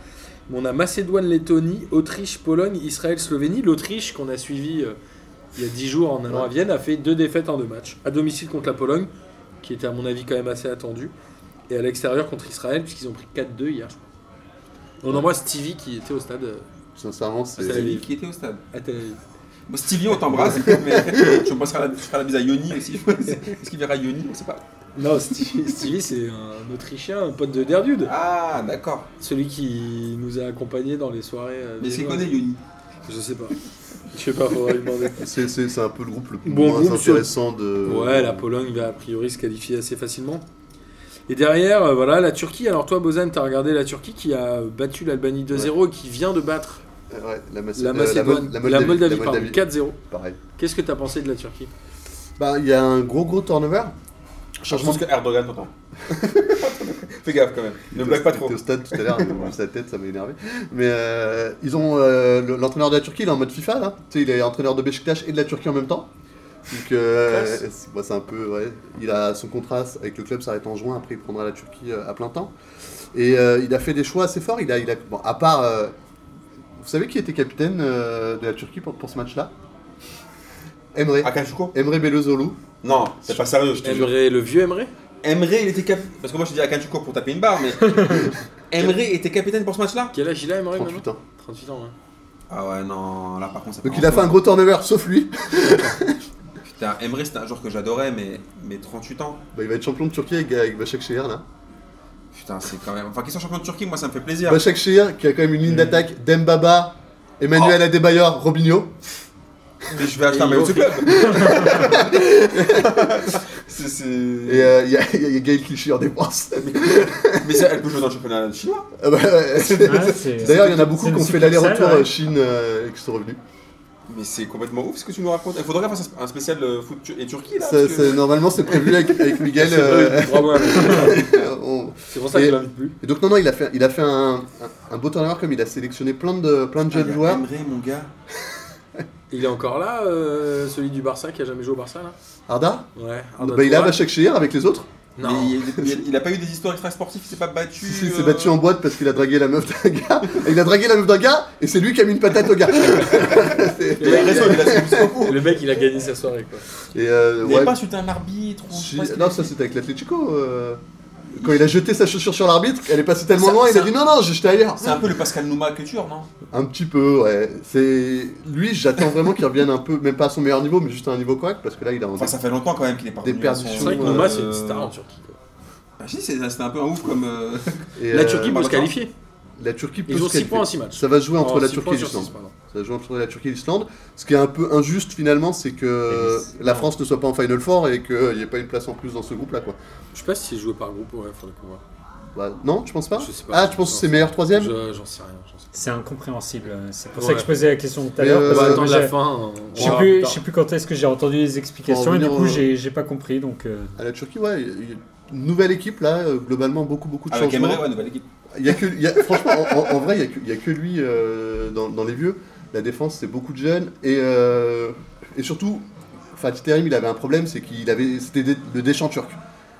Speaker 1: Mais on a Macédoine, Lettonie, Autriche, Pologne, Israël, Slovénie. L'Autriche, qu'on a suivi euh, il y a 10 jours en allant à Vienne, a fait deux défaites en deux matchs. À domicile contre la Pologne, qui était à mon avis quand même assez attendue. Et à l'extérieur contre Israël, puisqu'ils ont pris 4-2 hier, je crois. On embrasse Stevie qui était au stade euh,
Speaker 3: Sincèrement, c'est.
Speaker 1: C'est la vie.
Speaker 2: Stevie qui était au stade.
Speaker 1: à Tel Aviv.
Speaker 2: Bon, Stevie, on t'embrasse, mais je me ferai la, je ferai la bise à Yoni aussi. je pense. Est-ce qu'il verra Yoni On sait pas.
Speaker 1: Non, Stevie, Stevie, c'est un Autrichien, un pote de Derdude.
Speaker 2: Ah, d'accord.
Speaker 1: Celui qui nous a accompagnés dans les soirées. euh,
Speaker 2: Mais c'est
Speaker 1: viennoises.
Speaker 2: connaît Yoni
Speaker 1: Je sais pas. Je sais pas, faudra lui demander.
Speaker 3: C'est c'est- c'est un peu le groupe le plus
Speaker 1: Bon
Speaker 3: moins
Speaker 1: groupe, ça-
Speaker 3: intéressant de.
Speaker 1: Ouais, la Pologne va a priori se qualifier assez facilement. Et derrière, euh, voilà, la Turquie. Alors toi, Bozan, t'as regardé la Turquie qui a battu l'Albanie 2-0 et qui vient de battre
Speaker 3: Euh, ouais, la, Macé-
Speaker 1: la Macédoine,
Speaker 3: euh, Mo-
Speaker 1: la,
Speaker 3: Moldavie. la
Speaker 1: Moldavie, pardon,
Speaker 3: Moldavie.
Speaker 1: 4-0.
Speaker 3: Pareil.
Speaker 1: Qu'est-ce que t'as pensé de la Turquie
Speaker 3: Bah, il y a un gros gros turnover.
Speaker 2: Je pense que Erdogan t'entend. Fais gaffe quand même. Ne blague pas trop.
Speaker 3: J'étais au stade tout à l'heure, il m'a vu sa tête, ça m'a énervé. Mais euh, ils ont euh, le- l'entraîneur de la Turquie, il est en mode FIFA là. Tu sais, il est entraîneur de Beşiktaş et de la Turquie en même temps. Donc euh,
Speaker 2: Classe.
Speaker 3: c'est bah, c'est un peu ouais. Il a son contrat avec le club s'arrête en juin. Après, il prendra la Turquie euh, à plein temps. Et euh, il a fait des choix assez forts. Il a, il a bon, à part. euh, vous savez qui était capitaine euh, de la Turquie pour, pour ce match-là Emre.
Speaker 2: Akashuko
Speaker 3: Emre Belözoğlu.
Speaker 2: Non, c'est pas sérieux. je te jure.
Speaker 1: Emre, le vieux Emre
Speaker 2: Emre, il était capitaine. Parce que moi je dis Akashuko pour taper une barre, mais. Emre était capitaine pour ce match-là
Speaker 1: Quel âge il a, Emre maintenant
Speaker 3: 38 ans.
Speaker 1: 38 ans, ouais.
Speaker 2: Ah ouais, non, là par contre ça
Speaker 3: Donc
Speaker 2: part
Speaker 3: il a
Speaker 2: en
Speaker 3: fait un gros turnover, sauf lui.
Speaker 2: sauce. Putain, Emre c'était un joueur que j'adorais, mais... mais 38 ans.
Speaker 3: Bah, il va être champion de Turquie avec, avec Başak Şehir là.
Speaker 2: Putain, c'est quand même. Enfin, qu'ils sont champions de Turquie, moi ça me fait plaisir.
Speaker 3: Başak Şehir qui a quand même une ligne d'attaque Dembaba, Emmanuel Adebayor, Robinho.
Speaker 2: Mais je vais acheter un maillot de ce club. C'est- c'est-
Speaker 3: Et euh, il y, a- il y a- il y a Gaël Clichy en dépense.
Speaker 2: Mais ça, elle peut jouer dans le championnat chinois.
Speaker 3: Ah bah, ouais.
Speaker 5: Ouais, c'est-
Speaker 3: D'ailleurs, il y en a
Speaker 5: c'est
Speaker 3: beaucoup
Speaker 5: une
Speaker 3: qui ont fait
Speaker 5: succursale,
Speaker 3: l'aller-retour
Speaker 5: ouais.
Speaker 3: euh, Chine euh, et qui sont revenus.
Speaker 2: Mais c'est complètement ouf ce que tu nous racontes. Il faudrait faire un spécial euh, foot tu- et Turquie là.
Speaker 3: Ça,
Speaker 2: parce que-
Speaker 3: ça- normalement, c'est prévu avec, avec Miguel.
Speaker 1: C'est
Speaker 3: euh,
Speaker 1: vrai, bravo, Emre.
Speaker 3: on-
Speaker 1: C'est pour ça qu'il
Speaker 3: Et-
Speaker 1: l'invite plus.
Speaker 3: Et donc, non, non, il a fait, il a fait un, un- un beau turnover comme il a sélectionné plein de, plein de
Speaker 2: Ah, il
Speaker 3: jeunes
Speaker 2: y a
Speaker 3: joueurs.
Speaker 2: Emre, mon gars.
Speaker 1: Il est encore là, euh, celui du Barça qui a jamais joué au Barça, là
Speaker 3: Arda
Speaker 1: Ouais. Arda
Speaker 3: bah, Il est à
Speaker 1: Turan.
Speaker 3: Başak Şehir avec les autres.
Speaker 1: Non.
Speaker 2: Mais il, il- il a pas eu des histoires extra-sportives, il s'est pas battu.
Speaker 3: Si, si, il
Speaker 2: euh,
Speaker 3: s'est battu en boîte parce qu'il a dragué la meuf d'un gars. Et il a dragué la meuf d'un gars et c'est lui qui a mis une patate au gars.
Speaker 1: Le
Speaker 2: Il a
Speaker 1: mec,
Speaker 2: raison, il a ses pouces au bout.
Speaker 1: Le mec, il a gagné sa soirée, quoi.
Speaker 3: Et euh,
Speaker 2: Il n'avait
Speaker 3: ouais,
Speaker 2: pas insulté un arbitre ou je sais
Speaker 3: Si-
Speaker 2: pas ce qu'il
Speaker 3: non,
Speaker 2: a
Speaker 3: ça
Speaker 2: dit.
Speaker 3: c'était avec l'Atletico. euh, Quand il a jeté sa chaussure sur l'arbitre, elle est passée tellement
Speaker 2: Ça-
Speaker 3: loin, il
Speaker 2: ça-
Speaker 3: a dit non, non, j'étais ailleurs.
Speaker 2: C'est un peu le Pascal Nouma culture, non
Speaker 3: Un petit peu, ouais. C'est lui, j'attends vraiment qu'il revienne un peu, même pas à son meilleur niveau, mais juste à un niveau correct, parce que là, il a un.
Speaker 2: Enfin, ça fait longtemps quand même qu'il est pas
Speaker 3: Des
Speaker 2: revenu à son-
Speaker 3: perditions,
Speaker 1: C'est vrai que
Speaker 3: Euh,
Speaker 1: Nouma, c'est une star en Turquie. quoi.
Speaker 2: Ah, si, c'est- c'était un peu un ouf comme. euh,
Speaker 3: Et,
Speaker 1: La
Speaker 3: euh,
Speaker 1: Turquie peut se
Speaker 2: Marocain.
Speaker 1: qualifier.
Speaker 3: La Turquie peut
Speaker 1: Ils
Speaker 3: se
Speaker 1: ont 6
Speaker 3: qualifier.
Speaker 1: points en 6 matchs.
Speaker 3: Ça va se jouer entre
Speaker 1: Oh,
Speaker 3: la
Speaker 1: six
Speaker 3: Turquie
Speaker 1: points
Speaker 3: et
Speaker 1: sur six,
Speaker 3: l'Islande.
Speaker 1: pardon.
Speaker 3: Ça va se jouer entre la Turquie et l'Islande. Ce qui est un peu injuste finalement, c'est que
Speaker 4: Et les-
Speaker 3: la France ne soit pas en Final Four et qu'il n'y ait pas une place en plus dans ce groupe-là, quoi.
Speaker 1: Je sais pas si c'est joué par groupe, ouais, faudrait qu'on voit.
Speaker 3: Bah, non, tu penses pas,
Speaker 1: Je sais pas.
Speaker 3: Ah, tu penses que c'est meilleur troisième
Speaker 1: Je- J'en sais rien. j'en sais
Speaker 5: C'est incompréhensible. C'est pour
Speaker 1: Ouais.
Speaker 5: ça que je posais la question tout à
Speaker 3: Mais,
Speaker 5: l'heure.
Speaker 1: rien.
Speaker 3: euh,
Speaker 1: On
Speaker 5: parce
Speaker 1: va
Speaker 5: que
Speaker 1: attendre
Speaker 5: j'ai-
Speaker 1: la fin. on
Speaker 5: Je sais
Speaker 1: verra
Speaker 5: plus,
Speaker 1: plus
Speaker 5: je
Speaker 1: tard.
Speaker 5: sais plus quand est-ce que j'ai entendu les explications et du
Speaker 3: Bon,
Speaker 5: coup
Speaker 3: euh,
Speaker 5: j'ai j'ai pas compris donc. euh,
Speaker 3: À la Turquie, ouais, il y a une nouvelle équipe là, euh, globalement beaucoup beaucoup de
Speaker 2: Avec
Speaker 3: changements.
Speaker 2: Emre, ouais, nouvelle équipe.
Speaker 3: Il y a que, il y a- franchement, en, en- en vrai, il y a que- il y a, que lui euh, dans, dans les vieux. La défense, c'est beaucoup de jeunes et, euh, et surtout, Fatih Terim, il avait un problème, c'est qu'il avait, c'était dé- le déchant turc.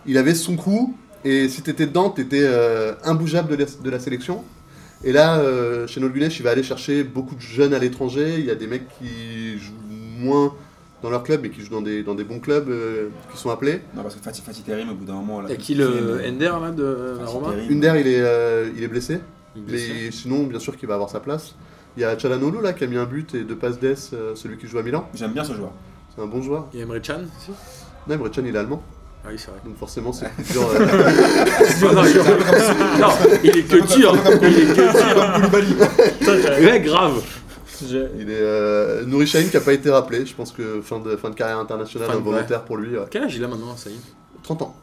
Speaker 3: Il avait son coup et si t'étais dedans, t'étais euh, imbougeable de la, de la sélection. Et là, euh, chez Nolgunesh, il va aller chercher beaucoup de jeunes à l'étranger. Il y a des mecs qui jouent moins dans leur club, mais qui jouent dans des, dans des bons clubs, euh, qui sont appelés.
Speaker 2: Non, parce que Fatih, Fatih Terim, au bout d'un moment. là,
Speaker 1: T'as
Speaker 2: il
Speaker 1: qui
Speaker 2: fait,
Speaker 1: le
Speaker 2: mais-
Speaker 1: Ender là de la
Speaker 2: Fatih
Speaker 1: Roma
Speaker 2: Terim.
Speaker 3: Une d'air, il est, euh, il est blessé.
Speaker 1: Il est blessé.
Speaker 3: Mais sinon, bien sûr qu'il va avoir sa place. Il y a Chalanolu là qui a mis un but et deux passes d'ess, euh, celui qui joue à Milan.
Speaker 2: J'aime bien ce joueur.
Speaker 3: C'est un bon joueur.
Speaker 1: Il y a Emre Chan aussi
Speaker 3: Non, Emre Can, il est allemand,
Speaker 1: Ah oui, c'est vrai.
Speaker 3: donc forcément c'est plus dur. euh,
Speaker 1: Non, non, il est- non, il est que dur. Il est que dur. Ouais, grave.
Speaker 5: j'ai-
Speaker 3: il est euh, Nouri Sahin qui a pas été rappelé. Je pense que fin de fin de carrière internationale
Speaker 1: Fin de-
Speaker 3: involontaire pour lui. ouais.
Speaker 1: Quel âge il a maintenant, ça y est
Speaker 3: 30 ans,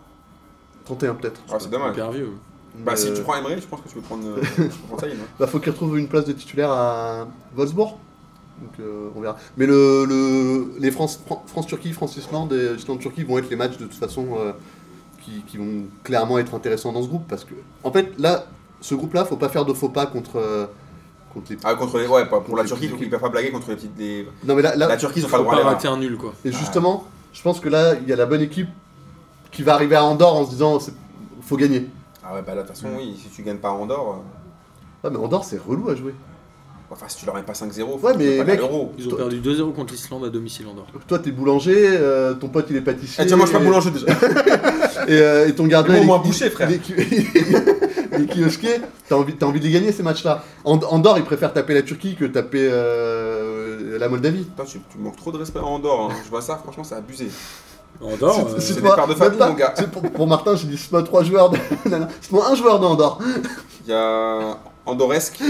Speaker 3: 31 peut-être.
Speaker 2: Ah, c'est dommage.
Speaker 1: Hyper vieux.
Speaker 2: Bah, si
Speaker 3: Euh,
Speaker 2: tu prends Emre, je pense que tu peux prendre. euh, tu peux prendre Terim, hein.
Speaker 3: bah, faut qu'il retrouve une place de titulaire à Wolfsburg. Donc euh, on verra. Mais le, le- les France Fran- France-Turquie, France-Islande et Islande-Turquie vont être les matchs de toute façon euh, qui, qui vont clairement être intéressants dans ce groupe. Parce que, en fait, là, ce groupe-là, faut pas faire de faux pas contre, euh, contre les.
Speaker 2: Ah, contre les. Ouais, pas- pour la
Speaker 3: Contre
Speaker 2: Turquie,
Speaker 3: les-
Speaker 2: donc ils peuvent pas blaguer contre les petites. les-
Speaker 3: Non, mais là, là-
Speaker 2: La Turquie, ils ont pas
Speaker 1: Faut
Speaker 2: le droit
Speaker 1: pas
Speaker 2: à l'erreur.
Speaker 1: rater un nul, quoi.
Speaker 3: et justement, je pense que là, il y a la bonne équipe qui va arriver à Andorre en se disant c'est- faut gagner.
Speaker 2: Ah, ouais, bah, là, de toute façon,
Speaker 1: Mm.
Speaker 2: oui, si tu gagnes pas à Andorre. euh,
Speaker 3: Ouais, Ah, mais Andorre, c'est relou à jouer.
Speaker 2: Enfin, si tu leur mets pas 5-0,
Speaker 3: Ouais,
Speaker 2: faut
Speaker 3: mais
Speaker 2: mais pas
Speaker 3: mec,
Speaker 2: l'euro.
Speaker 1: Ils ont
Speaker 3: Toi-
Speaker 1: perdu 2-0 contre l'Islande à domicile en dehors.
Speaker 3: Toi, t'es boulanger, euh, ton pote, il est pâtissier.
Speaker 2: Eh, tiens, moi, je suis pas boulanger déjà.
Speaker 3: Et, euh, et ton gardien.
Speaker 2: Mais bon,
Speaker 3: il est-
Speaker 2: moi, boucher, frère.
Speaker 3: il est- il est- les kiosquiers, t'as envie, t'as envie de les gagner ces matchs-là. And- Andorre, ils préfèrent taper la Turquie que taper euh, la Moldavie.
Speaker 2: Putain, tu, tu manques trop de respect à Andorre. hein. Je vois ça, franchement, c'est abusé.
Speaker 1: Andorre,
Speaker 3: C'est-
Speaker 1: euh,
Speaker 3: c'est
Speaker 2: des
Speaker 3: pas-
Speaker 2: parts de
Speaker 3: même
Speaker 2: famille,
Speaker 3: pas-
Speaker 2: mon gars.
Speaker 3: c'est Pour, pour Martin, j'ai dit c'est pas trois joueurs. De... non, non, c'est pas un joueur d'Andorre.
Speaker 2: Il y a Andoresque.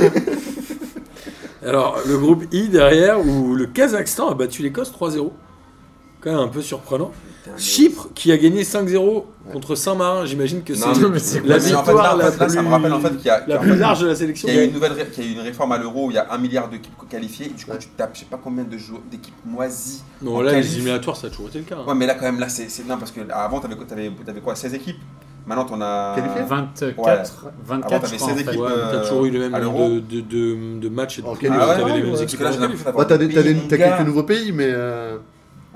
Speaker 1: Alors, le groupe I derrière, où le Kazakhstan a battu l'Écosse 3-0. Quand même un peu surprenant. Chypre, qui a gagné 5-0 contre Saint-Marin, j'imagine que c'est
Speaker 2: Non, mais-
Speaker 5: mais c'est
Speaker 1: la
Speaker 2: Ouais, mais en fait,
Speaker 1: victoire
Speaker 2: là, en
Speaker 1: la
Speaker 2: fait, là, ça me
Speaker 1: plus-
Speaker 2: rappelle en fait qu'il y a, qu'il y
Speaker 1: la
Speaker 2: a-
Speaker 1: plus large de la sélection.
Speaker 2: qu'il y a une nouvelle, ré- qu'il y a eu une réforme à l'euro où il y a un milliard d'équipes qualifiées. Et du coup,
Speaker 3: Ouais.
Speaker 2: tu tapes, je sais pas combien de jou- d'équipes moisies.
Speaker 1: Non,
Speaker 2: en
Speaker 1: là, les
Speaker 2: qualif.
Speaker 1: éliminatoires, ça a toujours été le cas. hein.
Speaker 2: Ouais, mais là, quand même, là, c'est c'est- non parce que avant, t'avais quoi- t'avais avais quoi 16 équipes. Maintenant, t'en as. Ah
Speaker 3: Qualifiées
Speaker 5: 24,
Speaker 2: Avant,
Speaker 5: 24
Speaker 2: t'avais
Speaker 5: je crois,
Speaker 2: 16
Speaker 5: en fait.
Speaker 2: équipes.
Speaker 1: Ouais, mais t'as
Speaker 2: euh,
Speaker 1: toujours eu le même
Speaker 2: à
Speaker 1: nombre
Speaker 2: l'Euro. Ah,
Speaker 1: de, de, de, de matchs et de
Speaker 3: En
Speaker 1: qualif,
Speaker 3: qualif,
Speaker 1: t'avais
Speaker 3: ouais,
Speaker 1: les
Speaker 3: ouais,
Speaker 1: mêmes
Speaker 3: ouais.
Speaker 2: Parce
Speaker 1: équipes.
Speaker 2: que là,
Speaker 1: en
Speaker 2: j'ai
Speaker 1: qualif.
Speaker 2: l'impression d'avoir
Speaker 3: Bah, t'as des-
Speaker 2: des
Speaker 3: t'as
Speaker 2: pays,
Speaker 3: des-
Speaker 2: mon
Speaker 3: t'as
Speaker 2: gars.
Speaker 3: quelques nouveaux pays, mais euh,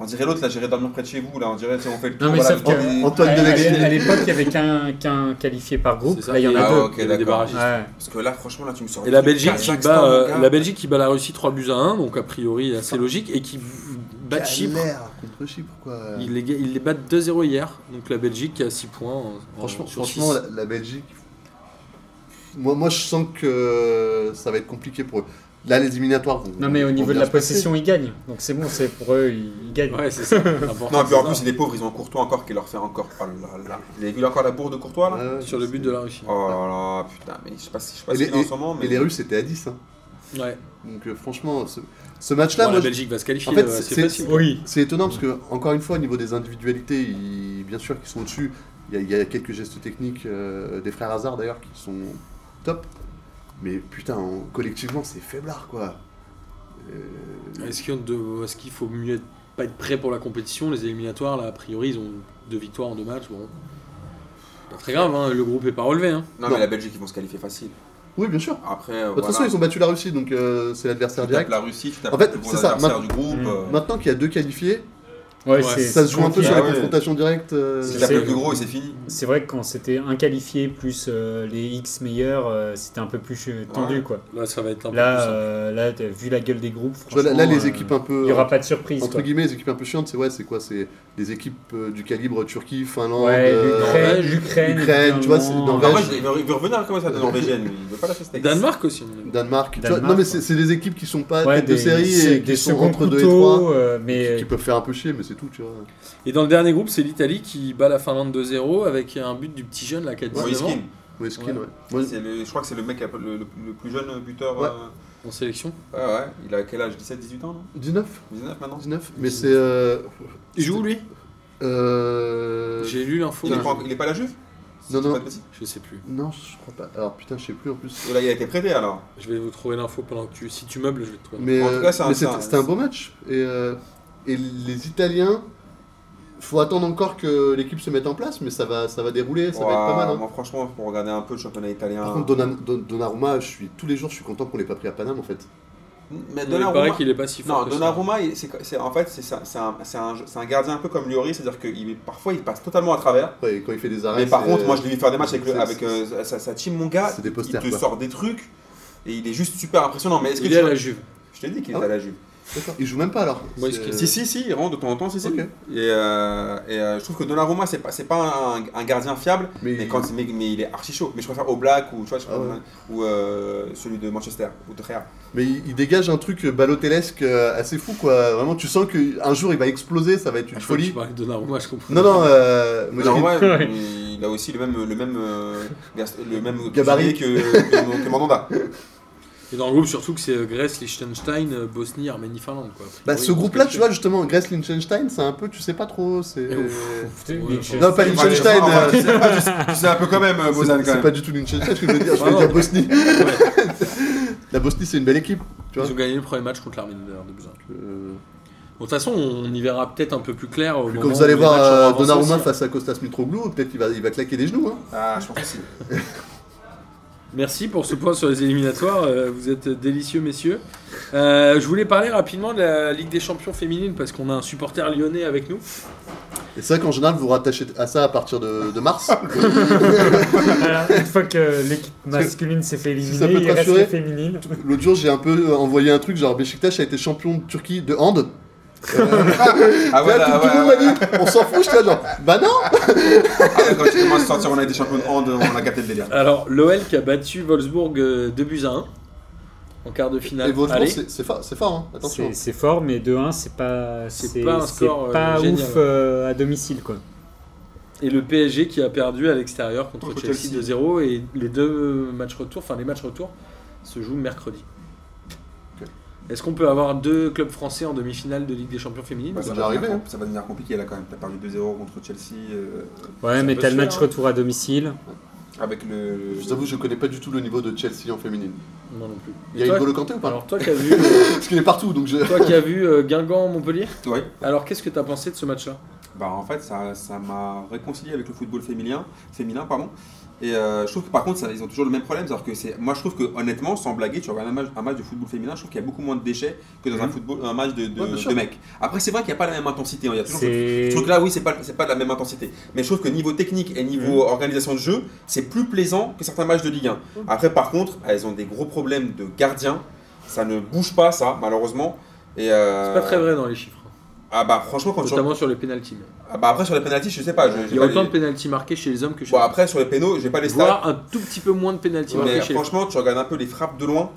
Speaker 2: On dirait l'autre, là, j'irai dormir près de chez vous. Là, on dirait, tu sais, on fait le tour.
Speaker 5: Non, mais
Speaker 2: voilà,
Speaker 5: sauf
Speaker 2: le
Speaker 5: que-
Speaker 2: premier-
Speaker 3: Antoine
Speaker 5: Ouais, à
Speaker 3: Delexé.
Speaker 5: l'é- à l'époque, il n'y avait qu'un qu'un qualifié par groupe.
Speaker 1: C'est ça.
Speaker 5: Là, il y en a
Speaker 2: Ah,
Speaker 5: deux.
Speaker 2: ok,
Speaker 1: Il y avait des
Speaker 2: d'accord.
Speaker 1: barrages.
Speaker 5: Ouais.
Speaker 2: Parce que là, franchement, là, tu me sors.
Speaker 1: Et la
Speaker 2: le truc,
Speaker 1: Belgique, qui
Speaker 2: Kazakhstan,
Speaker 1: bat, euh,
Speaker 2: mon gars.
Speaker 1: la Belgique qui bat la Russie 3 buts à 1, donc a priori assez logique, et qui bat Chypre.
Speaker 3: Galère contre Chypre, quoi.
Speaker 1: Ils les, ga- ils les battent 2-0 hier, donc la Belgique qui a 6 points. en- en-
Speaker 3: Franchement,
Speaker 1: sur
Speaker 3: franchement
Speaker 1: six.
Speaker 3: la, la Belgique. Moi, moi, je sens que ça va être compliqué pour eux. Là, les éliminatoires vont.
Speaker 5: Non, mais au
Speaker 3: vont
Speaker 5: niveau de
Speaker 3: bien
Speaker 5: la
Speaker 3: se passer.
Speaker 5: possession, ils gagnent. Donc c'est bon, c'est pour eux, ils gagnent.
Speaker 1: Ouais, c'est ça.
Speaker 2: Non,
Speaker 1: L'important,
Speaker 2: et puis en
Speaker 1: c'est
Speaker 2: plus,
Speaker 1: ça.
Speaker 2: les pauvres, ils ont Courtois encore qui leur fait encore. Oh là là. Vous avez vu encore la bourre de Courtois, là
Speaker 3: Ah Ouais, ouais,
Speaker 1: sur le but
Speaker 3: c'est-
Speaker 1: de la Russie.
Speaker 2: Oh là là, putain, mais je sais pas si je sais pas
Speaker 3: Et
Speaker 2: ce qu'il
Speaker 3: les-
Speaker 2: est en ce moment, mais.
Speaker 3: Et les Russes étaient à 10. hein.
Speaker 1: Ouais.
Speaker 3: Donc, euh, franchement, ce, ce
Speaker 1: Bon,
Speaker 3: match-là, moi,
Speaker 1: la
Speaker 3: je-
Speaker 1: Belgique va se qualifier,
Speaker 3: en fait,
Speaker 1: euh,
Speaker 3: c'est-
Speaker 1: c'est
Speaker 3: c'est-
Speaker 1: facile.
Speaker 5: Oui.
Speaker 3: c'est étonnant parce que, encore une fois, au niveau des individualités, ils- bien sûr qu'ils sont au-dessus. Il y, a- il y a quelques gestes techniques euh, des frères Hazard d'ailleurs qui sont top. Mais putain, en- collectivement, c'est faiblard quoi. Euh,
Speaker 1: Est-ce qu'on de- est-ce qu'il faut mieux être- pas être prêt pour la compétition Les éliminatoires, là, a priori, ils ont deux victoires en deux matchs. Bon. Pas très grave, hein, le groupe est pas relevé. Hein.
Speaker 2: Non,
Speaker 3: Non.
Speaker 2: mais la Belgique, ils vont se qualifier facile.
Speaker 3: Oui, bien sûr.
Speaker 2: Après,
Speaker 3: De toute façon, ils ont battu la Russie, donc euh, c'est l'adversaire direct.
Speaker 2: la Russie, tu tapes
Speaker 3: En fait,
Speaker 2: le gros
Speaker 3: c'est ça,
Speaker 2: adversaire
Speaker 3: ma-
Speaker 2: du groupe.
Speaker 5: Mm.
Speaker 2: euh,
Speaker 3: Maintenant qu'il y a deux qualifiés,
Speaker 5: Ouais,
Speaker 1: Ouais,
Speaker 5: c'est-
Speaker 3: ça se joue un peu
Speaker 5: c'est-
Speaker 3: sur la
Speaker 2: ouais.
Speaker 3: confrontation directe. euh,
Speaker 2: Si
Speaker 5: c'est-
Speaker 2: tu tapes
Speaker 5: c'est-
Speaker 2: le plus gros et c'est fini.
Speaker 5: C'est vrai que quand c'était un qualifié plus euh, les X meilleurs, euh, c'était un peu plus euh, tendu,
Speaker 2: Ouais.
Speaker 5: quoi.
Speaker 1: Là, ça va être un peu plus
Speaker 5: Là,
Speaker 1: simple.
Speaker 5: euh, là t'as vu la gueule des groupes,
Speaker 3: tu vois, là,
Speaker 5: franchement,
Speaker 3: là,
Speaker 5: euh,
Speaker 3: les équipes un
Speaker 5: Il
Speaker 3: peu.
Speaker 5: n'y aura pas de surprise,
Speaker 3: Entre
Speaker 5: quoi.
Speaker 3: guillemets, les équipes un peu chiantes, c'est ouais, c'est quoi C'est des équipes euh, du calibre Turquie, Finlande.
Speaker 5: Ouais,
Speaker 3: euh,
Speaker 5: l'Ukraine,
Speaker 1: Norvège,
Speaker 5: l'Ukraine,
Speaker 3: l'Ukraine, tu vois, c'est-
Speaker 5: évidemment.
Speaker 3: Norvège,
Speaker 2: En vrai, il veut il veut revenir comme ça de Norvégienne, lui. Il veut pas lâcher ce texte.
Speaker 1: Danemark aussi. on est-
Speaker 3: Danemark. tu vois,
Speaker 5: Danemark,
Speaker 3: non, mais
Speaker 5: quoi.
Speaker 3: c'est c'est des équipes qui sont pas
Speaker 5: Ouais,
Speaker 3: tête de série
Speaker 5: c'est
Speaker 3: et
Speaker 5: des
Speaker 3: qui sont
Speaker 5: seconds
Speaker 3: entre 2 et
Speaker 5: couteaux,
Speaker 3: 3.
Speaker 5: euh, mais
Speaker 3: Qui peuvent faire un peu chier, mais c'est tout, tu vois.
Speaker 1: Et dans le dernier groupe, c'est l'Italie qui bat la Finlande 2-0 avec un but du petit jeune là, qui a 19 ans
Speaker 2: Moïskine.
Speaker 3: Ouais, skin,
Speaker 1: Ouais.
Speaker 3: ouais. Moi,
Speaker 2: C'est le- Je crois que c'est le mec qui a le le- le plus jeune buteur.
Speaker 3: Ouais.
Speaker 2: euh,
Speaker 1: en sélection.
Speaker 2: Ouais, ouais. Il a quel âge 17, 18 ans, non
Speaker 3: 19
Speaker 2: 19 maintenant
Speaker 3: 19 Mais c'est. euh,
Speaker 1: Il joue lui
Speaker 3: euh,
Speaker 1: J'ai lu l'info.
Speaker 2: Il est
Speaker 1: là.
Speaker 2: pas en- il est pas à la Juve Si je
Speaker 3: Non,
Speaker 2: dis
Speaker 3: non.
Speaker 2: pas de bêtises.
Speaker 1: Je sais plus.
Speaker 3: Non, je crois pas. Alors putain, je sais plus en plus.
Speaker 2: Et là, il a été prêté alors.
Speaker 1: Je vais vous trouver l'info pendant que tu. Si tu meubles, je vais te trouver.
Speaker 3: Mais,
Speaker 2: En tout cas,
Speaker 3: euh,
Speaker 2: c'est un-
Speaker 3: mais
Speaker 2: c'est
Speaker 3: c'était
Speaker 2: un-
Speaker 3: c'était un beau match. Et, euh, et les Italiens, faut attendre encore que l'équipe se mette en place, mais ça va, ça va dérouler, ça va être pas
Speaker 2: Ouah,
Speaker 3: mal. hein.
Speaker 2: Moi, franchement, pour regarder un peu le championnat italien.
Speaker 3: Par contre, Donna- Don- Donnarumma, je suis tous les jours, je suis content qu'on l'ait pas pris à Paname en fait.
Speaker 2: Mais
Speaker 1: Il paraît
Speaker 2: Donnarumma,
Speaker 1: qu'il est pas si fort.
Speaker 2: Non,
Speaker 1: que ça.
Speaker 2: Donnarumma, il- c'est c'est- en fait, c'est ça- c'est un, c'est un- c'est un gardien un peu comme Lloris, c'est-à-dire que il- parfois il passe totalement à travers.
Speaker 3: Ah Ouais, et quand il fait des arrêts.
Speaker 2: Mais par
Speaker 3: c'est-
Speaker 2: contre, moi je l'ai vu faire des matchs avec, le-
Speaker 3: c'est-
Speaker 2: avec euh, sa, sa team, mon gars.
Speaker 3: C'est des posters,
Speaker 2: Il te
Speaker 3: quoi.
Speaker 2: sort des trucs et il est juste super impressionnant. Mais est-ce que
Speaker 1: Il
Speaker 2: tu
Speaker 1: est à
Speaker 2: vois-
Speaker 1: la Juve.
Speaker 2: Je t'ai dit qu'il
Speaker 3: Ah Euh,
Speaker 2: était à la Juve.
Speaker 3: D'accord. Il joue même pas alors.
Speaker 1: Moi,
Speaker 3: C'est-
Speaker 1: il se-
Speaker 2: Si, si, si, il rentre de temps en temps, si, si.
Speaker 3: Ok.
Speaker 2: Et, euh, et, euh, je trouve que Donnarumma, c'est pas, c'est pas un, un gardien fiable,
Speaker 3: Mais,
Speaker 2: mais, quand, mais, mais il est archi chaud. Mais je préfère Oblak ou, tu vois, je
Speaker 3: Ah ouais.
Speaker 2: ou euh, celui de Manchester ou de Real.
Speaker 3: mais il, il dégage un truc ballotélesque euh, assez fou quoi. Vraiment, tu sens qu'un jour il va exploser, ça va être une
Speaker 1: Je crois que tu
Speaker 3: folie.
Speaker 1: parlais de Donnarumma, je comprends.
Speaker 3: Non, non, euh, moi, je dis-
Speaker 2: Donnarumma,
Speaker 5: Ouais.
Speaker 2: il il a aussi le même, le même, euh, gast- le même
Speaker 3: Gabarit.
Speaker 2: que, que, que Mandanda.
Speaker 1: Et dans le groupe, surtout que c'est euh, Grèce, Liechtenstein, euh, Bosnie, Arménie, Finlande. Quoi.
Speaker 3: Bah,
Speaker 1: Oui,
Speaker 3: ce
Speaker 1: ils vont
Speaker 3: groupe-là,
Speaker 1: se
Speaker 3: tu vois, justement, Grèce-Liechtenstein, c'est un peu, tu sais pas trop. C'est.
Speaker 1: Et
Speaker 5: Putain,
Speaker 1: Ouais,
Speaker 5: Liechtenstein.
Speaker 3: Non, pas
Speaker 2: Enfin,
Speaker 3: Liechtenstein.
Speaker 2: enfin,
Speaker 3: euh,
Speaker 2: tu sais pas, tu sais- tu sais un peu quand même, euh, Bozan,
Speaker 3: C'est
Speaker 2: quand
Speaker 3: c'est
Speaker 2: même.
Speaker 3: pas du tout Liechtenstein ce que je veux dire, je veux
Speaker 1: Ah
Speaker 3: dire
Speaker 1: non.
Speaker 3: Bosnie.
Speaker 1: qualifier. Ouais.
Speaker 3: La Bosnie c'est une belle équipe, tu vois.
Speaker 1: Ils ont gagné le premier match contre l'Arménie d'ailleurs, de Buzyn.
Speaker 3: Euh,
Speaker 1: Bon, De toute façon, on y verra peut-être un peu plus clair. Au
Speaker 3: puis
Speaker 1: moment
Speaker 3: quand vous
Speaker 1: où
Speaker 3: allez
Speaker 1: les
Speaker 3: voir
Speaker 1: matchs
Speaker 3: euh,
Speaker 1: auront avancé
Speaker 3: Donnarumma
Speaker 1: aussi, hein.
Speaker 3: face à Costas Mitroglou, peut-être qu'il va, il va claquer des genoux. Hein.
Speaker 2: Ah, je pense que si.
Speaker 1: Merci pour ce point sur les éliminatoires. euh, Vous êtes délicieux, messieurs. Euh, je voulais parler rapidement de la Ligue des Champions féminine parce qu'on a un supporter lyonnais avec nous.
Speaker 3: Et c'est vrai qu'en général vous vous rattachez à ça à partir de, de mars.
Speaker 5: Voilà, une fois que l'équipe masculine s'est fait
Speaker 3: Si ça peut te
Speaker 5: éliminer, il reste
Speaker 3: rassurer.
Speaker 5: les féminines.
Speaker 3: L'autre jour j'ai un peu envoyé un truc genre Besiktas a été champion de Turquie de hand. Euh,
Speaker 2: Ah ouais,
Speaker 3: là, tout,
Speaker 2: là,
Speaker 3: tout le
Speaker 2: ouais,
Speaker 3: monde
Speaker 2: ouais.
Speaker 3: m'a dit, on s'en fout, j'étais là, genre, bah non
Speaker 2: Ah ouais, quand tu commences à sortir, on a des champions de hand, on a capté le délire.
Speaker 1: Alors, l'OL qui a battu Wolfsburg 2 buts à 1 en quart de finale.
Speaker 3: Et Wolfsburg,
Speaker 1: Allez.
Speaker 3: c'est- c'est fort, c'est fort, hein, attention.
Speaker 5: C'est c'est fort, mais 2-1, c'est pas,
Speaker 1: C'est
Speaker 5: c'est
Speaker 1: pas un
Speaker 5: c'est
Speaker 1: score, euh,
Speaker 5: pas
Speaker 1: génial.
Speaker 5: ouf euh, à domicile. quoi.
Speaker 1: Et le PSG qui a perdu à l'extérieur contre
Speaker 2: Contre
Speaker 1: Chelsea,
Speaker 2: Chelsea.
Speaker 1: 2-0. Et les deux matchs retour, enfin les matchs retour, se jouent mercredi.
Speaker 3: Ok.
Speaker 1: Est-ce qu'on peut avoir deux clubs français en demi-finale de Ligue des Champions féminines
Speaker 2: Bah, ça,
Speaker 3: déjà
Speaker 2: va
Speaker 3: arrivé,
Speaker 2: devenir,
Speaker 3: hein.
Speaker 2: ça va devenir compliqué là quand même. T'as perdu 2-0 contre Chelsea euh,
Speaker 5: Ouais,
Speaker 1: Ça
Speaker 5: mais
Speaker 1: peut
Speaker 5: t'as
Speaker 1: se
Speaker 5: le match
Speaker 1: faire, hein.
Speaker 5: retour à domicile.
Speaker 2: avec le.
Speaker 3: Je t'avoue, je connais pas du tout le niveau de Chelsea en féminine.
Speaker 1: Non, non plus.
Speaker 3: Il y a
Speaker 1: Et toi-
Speaker 3: Ibolo Kanté ou pas
Speaker 1: Alors, toi qui as vu, euh,
Speaker 3: Parce qu'il est partout, donc je...
Speaker 1: toi qui as vu euh, Guingamp-Montpellier,
Speaker 2: Ouais.
Speaker 1: alors qu'est-ce que tu as pensé de ce match-là
Speaker 2: Bah, en fait, ça ça m'a réconcilié avec le football féminin. féminin pardon. Et euh, je trouve que par contre, ça, ils ont toujours le même problème. C'est-à-dire que c'est, moi, je trouve que honnêtement, sans blaguer, tu regardes un match, un match de football féminin, je trouve qu'il y a beaucoup moins de déchets que dans un,
Speaker 1: Mhm.
Speaker 2: football, un match de, de,
Speaker 3: Ouais, bien sûr.
Speaker 2: de mecs. Après, c'est vrai qu'il n'y a pas la même intensité. hein. Il y a toujours ce
Speaker 5: C'est.
Speaker 2: truc là, oui, c'est pas, c'est pas de la même intensité. Mais je trouve que niveau technique et niveau organisation de jeu, c'est plus plaisant que certains matchs de Ligue 1. Après, par contre, bah, elles ont des gros problèmes de gardiens. Ça ne bouge pas, ça, malheureusement. Et euh,
Speaker 1: C'est pas très vrai dans les chiffres, hein.
Speaker 2: Ah bah franchement, quand tu...
Speaker 1: notamment sur les pénalties. mais.
Speaker 2: Ah bah après sur les pénalties, je sais pas. Je, j'ai
Speaker 1: Il y a
Speaker 2: pas
Speaker 1: autant
Speaker 2: les-
Speaker 1: de pénalties marquées chez les hommes que chez
Speaker 2: Bon,
Speaker 1: les femmes.
Speaker 2: après, sur les pénaux, j'ai pas les stats.
Speaker 1: Voire un tout petit peu moins de pénalties
Speaker 2: mais
Speaker 1: marquées chez les
Speaker 2: franchement, tu regardes un peu les frappes de loin.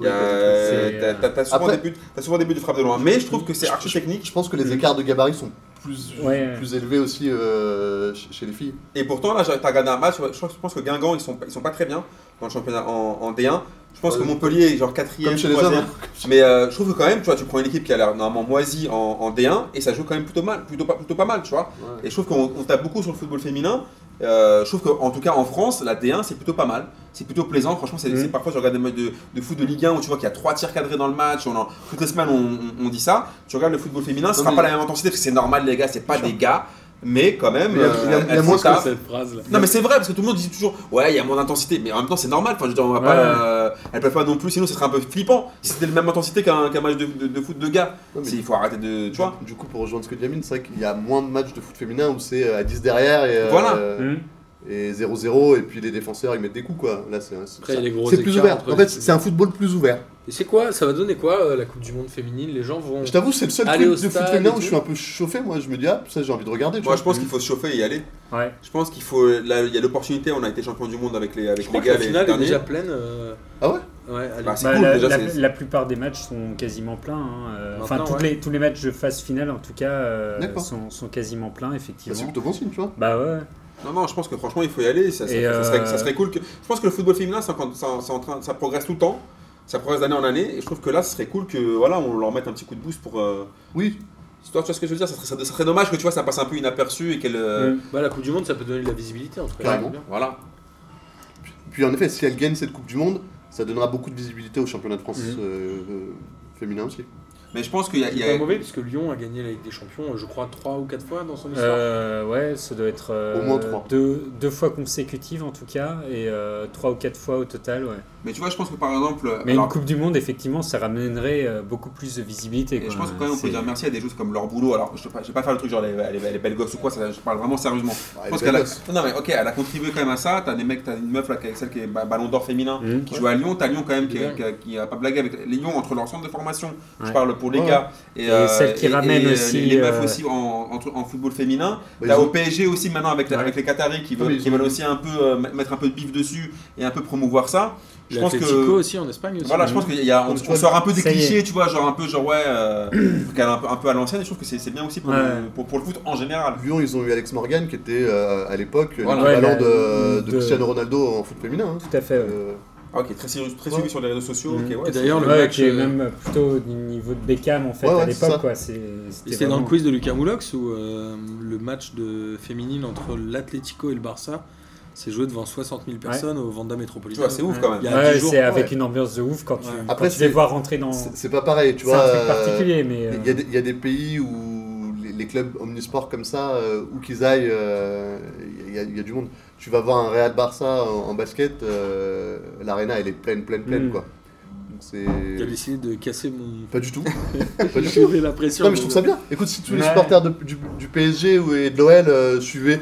Speaker 3: Ouais,
Speaker 5: c'est-
Speaker 2: euh, t'as- T'as t'as souvent,
Speaker 3: Après-
Speaker 2: des buts- t'as souvent des buts de frappe de loin. Mais je trouve que c'est archi
Speaker 3: Je
Speaker 2: technique.
Speaker 3: pense que les écarts de gabarit sont plus,
Speaker 5: Ouais.
Speaker 3: plus élevés aussi euh, ch- chez les filles.
Speaker 2: Et pourtant, là, j'ai- t'as regardé un match. ouais, Je pense- je pense que Guingamp, ils sont, ils sont pas très bien dans le championnat en, en D1. Je pense
Speaker 3: Ouais.
Speaker 2: que Montpellier est genre quatrième,
Speaker 3: Comme chez les
Speaker 2: troisième.
Speaker 3: hommes,
Speaker 2: Mais euh, je trouve que quand même, tu vois, tu prends une équipe qui a l'air normalement moisie en, en D1 et ça joue quand même plutôt mal, plutôt pas, plutôt pas mal, tu vois.
Speaker 3: Ouais.
Speaker 2: Et je trouve qu'on on tape beaucoup sur le football féminin. Euh, je trouve qu'en tout cas en France, la D1 c'est plutôt pas mal, c'est plutôt plaisant. Franchement, c'est
Speaker 3: Mm.
Speaker 5: Mhm.
Speaker 2: c'est parfois je regarde des matchs de, de foot de Ligue 1 où tu vois qu'il y a trois tirs cadrés dans le match. On en, toutes les semaines on, on- on dit ça. Tu regardes le football féminin, ce
Speaker 3: Non,
Speaker 2: sera
Speaker 3: mais-
Speaker 2: pas la même intensité parce que c'est normal les gars, c'est pas des gars, mais quand même.
Speaker 3: Il y a-
Speaker 2: euh,
Speaker 3: il y a- il y a
Speaker 2: elles
Speaker 3: moins
Speaker 2: se
Speaker 3: que
Speaker 2: tapent.
Speaker 1: cette phrase-là.
Speaker 2: Non mais c'est vrai parce que tout le monde dit toujours ouais il y a moins d'intensité mais en même temps c'est normal enfin je veux dire on va pas
Speaker 5: Ouais.
Speaker 2: euh, elles peuvent pas non plus sinon ce serait un peu flippant si c'était la même intensité qu'un qu'un match de, de- de foot de gars
Speaker 3: Non, mais
Speaker 2: C'est- il faut arrêter de tu vois
Speaker 3: Du coup, pour rejoindre ce que dit Amine, c'est vrai qu'il y a moins de matchs de foot féminin où c'est euh, à 10 derrière et euh,
Speaker 2: Voilà.
Speaker 5: Hmm.
Speaker 3: et 0-0 et puis les défenseurs ils mettent des coups quoi. Là, c'est c'est-
Speaker 1: Après, il y a les gros
Speaker 3: c'est plus
Speaker 1: écarts
Speaker 3: ouvert.
Speaker 1: entre
Speaker 3: En fait,
Speaker 1: les-
Speaker 3: c'est un football plus ouvert.
Speaker 1: Et c'est quoi Ça va donner quoi euh, la Coupe du Monde féminine Les gens vont.
Speaker 3: Je t'avoue, c'est le seul
Speaker 1: Aller
Speaker 3: truc
Speaker 1: au
Speaker 3: de foot
Speaker 1: stade
Speaker 3: féminin
Speaker 1: et
Speaker 3: où je
Speaker 1: tout.
Speaker 3: suis un peu chauffé. Moi, je me dis ah ça j'ai envie de regarder. tu
Speaker 2: moi
Speaker 3: vois. Bah,
Speaker 2: je pense qu'il faut se chauffer et y aller
Speaker 5: Ouais.
Speaker 2: je pense qu'il faut là il y a l'opportunité on a été champion du monde avec les avec
Speaker 1: Je
Speaker 2: les
Speaker 1: crois que
Speaker 2: gars
Speaker 1: la
Speaker 2: les
Speaker 1: finale est
Speaker 2: derniers.
Speaker 1: déjà pleine. euh,
Speaker 3: Ah ouais
Speaker 1: Ouais, allez.
Speaker 2: Bah, c'est
Speaker 5: Bah,
Speaker 2: cool
Speaker 5: la,
Speaker 2: déjà
Speaker 5: la-
Speaker 2: c'est-
Speaker 5: la plupart des matchs sont quasiment pleins. hein, euh, Enfin,
Speaker 1: Maintenant,
Speaker 5: toutes
Speaker 1: ouais.
Speaker 5: les, tous les matchs de phase finale, en tout cas, euh,
Speaker 3: D'accord.
Speaker 5: sont, sont quasiment pleins,
Speaker 3: Bah, c'est
Speaker 5: effectivement.
Speaker 3: plutôt bon signe, tu vois.
Speaker 5: Bah ouais.
Speaker 2: non non je pense que franchement il faut y aller ça, ça-
Speaker 5: Et,
Speaker 2: ça
Speaker 5: euh,
Speaker 2: serait, ça serait cool que je pense que le football féminin c'est en- ça, c'est en train ça progresse tout le temps ça progresse d'année en année et je trouve que là ce serait cool que voilà on leur mette un petit coup de boost pour euh,
Speaker 3: Oui.
Speaker 2: Toi, tu vois ce que je veux dire ça serait, ça serait dommage que tu vois ça passe un peu inaperçu et qu'elle euh,
Speaker 5: Mm.
Speaker 1: Bah, la Coupe du Monde, ça peut donner de la visibilité en tout cas.
Speaker 3: Carrément.
Speaker 2: Voilà.
Speaker 3: Puis en effet, si elle gagne cette Coupe du Monde, ça donnera beaucoup de visibilité au championnat de France
Speaker 5: Mhm.
Speaker 3: euh, euh, féminin aussi.
Speaker 2: Mais je pense qu'il y a.
Speaker 1: C'est
Speaker 2: il y
Speaker 1: pas
Speaker 2: a-
Speaker 1: mauvais puisque Lyon a gagné la Ligue des Champions, euh, je crois, 3 ou 4 fois dans son histoire.
Speaker 5: Euh, ouais, ça doit être euh,
Speaker 3: Au moins trois.
Speaker 5: Deux, deux fois consécutives en tout cas, et euh, trois ou quatre fois au total. Ouais.
Speaker 2: Mais tu vois, je pense que par exemple.
Speaker 5: Mais
Speaker 2: alors,
Speaker 5: une Coupe du Monde, effectivement, ça ramènerait euh, beaucoup plus de visibilité.
Speaker 2: et
Speaker 5: quoi.
Speaker 2: je pense que quand même on peut
Speaker 5: C'est-
Speaker 2: dire merci à des choses comme leur boulot. Alors je ne vais pas faire le truc genre les, les- les belles gosses ou quoi, ça, je parle vraiment sérieusement.
Speaker 3: Bah,
Speaker 2: Je
Speaker 3: elle
Speaker 2: pense
Speaker 3: est
Speaker 2: qu'elle a-
Speaker 3: belle gosse.
Speaker 2: Non mais ok, elle a contribué quand même à ça. T'as des mecs, t'as une meuf là, qui est- celle qui est ba- ballon d'or féminin,
Speaker 5: Mm.
Speaker 2: qui joue à Lyon. T'as Lyon quand même qui,
Speaker 1: Bien.
Speaker 2: qui, qui a pas blagué avec les Lyon entre leur centre de formation. Je
Speaker 5: Ouais.
Speaker 2: parle pour les
Speaker 3: Ouais.
Speaker 2: gars. Et,
Speaker 5: Et celle qui ramène
Speaker 2: euh,
Speaker 5: aussi,
Speaker 2: Les, les meufs
Speaker 5: euh,
Speaker 2: aussi en, en- en football féminin.
Speaker 3: Bah, ils
Speaker 2: T'as
Speaker 3: ont- Ah,
Speaker 2: au PSG aussi maintenant avec, la-
Speaker 5: Ouais.
Speaker 2: avec les Qataris qui
Speaker 3: mais
Speaker 2: veulent,
Speaker 3: ils
Speaker 2: qui
Speaker 3: ont-
Speaker 2: veulent aussi un peu euh, mettre un peu de bif dessus et un peu promouvoir ça. Je pense que.
Speaker 1: L'Atlético aussi en Espagne aussi.
Speaker 2: Voilà, je pense qu'on y a, on,
Speaker 3: Donc, tu
Speaker 2: on
Speaker 3: vois,
Speaker 2: sort un peu des
Speaker 5: ça y est.
Speaker 2: clichés, tu vois, genre un peu, genre ouais, euh, qu'elle est un peu, un peu à l'ancienne, et je trouve que c'est c'est bien aussi pour,
Speaker 5: Ouais.
Speaker 2: le, pour, pour le foot en général.
Speaker 3: Lyon, ils ont eu Alex Morgan qui était euh, à l'époque
Speaker 2: Voilà.
Speaker 3: l'équivalent
Speaker 5: Ouais, la-
Speaker 3: de, de
Speaker 5: de-
Speaker 3: Cristiano Ronaldo en foot féminin. hein.
Speaker 5: Tout à fait. ouais.
Speaker 3: Euh,
Speaker 2: Ah, ok, très, sérieux- très
Speaker 3: Ouais.
Speaker 2: suivi sur les réseaux sociaux.
Speaker 5: Mhm.
Speaker 2: ok, ouais,
Speaker 1: Et d'ailleurs, le
Speaker 5: Ouais,
Speaker 1: match.
Speaker 5: qui est
Speaker 1: euh,
Speaker 5: même plutôt du niveau de Beckham en fait
Speaker 3: Ouais, ouais,
Speaker 5: à
Speaker 3: c'est ça.
Speaker 5: l'époque. quoi. C'est-
Speaker 1: C'était dans le
Speaker 5: vraiment-
Speaker 1: quiz de Lucas Moulox où euh, le match de féminine entre l'Atlético et le Barça s'est joué devant 60 000 personnes au Vanda
Speaker 2: tu vois,
Speaker 1: Metropolitano.
Speaker 2: c'est ouf quand même.
Speaker 1: Il y a
Speaker 5: Ouais,
Speaker 1: 10 jours.
Speaker 5: c'est avec
Speaker 3: Ouais.
Speaker 5: une ambiance de ouf quand tu,
Speaker 1: Ouais.
Speaker 5: quand
Speaker 3: Après,
Speaker 5: tu les
Speaker 3: c'est-
Speaker 5: vois rentrer dans.
Speaker 3: c'est- C'est pas pareil, tu
Speaker 5: C'est
Speaker 3: vois.
Speaker 5: un truc
Speaker 3: euh,
Speaker 5: particulier, mais.
Speaker 3: Il y, a des- il y a des pays où les, les clubs omnisports comme ça, euh, où qu'ils aillent, euh, il y, a- il y a du monde. Tu vas voir un Real Barça en, en basket, euh, l'arena elle est pleine, pleine, pleine
Speaker 5: Mm.
Speaker 3: quoi. Donc c'est.
Speaker 1: T'as décidé de casser mon.
Speaker 3: Pas du tout.
Speaker 1: Pas du tout. la pression.
Speaker 3: Non mais je trouve ça bien. Écoute, si tous les
Speaker 5: Ouais.
Speaker 3: supporters de- du, du PSG ou et de l'OL euh, suivaient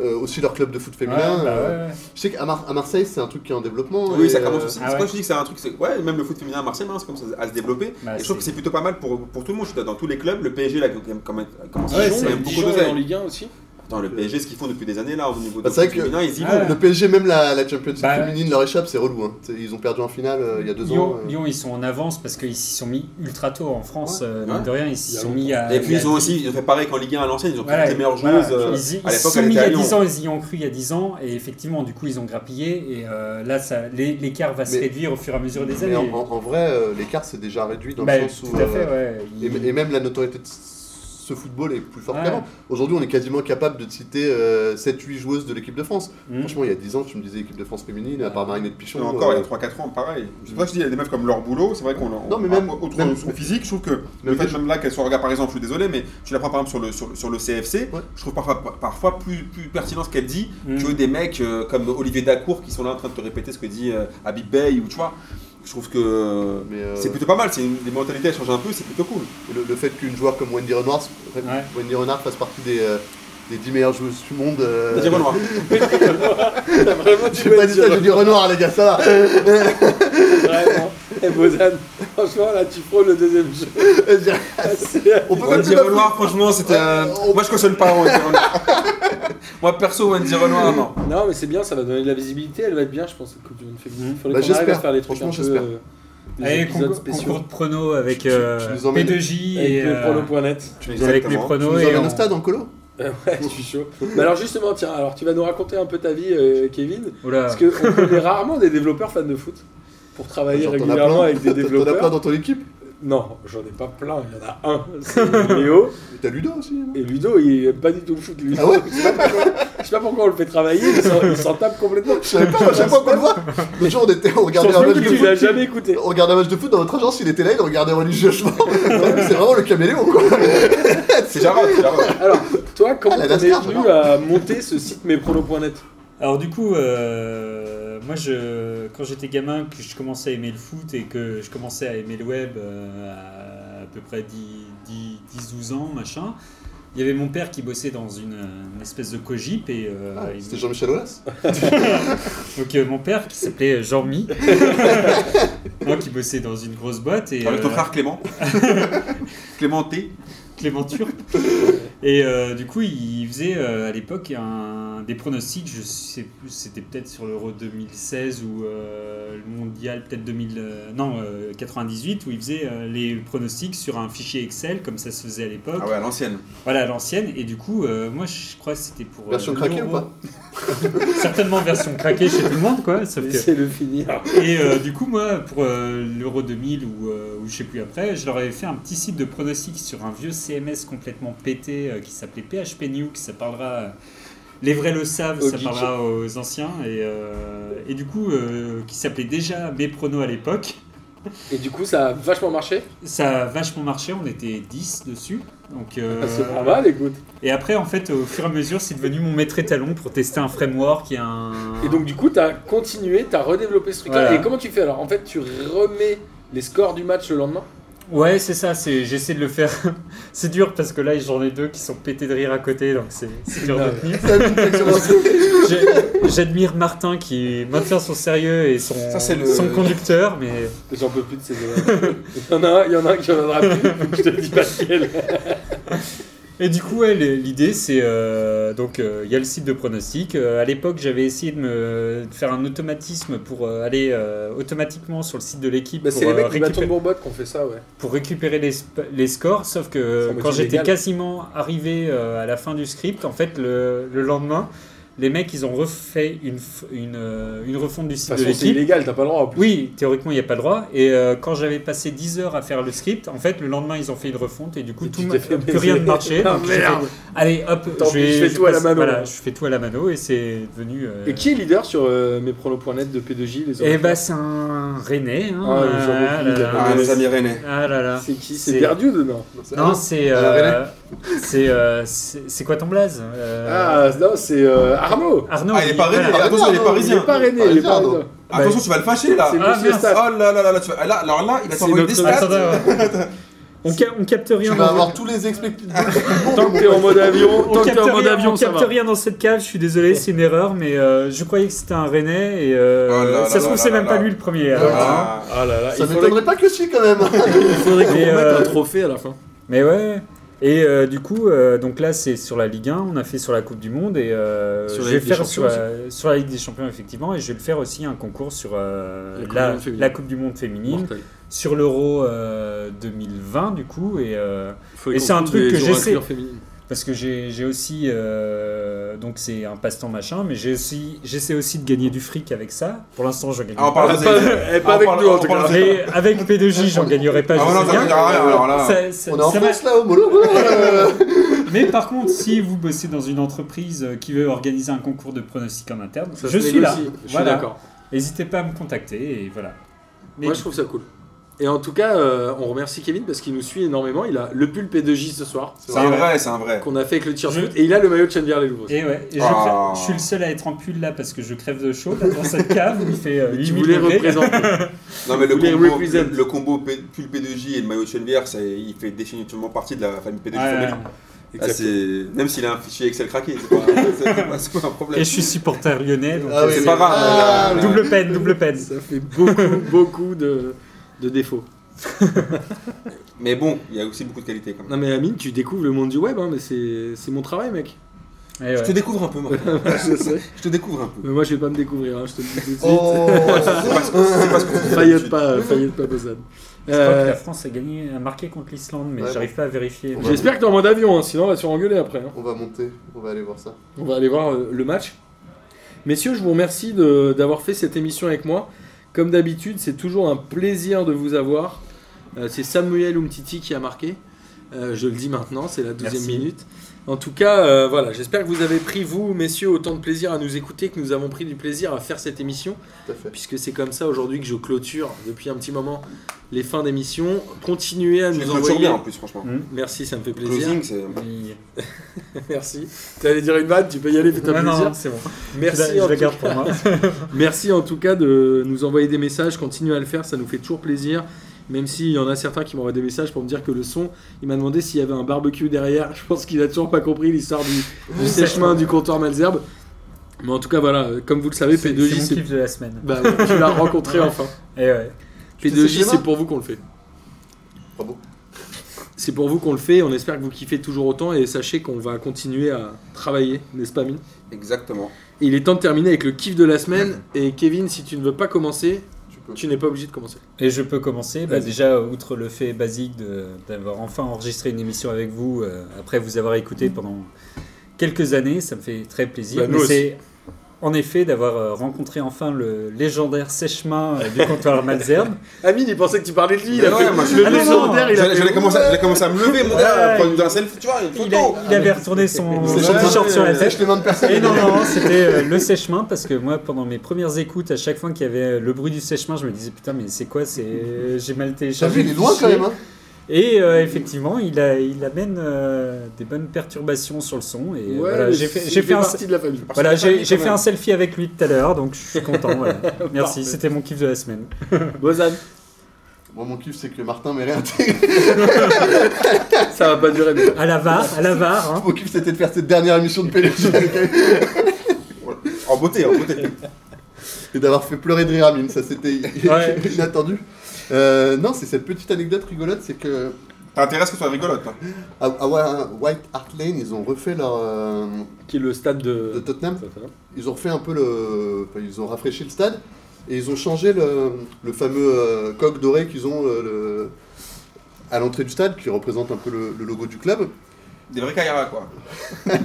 Speaker 3: euh, aussi leur club de foot féminin.
Speaker 4: Ouais, bah
Speaker 3: euh,
Speaker 4: ouais, ouais.
Speaker 3: Je sais qu'à Mar- à Marseille, c'est un truc qui est en développement.
Speaker 2: Oui,
Speaker 3: et,
Speaker 2: ça
Speaker 3: euh,
Speaker 2: commence aussi.
Speaker 4: ah
Speaker 2: C'est
Speaker 4: ouais.
Speaker 2: quand je dis que c'est un truc, c'est ouais, même le foot féminin à Marseille, maintenant, c'est comme ça à se développer.
Speaker 5: Bah,
Speaker 2: et je trouve que c'est plutôt pas mal pour, pour tout le monde. Je suis dans tous les clubs. Le PSG, là, qui a quand même commencé
Speaker 1: Ouais,
Speaker 2: à
Speaker 1: c'est
Speaker 2: beaucoup
Speaker 1: Dijon est en
Speaker 2: d'oseille.
Speaker 1: Ligue 1 aussi.
Speaker 2: Attends, le PSG, ce qu'ils font depuis des années, là, au niveau
Speaker 3: Bah,
Speaker 2: du
Speaker 3: c'est
Speaker 2: foot
Speaker 3: vrai que-
Speaker 2: féminin, ils y
Speaker 4: Ah,
Speaker 2: vont.
Speaker 4: ouais.
Speaker 3: Le PSG, même la, la Champions League
Speaker 4: Bah ouais.
Speaker 3: féminine, leur échappe, c'est relou. hein. Tu sais, Ils ont perdu en finale euh, il y a deux
Speaker 5: Lyon,
Speaker 3: ans. euh.
Speaker 5: Lyon, ils sont en avance parce qu'ils s'y sont mis ultra tôt en France. euh, mine
Speaker 2: ouais.
Speaker 5: de rien, ils s'y
Speaker 3: Il y a
Speaker 5: sont mis à.
Speaker 2: Et puis
Speaker 5: à-
Speaker 2: ils ont aussi, ils ont fait pareil qu'en Ligue 1 à l'ancienne, ils ont pris
Speaker 5: Voilà,
Speaker 2: toutes les meilleures
Speaker 5: voilà.
Speaker 2: joueuses. euh,
Speaker 5: ils y-
Speaker 2: à
Speaker 5: ils
Speaker 2: l'époque,
Speaker 5: se sont
Speaker 2: elle
Speaker 5: mis il
Speaker 2: était
Speaker 5: y
Speaker 2: à
Speaker 5: a
Speaker 2: Lyon.
Speaker 5: 10 ans, ils y ont cru il y a 10 ans, et effectivement, du coup, ils ont grappillé, et euh, là, ça- l'é- l'écart va se
Speaker 3: Mais-
Speaker 5: réduire au fur et à mesure des
Speaker 3: Mais
Speaker 5: années.
Speaker 3: en, en- en vrai, euh, l'écart s'est déjà réduit dans
Speaker 5: Bah,
Speaker 3: le sens où.
Speaker 5: tout à
Speaker 3: euh,
Speaker 5: fait, ouais.
Speaker 3: Et,
Speaker 5: Ils-
Speaker 3: et même la notoriété de ce football est plus forte
Speaker 5: Ouais.
Speaker 3: qu'avant. Aujourd'hui, on est quasiment capable de citer 7-8 joueuses de l'équipe de France.
Speaker 5: Hmm.
Speaker 3: Franchement, il y a 10 ans, tu me disais équipe de France féminine, à part Marinette Pichon.
Speaker 2: Et encore,
Speaker 3: euh,
Speaker 2: il y a 3-4 ans, pareil. C'est vrai que je dis, il y a des meufs comme leur boulot, c'est vrai qu'on
Speaker 3: Non, mais
Speaker 2: on-
Speaker 3: même-
Speaker 2: autre
Speaker 3: même-
Speaker 2: son physique, je trouve que le
Speaker 3: même-
Speaker 2: fait même là qu'elle soit regardée, par exemple, je suis désolé, mais tu la prends par exemple sur le, sur, le- sur le CFC,
Speaker 3: Ouais.
Speaker 2: je trouve parfois, par- parfois plus, plus pertinent ce qu'elle dit
Speaker 5: Mm.
Speaker 2: que des mecs euh, comme Olivier Dacour qui sont là en train de te répéter ce que dit euh, Habib Bey ou tu vois. Je trouve que euh,
Speaker 3: mais, euh,
Speaker 2: c'est plutôt pas mal, c'est une- les mentalités elles changent un peu, c'est plutôt cool.
Speaker 3: le, le fait qu'une joueur comme Wendy Renard,
Speaker 5: Ouais.
Speaker 3: Wendy Renard fasse partie des, euh, des 10 meilleures joueuses du monde. euh,
Speaker 2: Nadia Renoir.
Speaker 1: T'as vraiment dit
Speaker 3: J'ai pas dit ça, j'ai dit Renoir, les gars, ça va.
Speaker 1: Vraiment. Et Bozan, franchement, là, tu frôles le deuxième jeu.
Speaker 3: On peut même
Speaker 2: Wendy
Speaker 3: plus l'appeler-
Speaker 2: Renoir, franchement, c'était. un-
Speaker 3: Ouais, on-
Speaker 2: Moi je cautionne pas Wendy Renoir. Moi perso, Wendy Renoir, non.
Speaker 1: Non, mais c'est bien, ça va donner de la visibilité. Elle va être bien, je pense, cette Coupe du Monde féminine. Faudrait
Speaker 3: Bah,
Speaker 1: qu'on arrive à
Speaker 3: j'espère.
Speaker 1: faire les trucs
Speaker 3: Franchement,
Speaker 1: un peu.
Speaker 3: j'espère.
Speaker 1: euh, des
Speaker 5: Allez,
Speaker 1: épisodes
Speaker 5: concours,
Speaker 1: spéciaux.
Speaker 5: concours de pronos avec
Speaker 3: Tu- tu-
Speaker 5: euh,
Speaker 3: tu nous emmènes-
Speaker 5: P2J
Speaker 1: Avec
Speaker 5: et
Speaker 1: le
Speaker 5: euh,
Speaker 1: prono.net.
Speaker 5: avec les
Speaker 2: Exactement.
Speaker 3: Tu
Speaker 5: pronos.
Speaker 3: nous
Speaker 5: et
Speaker 3: emmènes
Speaker 5: on-
Speaker 3: au stade en colo
Speaker 1: ouais, je suis chaud. Mais alors, justement, tiens, alors tu vas nous raconter un peu ta vie, euh, Kevin.
Speaker 5: Oula.
Speaker 1: Parce qu'on connaît rarement des développeurs fans de foot. Pour travailler
Speaker 3: Genre, t'en as
Speaker 1: régulièrement
Speaker 3: plein.
Speaker 1: avec des
Speaker 3: T'en as plein
Speaker 1: développeurs.
Speaker 3: dans ton équipe
Speaker 1: Non, j'en ai pas plein, il y en a un. C'est Léo.
Speaker 3: Et T'as Ludo aussi non
Speaker 1: Et Ludo, il aime pas du tout le foot, Ludo.
Speaker 3: Ah ouais
Speaker 1: je, sais pas pourquoi, je sais pas pourquoi on le fait travailler, il s'en- il s'en tape complètement.
Speaker 3: Je savais pas, moi, chaque fois qu'on le voit. L'autre jour, on, était, on regardait
Speaker 1: Surtout
Speaker 3: un match
Speaker 1: que
Speaker 3: de
Speaker 1: tu l'as
Speaker 3: foot.
Speaker 1: jamais écouté.
Speaker 3: On regardait un match de foot dans notre agence, il était là, il le regardait religieusement. C'est vraiment le caméléon, quoi.
Speaker 2: C'est Jarod, c'est Jarod.
Speaker 1: Alors, toi, comment
Speaker 3: Ah, la
Speaker 1: t'en es
Speaker 3: NASCAR,
Speaker 1: venu
Speaker 3: j'adore.
Speaker 1: à monter ce site mespronos.net
Speaker 5: Alors du coup, euh, moi, je, quand j'étais gamin, que je commençais à aimer le foot et que je commençais à aimer le web euh, à, à peu près 10-12 ans, machin, il y avait mon père qui bossait dans une, une espèce de cogip et euh,
Speaker 3: Ah,
Speaker 5: il-
Speaker 3: C'était Jean-Michel Aulas
Speaker 5: donc euh, mon père qui s'appelait Jean Mi, non, qui bossait dans une grosse boîte et
Speaker 2: Avec ton
Speaker 5: euh,
Speaker 2: frère Clément. Clémenté.
Speaker 5: Clément Turp. Et euh, du coup, il faisait euh, à l'époque un- des pronostics, je sais plus, c'était peut-être sur l'Euro 2016 ou euh, le Mondial, peut-être 2000, euh, non, euh, 98, où il faisait euh, les pronostics sur un fichier Excel, comme ça se faisait à l'époque.
Speaker 2: Ah ouais, à l'ancienne.
Speaker 5: Voilà, à l'ancienne. Et du coup, euh, moi, je crois que c'était pour. euh,
Speaker 3: Version craquée ou
Speaker 5: l'Euro.
Speaker 3: pas
Speaker 5: Certainement version craquée chez tout le monde, quoi. Sauf que...
Speaker 1: Laissez-le finir.
Speaker 5: Et euh, du coup, moi, pour euh, l'Euro 2000 ou, euh, ou je sais plus après, je leur avais fait un petit site de pronostics sur un vieux CMS complètement pété euh, qui s'appelait PHP New, que ça parlera. euh, les vrais le savent,
Speaker 1: Aux
Speaker 5: ça
Speaker 1: geeks.
Speaker 5: parlera aux anciens. Et, euh, et du coup, euh, qui s'appelait déjà Mes Pronos à l'époque.
Speaker 1: Et du coup, ça a vachement marché.
Speaker 5: Ça a vachement marché, on était 10 dessus. Donc, euh,
Speaker 1: Ah, C'est pas mal, écoute.
Speaker 5: et après, en fait, au fur et à mesure, c'est devenu mon maître étalon pour tester un framework et un.
Speaker 1: Et donc, du coup, t'as continué, t'as redéveloppé ce truc-là.
Speaker 5: Voilà.
Speaker 1: Et comment tu fais alors En fait, tu remets les scores du match le lendemain
Speaker 5: Ouais, c'est ça, c'est j'essaie de le faire. c'est dur parce que là, j'en ai deux qui sont pétés de rire à côté, donc c'est c'est dur de tenir. J'ai- J'admire Martin qui maintient son sérieux et son,
Speaker 2: Ça, c'est le-
Speaker 5: son conducteur, mais
Speaker 1: J'en peux plus de ces élèves. il, y en a un, il y en a un qui en aura plus. Je te dis pas lequel.
Speaker 5: Et du coup, ouais, le- l'idée, c'est. euh, donc, euh, il y a le site de pronostic. Euh, à l'époque, j'avais essayé de, me, de faire un automatisme pour euh, aller euh, automatiquement sur le site de l'équipe
Speaker 1: Bah,
Speaker 5: pour,
Speaker 1: c'est les
Speaker 5: euh,
Speaker 1: mecs du bâton
Speaker 5: récupérer-
Speaker 1: bourbotte qui ont fait ça, ouais.
Speaker 5: pour récupérer les, sp- les scores. Sauf que euh,
Speaker 1: motif
Speaker 5: quand j'étais
Speaker 1: légal.
Speaker 5: quasiment arrivé euh, à la fin du script, en fait, le, le lendemain, les mecs, ils ont refait une, f- une, euh, une refonte du
Speaker 1: De
Speaker 5: site
Speaker 1: toute
Speaker 5: de
Speaker 1: façon, c'est
Speaker 5: l'équipe.
Speaker 1: illégal, t'as pas le droit. en plus.
Speaker 5: Oui, théoriquement, il n'y a pas le droit. Et euh, quand j'avais passé 10 heures à faire le script, en fait, le lendemain, ils ont fait une refonte et du coup,
Speaker 1: Et
Speaker 5: tout
Speaker 1: tu
Speaker 5: ma-
Speaker 1: t'es fait
Speaker 5: plus rien ne
Speaker 1: baiser.
Speaker 5: marchait.
Speaker 1: Ah,
Speaker 5: Donc, j'ai
Speaker 1: merde.
Speaker 5: Allez, hop,
Speaker 1: Tant
Speaker 5: je, vais-
Speaker 1: pis, je fais tout à la
Speaker 5: passe-
Speaker 1: mano.
Speaker 5: Voilà, je fais tout à la mano et c'est devenu. euh,
Speaker 1: Et qui est leader sur euh, mespronos.net de P2J les
Speaker 5: Eh
Speaker 1: autres
Speaker 5: bah, c'est un René. Hein,
Speaker 1: Ah, j'en peux plus,
Speaker 5: là
Speaker 1: d'accord.
Speaker 5: là.
Speaker 2: Ah, nos amis rennais.
Speaker 5: Ah là là.
Speaker 1: C'est qui C'est
Speaker 5: C'est-
Speaker 1: perdu dedans.
Speaker 5: Non, c'est.
Speaker 3: Ah,
Speaker 5: euh, C'est euh, c'est c'est quoi ton blaze Euh,
Speaker 1: Ah, non, c'est euh, Arnaud.
Speaker 5: Arnaud.
Speaker 2: Ah, il est pas René,
Speaker 5: voilà.
Speaker 2: là. attention, il est
Speaker 1: Arnaud,
Speaker 2: parisien.
Speaker 1: Il est pas René, il est pas
Speaker 3: Parisien,
Speaker 1: René.
Speaker 3: donc.
Speaker 2: Attention, tu vas le fâcher là.
Speaker 1: C'est
Speaker 5: Ah,
Speaker 1: Monsieur
Speaker 5: merde.
Speaker 1: Staff.
Speaker 2: Oh là là là là, tu vas- ah, là, alors là, il va
Speaker 1: C'est
Speaker 2: t'envoyer
Speaker 1: notre-
Speaker 2: des stats.
Speaker 5: Attends, attends, ouais. On, ca- on capte rien.
Speaker 3: Tu
Speaker 5: dans-
Speaker 3: vas avoir tous les expectations.
Speaker 1: Tant que t'es en mode avion,
Speaker 5: On
Speaker 1: tant que
Speaker 5: capte
Speaker 1: t'es en mode
Speaker 5: rien, on
Speaker 1: avion, ça
Speaker 5: capte
Speaker 1: va.
Speaker 5: rien dans cette cave, je suis désolé, c'est une erreur, mais euh, je croyais que c'était un Rennais et euh,
Speaker 2: Oh là
Speaker 5: ça
Speaker 2: là
Speaker 5: se trouve
Speaker 2: là
Speaker 5: c'est
Speaker 2: là
Speaker 5: même
Speaker 2: là
Speaker 5: pas
Speaker 2: là.
Speaker 5: lui le premier.
Speaker 3: Ah.
Speaker 5: alors.
Speaker 2: Ah.
Speaker 1: Ah là là,
Speaker 3: Ça
Speaker 1: il faudrait,
Speaker 3: m'étonnerait pas que si quand même.
Speaker 1: il faudrait qu'on
Speaker 5: Et,
Speaker 1: remette
Speaker 5: euh,
Speaker 1: un trophée à la fin.
Speaker 5: Mais ouais. Et euh, du coup, euh, donc là, c'est sur la Ligue 1, on a fait sur la Coupe du Monde et euh,
Speaker 1: Sur la
Speaker 5: je vais
Speaker 1: Ligue des
Speaker 5: faire sur,
Speaker 1: Champions
Speaker 5: la- sur la Ligue des Champions effectivement, et je vais le faire aussi un concours sur euh,
Speaker 1: La Coupe du
Speaker 5: la,
Speaker 1: Monde féminine.
Speaker 5: la Coupe du Monde féminine,
Speaker 1: Mortel.
Speaker 5: sur l'Euro euh, 2020 du coup, et euh,
Speaker 1: Faut
Speaker 5: Et
Speaker 1: qu'on
Speaker 5: c'est un
Speaker 1: trouve
Speaker 5: truc
Speaker 1: des
Speaker 5: que
Speaker 1: gens à
Speaker 5: j'essaie. Ah,
Speaker 1: couleur féminine.
Speaker 5: parce que j'ai j'ai aussi euh, donc c'est un passe-temps machin, mais j'ai aussi j'essaie aussi de gagner du fric avec ça. Pour l'instant, je gagne.
Speaker 2: Ah, on
Speaker 5: pas.
Speaker 2: parle
Speaker 1: Ah,
Speaker 2: de
Speaker 1: pas-
Speaker 2: Zé-
Speaker 1: eh, pas
Speaker 2: on
Speaker 1: avec
Speaker 2: parle-
Speaker 1: nous, en
Speaker 2: on
Speaker 1: tout
Speaker 2: parle
Speaker 1: cas.
Speaker 2: de Zé-
Speaker 5: Mais avec P2J, j'en gagnerai pas.
Speaker 2: Ah,
Speaker 5: je
Speaker 2: non,
Speaker 5: sais
Speaker 2: ça
Speaker 5: bien.
Speaker 2: sert à rien, alors là.
Speaker 5: Ça- ça-
Speaker 3: On est en
Speaker 5: ça m'a-
Speaker 3: France là, au mollo.
Speaker 5: Mais par contre, si vous bossez dans une entreprise euh, qui veut organiser un concours de pronostic en interne,
Speaker 1: Ça
Speaker 5: je
Speaker 1: se
Speaker 5: suis là.
Speaker 1: négocie. Je suis
Speaker 5: Voilà.
Speaker 1: d'accord.
Speaker 5: N'hésitez pas à me contacter et voilà. Mais
Speaker 1: Moi, je trouve ça cool. Et en tout cas, euh, on remercie Kevin parce qu'il nous suit énormément. Il a le pull P2J ce soir
Speaker 2: C'est un vrai, c'est un vrai.
Speaker 1: qu'on a fait avec le tir
Speaker 5: Je-
Speaker 1: foot et il a le maillot de Chenvière les Louvres.
Speaker 5: et ouais, et je,
Speaker 2: Ah.
Speaker 5: je suis le seul à être en pull là parce que je crève de chaud là, dans cette cave où il fait euh,
Speaker 1: Tu
Speaker 5: 8000
Speaker 1: voulais
Speaker 5: degrés.
Speaker 1: représenter.
Speaker 2: Non mais le
Speaker 1: Vous les
Speaker 2: combo,
Speaker 1: represent.
Speaker 2: le combo P- pull P2J et le maillot de Chenvière, c'est- il fait définitivement partie de la famille P2J.
Speaker 5: Ouais,
Speaker 2: Là,
Speaker 1: Exact.
Speaker 2: c'est- même s'il a un fichier Excel craqué, c'est pas, c'est pas- c'est pas un
Speaker 5: ouais. Et
Speaker 2: problème.
Speaker 5: je suis supporter lyonnais donc
Speaker 3: Ah
Speaker 5: euh,
Speaker 3: oui,
Speaker 2: c'est
Speaker 5: c'est-
Speaker 2: pas grave. là, là,
Speaker 3: Ah,
Speaker 2: là.
Speaker 5: double peine, double peine.
Speaker 1: Ça fait beaucoup, beaucoup de, de défauts.
Speaker 2: Mais bon, il y a aussi beaucoup de qualités quand même.
Speaker 1: Non, mais Amine, tu découvres le monde du web, hein, mais c'est c'est mon travail, mec.
Speaker 5: Et
Speaker 2: Je te
Speaker 5: Eh ouais.
Speaker 2: découvre un peu, moi.
Speaker 1: je sais.
Speaker 2: Je te découvre un peu.
Speaker 1: Mais moi, je vais pas me découvrir, hein, je te le dis tout de suite.
Speaker 3: Oh,
Speaker 2: C'est pas ce que- c'est pas ce que tu dis
Speaker 1: Faillotte
Speaker 2: d'habitude.
Speaker 1: pas, faillotte pas, Bozan.
Speaker 5: Je crois que
Speaker 1: Euh,
Speaker 5: la France a gagné, a marqué contre l'Islande, mais
Speaker 3: Ouais,
Speaker 5: j'arrive pas à vérifier.
Speaker 3: Ouais.
Speaker 1: J'espère que t'es en mode avion, hein, sinon on va se faire engueuler après. hein.
Speaker 3: On va monter, on va aller voir ça.
Speaker 1: On va aller voir euh, le match. Messieurs, je vous remercie de- d'avoir fait cette émission avec moi. Comme d'habitude, c'est toujours un plaisir de vous avoir. Euh, c'est Samuel Umtiti qui a marqué. Euh, je le dis maintenant, c'est la 12e
Speaker 5: Merci.
Speaker 1: minute. En tout cas, euh, voilà, j'espère que vous avez pris, vous, messieurs, autant de plaisir à nous écouter que nous avons pris du plaisir à faire cette émission.
Speaker 3: Tout à fait.
Speaker 1: puisque c'est comme ça aujourd'hui que je clôture depuis un petit moment les fins d'émission. Continuez à
Speaker 2: Je
Speaker 1: nous
Speaker 2: les
Speaker 1: envoyer.
Speaker 2: clôture bien en plus, franchement.
Speaker 1: Merci, ça me fait plaisir.
Speaker 2: Closing, c'est.
Speaker 5: Mais-
Speaker 1: Merci. Tu allais dire une vanne, tu peux y aller, fais-toi
Speaker 5: Non, non,
Speaker 1: plaisir.
Speaker 5: non, c'est bon.
Speaker 1: Merci,
Speaker 5: je la, je
Speaker 1: en
Speaker 5: la
Speaker 1: tout
Speaker 5: garde pour moi.
Speaker 1: Merci en tout cas de nous envoyer des messages, continuez à le faire, ça nous fait toujours plaisir. Même s'il y en a certains qui m'envoient des messages pour me dire que le son, il m'a demandé s'il y avait un barbecue derrière. Je pense qu'il a toujours pas compris l'histoire du, du sèche-main du comptoir Malzerbe. Mais en tout cas, voilà, euh, comme vous le savez,
Speaker 5: C'est c'est
Speaker 1: P2J,
Speaker 5: mon
Speaker 1: c'est.
Speaker 5: kiff de la semaine.
Speaker 1: Bah, ouais, tu l'as rencontré enfin.
Speaker 5: Et ouais.
Speaker 1: P2J,
Speaker 3: Chez
Speaker 1: c'est
Speaker 3: moi
Speaker 1: pour vous qu'on le fait.
Speaker 3: Bravo.
Speaker 1: C'est pour vous qu'on le fait. On espère que vous kiffez toujours autant et sachez qu'on va continuer à travailler, n'est-ce pas, Mine
Speaker 2: Exactement.
Speaker 1: Et Il est temps de terminer avec le kiff de la semaine. Et Kevin, si tu ne veux pas commencer,
Speaker 3: Tu peux.
Speaker 1: tu n'es pas obligé de commencer.
Speaker 5: Et je peux commencer bah,
Speaker 1: Vas-y.
Speaker 5: Déjà, outre le fait basique de- d'avoir enfin enregistré une émission avec vous, euh, après vous avoir écouté pendant quelques années, ça me fait très plaisir.
Speaker 1: Bah, nous
Speaker 5: Mais
Speaker 1: aussi.
Speaker 5: c'est en effet d'avoir euh, rencontré enfin le légendaire sèche-main euh, du comptoir Malzerbe.
Speaker 1: Amine, il pensait que tu parlais de lui.
Speaker 2: il a Ouais, fait- moi, je-
Speaker 1: le
Speaker 5: Ah, non,
Speaker 1: légendaire,
Speaker 5: légendaire,
Speaker 1: il a
Speaker 2: J'allais j'allais commencer à j'allais commencer à me lever, mon
Speaker 5: Ouais.
Speaker 2: gars, prendre un selfie, tu vois, une
Speaker 5: Il, a-
Speaker 2: photo.
Speaker 5: il avait retourné son,
Speaker 3: C'est
Speaker 5: son
Speaker 3: vrai,
Speaker 5: t-shirt sur la
Speaker 2: ouais.
Speaker 5: tête.
Speaker 3: Je les mains de personne.
Speaker 5: Et non, non, c'était euh, le sèche-main parce que moi, pendant mes premières écoutes, à chaque fois qu'il y avait euh, le bruit du sèche-main, je me disais putain, mais c'est quoi c'est... J'ai mal
Speaker 3: T'as
Speaker 5: téléchargé.
Speaker 3: vu, il est
Speaker 5: le
Speaker 3: loin quand
Speaker 5: fichier.
Speaker 3: même. Hein.
Speaker 5: Et euh, effectivement, il, a- il amène euh, des bonnes perturbations sur le son. Et euh, voilà, j'ai fait, j'ai fait un,
Speaker 1: partie de la famille.
Speaker 5: voilà,
Speaker 2: Parce que
Speaker 5: j'ai, j'ai
Speaker 2: quand
Speaker 5: fait
Speaker 2: même.
Speaker 5: un selfie avec lui tout à l'heure, donc je suis content. voilà. Merci,
Speaker 1: Parfait.
Speaker 5: c'était mon kiff de la semaine.
Speaker 1: Bozan,
Speaker 3: Moi, mon kiff, c'est que Martin m'ait réintégré.
Speaker 1: ça va pas durer. mais-
Speaker 5: À la VAR, à la VAR. hein.
Speaker 3: Mon kiff, c'était de faire cette dernière émission de PLG avec elle
Speaker 2: En beauté, en beauté.
Speaker 3: et d'avoir fait pleurer de rire Amine. Ça, c'était
Speaker 5: Ouais.
Speaker 3: inattendu. Euh, non, c'est cette petite anecdote rigolote, c'est que
Speaker 2: T'intéresses que tu sois rigolote, hein. toi.
Speaker 3: à, à White Hart Lane, ils ont refait leur euh,
Speaker 1: Qui est le stade de.
Speaker 3: de Tottenham. ils ont refait un peu le. enfin, ils ont rafraîchi le stade et ils ont changé le, le fameux euh, coq doré qu'ils ont euh, le- à l'entrée du stade qui représente un peu le, le logo du club.
Speaker 2: Des vrais carrières, quoi.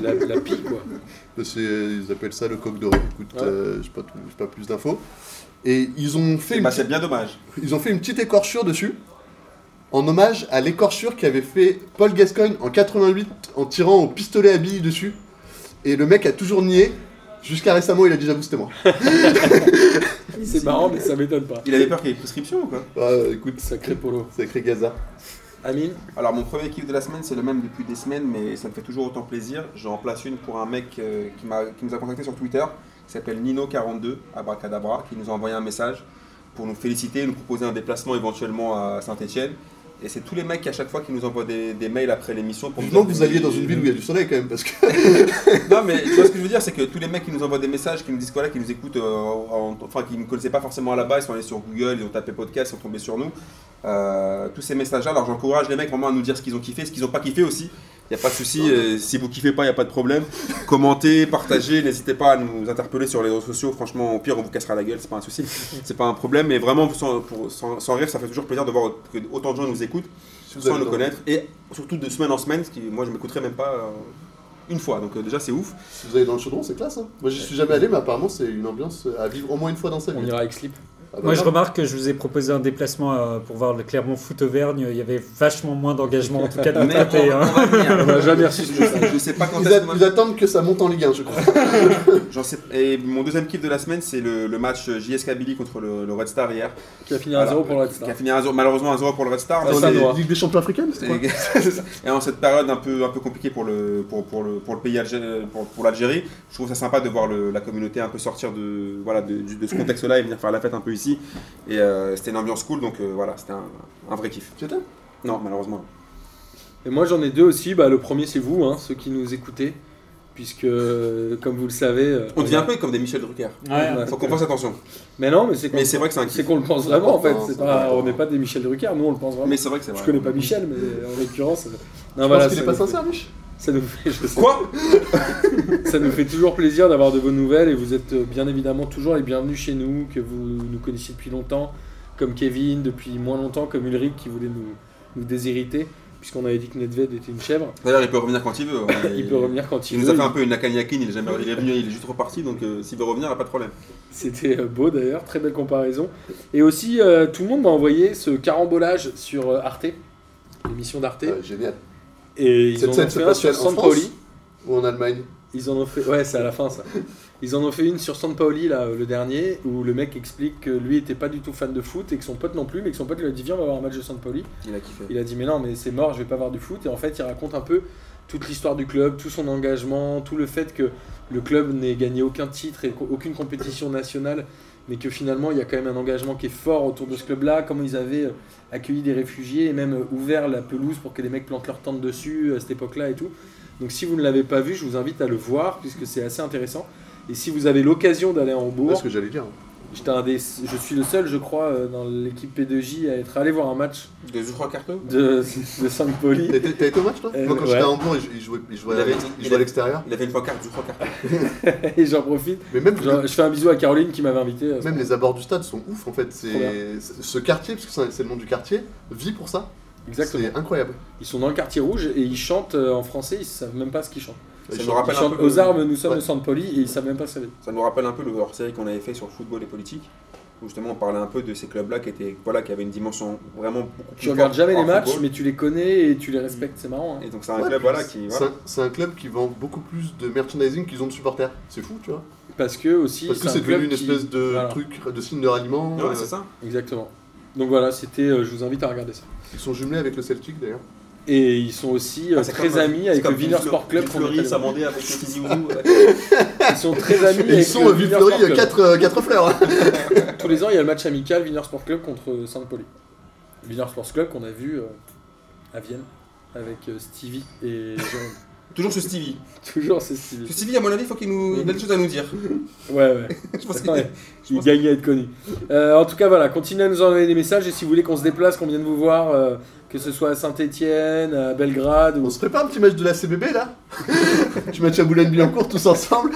Speaker 1: La, la pie, quoi.
Speaker 3: C'est- Ils appellent ça le coq doré. Écoute,
Speaker 1: Ouais.
Speaker 3: euh, j'ai pas, tout- j'ai pas plus d'infos. Et ils ont, fait
Speaker 2: Et
Speaker 3: une
Speaker 2: bah,
Speaker 3: petite-
Speaker 2: c'est bien dommage.
Speaker 3: ils ont fait une petite écorchure dessus en hommage à l'écorchure qu'avait fait Paul Gascoigne en 88 en tirant au pistolet à billes dessus. Et le mec a toujours nié. Jusqu'à récemment, il a dit j'avoue, c'était moi.
Speaker 1: C'est marrant, mais ça m'étonne pas.
Speaker 2: Il avait peur qu'il y ait prescription ou quoi
Speaker 3: Ouais, Bah, écoute,
Speaker 1: Sacré polo.
Speaker 3: sacré Gaza.
Speaker 1: Amine,
Speaker 2: Alors mon premier kiff de la semaine, c'est le même depuis des semaines, mais ça me fait toujours autant plaisir. J'en place une pour un mec euh, qui, m'a, qui nous a contacté sur Twitter, qui s'appelle Nino42, Abracadabra, qui nous a envoyé un message pour nous féliciter, nous proposer un déplacement éventuellement à Saint-Etienne. Et c'est tous les mecs qui, à chaque fois qui nous envoient des, des mails après l'émission pour nous
Speaker 3: Vivement que
Speaker 2: dire
Speaker 3: vous
Speaker 2: des-
Speaker 3: alliez dans une ville où il y a du soleil quand même, parce que.
Speaker 2: Non mais tu vois ce que je veux dire, c'est que tous les mecs qui nous envoient des messages, qui nous disent voilà, qui nous écoutent, euh, en- enfin qui ne connaissaient pas forcément à la base, ils sont allés sur Google, ils ont tapé podcast, ils sont tombés sur nous. Euh, tous ces messages-là, alors j'encourage les mecs vraiment à nous dire ce qu'ils ont kiffé, ce qu'ils n'ont pas kiffé aussi. Il n'y a pas de souci, euh, si vous kiffez pas, il n'y a pas de problème. Commentez, partagez, n'hésitez pas à nous interpeller sur les réseaux sociaux. Franchement, au pire, on vous cassera la gueule, c'est pas un souci, c'est pas un problème. Mais vraiment, sans, pour- sans- sans rire, ça fait toujours plaisir de voir que autant de gens nous écoutent
Speaker 3: Si vous
Speaker 2: sans
Speaker 3: avez
Speaker 2: le
Speaker 3: dans-
Speaker 2: connaître et surtout de semaine en semaine, ce qui moi je m'écouterai même pas euh, une fois, donc euh, déjà c'est ouf.
Speaker 3: Si vous allez dans le chaudron, c'est classe. Hein. Moi, j'y suis jamais allé, mais apparemment, c'est une ambiance à vivre au moins une fois dans sa vie.
Speaker 1: On ira avec Slip.
Speaker 3: Ah bah,
Speaker 5: Moi, je
Speaker 3: non.
Speaker 5: remarque que je vous ai proposé un déplacement euh, pour voir le Clermont Foot Auvergne. Il y avait vachement moins d'engagement, en tout cas de
Speaker 2: Mais
Speaker 5: notre côté.
Speaker 2: on-
Speaker 5: hein.
Speaker 2: on va venir.
Speaker 1: On n'a jamais reçu ce message.
Speaker 2: Je sais pas quand
Speaker 3: Ils,
Speaker 2: est-ce
Speaker 3: a-
Speaker 2: qu'on va-
Speaker 3: ils attendent que ça monte en Ligue 1, je crois.
Speaker 2: J'en sais- Et mon deuxième kiff de la semaine, c'est le, le match euh, JSK Billy contre le, le Red Star hier.
Speaker 1: Qui a fini à 0
Speaker 2: Voilà.
Speaker 1: pour la
Speaker 2: Qui a fini à 1-0, malheureusement 1-0 pour le Red Star.
Speaker 1: Ah,
Speaker 2: mais
Speaker 1: ça,
Speaker 2: c'est-
Speaker 1: doit.
Speaker 3: Ligue des champions africaines c'est quoi
Speaker 2: c'est- et en cette période un peu, un peu compliquée pour le, pour, pour le, pour le pays Algé- pour, pour l'Algérie, je trouve ça sympa de voir le- la communauté un peu sortir de, voilà, de, du- de ce contexte-là et venir faire la fête un peu ici. Et euh, c'était une ambiance cool, donc euh, voilà, c'était un, un vrai kiff.
Speaker 3: Tu étais
Speaker 2: Non, malheureusement.
Speaker 1: Et moi j'en ai deux aussi. Bah, le premier c'est vous, hein, ceux qui nous écoutez. Puisque, euh, comme vous le savez. euh,
Speaker 2: On devient un peu comme des Michel Drucker.
Speaker 5: Ouais.
Speaker 1: Ouais.
Speaker 2: Faut qu'on fasse attention.
Speaker 1: Mais non, mais c'est qu'on
Speaker 2: Mais c'est vrai que c'est un
Speaker 1: c'est
Speaker 2: kiff.
Speaker 1: qu'on le pense vraiment en fait.
Speaker 3: Non,
Speaker 1: C'est
Speaker 3: c'est
Speaker 1: pas-
Speaker 3: pas-
Speaker 1: on n'est pas des Michel Drucker, nous on le pense vraiment.
Speaker 2: Mais c'est vrai que c'est vrai.
Speaker 1: je connais pas Michel, mais en l'occurrence. euh, Non,
Speaker 3: Je pense qu'il
Speaker 1: ça
Speaker 3: est pas
Speaker 1: nous fait-
Speaker 3: sincère, Mich
Speaker 1: Ça nous fait, je sais.
Speaker 2: Quoi
Speaker 1: Ça nous fait toujours plaisir d'avoir de vos nouvelles et vous êtes euh, bien évidemment toujours les bienvenus chez nous, que vous nous connaissiez depuis longtemps, comme Kevin, depuis moins longtemps, comme Ulrich qui voulait nous, nous déshériter, puisqu'on avait dit que Nedved était une chèvre.
Speaker 2: D'ailleurs, il peut revenir quand il veut. hein.
Speaker 1: Il peut revenir quand il
Speaker 2: Il nous
Speaker 1: veut.
Speaker 2: a fait un peu une Nakanyakin, il est, jamais, il est venu, il est juste reparti, donc euh, s'il veut revenir, il n'y a pas de problème.
Speaker 1: C'était euh, beau d'ailleurs, très belle comparaison. Et aussi, euh, tout le monde m'a envoyé ce carambolage sur euh, Arte, l'émission d'Arte.
Speaker 3: Ouais, Génial.
Speaker 1: Et ils
Speaker 3: Cette
Speaker 1: en
Speaker 3: scène
Speaker 1: ont
Speaker 3: se
Speaker 1: fait un
Speaker 3: passe-t-elle
Speaker 1: sur
Speaker 3: en
Speaker 1: Sampaoli.
Speaker 3: France Ou en Allemagne
Speaker 1: Ils en ont fait. Ouais, c'est à la fin ça. Ils en ont fait une sur Sampaoli, là, euh, le dernier, où le mec explique que lui était pas du tout fan de foot et que son pote non plus, mais que son pote lui a dit Viens, on va voir un match de Sampaoli.
Speaker 2: Il a kiffé.
Speaker 1: Il a dit Mais non, mais c'est mort, je vais pas voir du foot. Et en fait, il raconte un peu toute l'histoire du club, tout son engagement, tout le fait que le club n'ait gagné aucun titre et co- aucune compétition nationale, mais que finalement, il y a quand même un engagement qui est fort autour de ce club-là, comment ils avaient euh, accueilli des réfugiés et même euh, ouvert la pelouse pour que les mecs plantent leur tente dessus euh, à cette époque-là et tout. Donc si vous ne l'avez pas vu, je vous invite à le voir puisque c'est assez intéressant. Et si vous avez l'occasion d'aller à Hambourg,
Speaker 3: C'est ce que j'allais dire. hein.
Speaker 1: j'étais un des- je suis le seul, je crois, euh, dans l'équipe P2J à être allé voir un match
Speaker 2: De Zucra Carto
Speaker 1: de, de Saint-Pauli.
Speaker 3: T'as été t'as été au match, toi
Speaker 1: Euh,
Speaker 3: Moi, quand
Speaker 1: ouais.
Speaker 3: j'étais à Hambourg, ils ils jouaient ils jouaient
Speaker 2: Il
Speaker 3: à
Speaker 2: avait-
Speaker 3: l'ex-
Speaker 2: il
Speaker 3: ils jouaient à
Speaker 2: avait-
Speaker 3: l'extérieur.
Speaker 2: Il avait une pancarte, Zucra Carto.
Speaker 1: Et j'en profite.
Speaker 3: Mais même
Speaker 1: Je, je fais un bisou à Caroline qui m'avait invité. euh,
Speaker 3: Même les abords du stade sont ouf en fait.
Speaker 1: Trop
Speaker 3: C'est c'est- ce quartier, parce que c'est c'est le nom du quartier, vit pour ça.
Speaker 1: Exactement.
Speaker 3: C'est incroyable.
Speaker 1: Ils sont dans le quartier rouge et ils chantent euh, en français, ils savent même pas ce qu'ils chantent.
Speaker 2: Ça
Speaker 3: Ils
Speaker 2: nous
Speaker 3: sont-
Speaker 1: Ils
Speaker 2: rappelle un
Speaker 1: chantent
Speaker 2: peu.
Speaker 1: aux armes, nous sommes
Speaker 3: ouais.
Speaker 1: de Saint-Pauli et ils savent même pas ce que ça veut dire.
Speaker 2: Ça nous rappelle un peu le hors-série qu'on avait fait sur football et politique, où justement on parlait un peu de ces clubs-là qui étaient, voilà, qui avaient une dimension vraiment beaucoup plus
Speaker 1: Tu regardes
Speaker 2: forte
Speaker 1: jamais les
Speaker 2: hors
Speaker 1: matchs,
Speaker 2: football.
Speaker 1: mais tu les connais et tu les respectes, c'est marrant. hein.
Speaker 2: Et donc c'est un
Speaker 3: Ouais,
Speaker 2: club, voilà, qui,
Speaker 3: C'est
Speaker 2: voilà.
Speaker 3: un- c'est un club qui vend beaucoup plus de merchandising qu'ils ont de supporters. C'est fou, tu vois.
Speaker 1: Parce que aussi.
Speaker 3: Parce que
Speaker 1: un
Speaker 3: c'est devenu
Speaker 1: club
Speaker 3: une
Speaker 1: qui-
Speaker 3: espèce de
Speaker 1: voilà.
Speaker 3: truc, de signe de ralliement.
Speaker 2: Ouais,
Speaker 3: euh,
Speaker 2: c'est ça.
Speaker 1: Exactement. Donc voilà, c'était. euh, je vous invite à regarder ça.
Speaker 3: Ils sont jumelés avec le Celtic d'ailleurs.
Speaker 1: Et ils sont aussi euh,
Speaker 2: Ah, c'est
Speaker 1: très
Speaker 2: comme-
Speaker 1: amis
Speaker 2: c'est
Speaker 1: avec le
Speaker 2: comme
Speaker 1: Villers
Speaker 2: Ville-
Speaker 1: Sport Club.
Speaker 2: Ville
Speaker 1: qu'on
Speaker 2: Fleury,
Speaker 1: appelle.
Speaker 2: ça vendait avec les petits Zouglous.
Speaker 1: Ils sont très amis
Speaker 3: Et
Speaker 1: avec
Speaker 3: ils sont
Speaker 1: le
Speaker 3: à Ville
Speaker 1: Villers
Speaker 3: Fleury, euh,
Speaker 1: Sport Club.
Speaker 3: 4, fleurs.
Speaker 1: Tous les ans, il y a le match amical Villers Sport Club contre Saint-Pauli. Villers Sport Club qu'on a vu euh, à Vienne avec euh, Stevie et Jérôme.
Speaker 2: Toujours ce Stevie.
Speaker 1: Toujours c'est
Speaker 2: Ce
Speaker 1: Stevie.
Speaker 2: Stevie, à mon avis, faut qu'il nous... il a des choses à nous dire.
Speaker 1: Ouais, ouais.
Speaker 2: Je pense qu'il
Speaker 1: Ouais. Il gagne à être connu. Euh, en tout cas, voilà, continuez à nous envoyer des messages et si vous voulez qu'on se déplace, qu'on vienne vous voir, euh, que ce soit à Saint-Etienne, à Belgrade,
Speaker 3: On
Speaker 1: ou.
Speaker 3: se prépare un petit match de la CBB là Tu match à Boulogne-Billancourt tous ensemble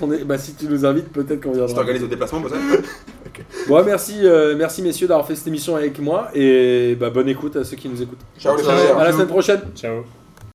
Speaker 1: on est- Bah, si tu nous invites, peut-être qu'on
Speaker 2: Je
Speaker 1: viendra.
Speaker 2: t'organise au déplacement, pour ça.
Speaker 1: Bon, ouais, merci, euh, merci messieurs d'avoir fait cette émission avec moi et bah, bonne écoute à ceux qui nous écoutent.
Speaker 2: Ciao les
Speaker 3: Ciao.
Speaker 2: frères.
Speaker 1: À la semaine prochaine!
Speaker 5: Ciao.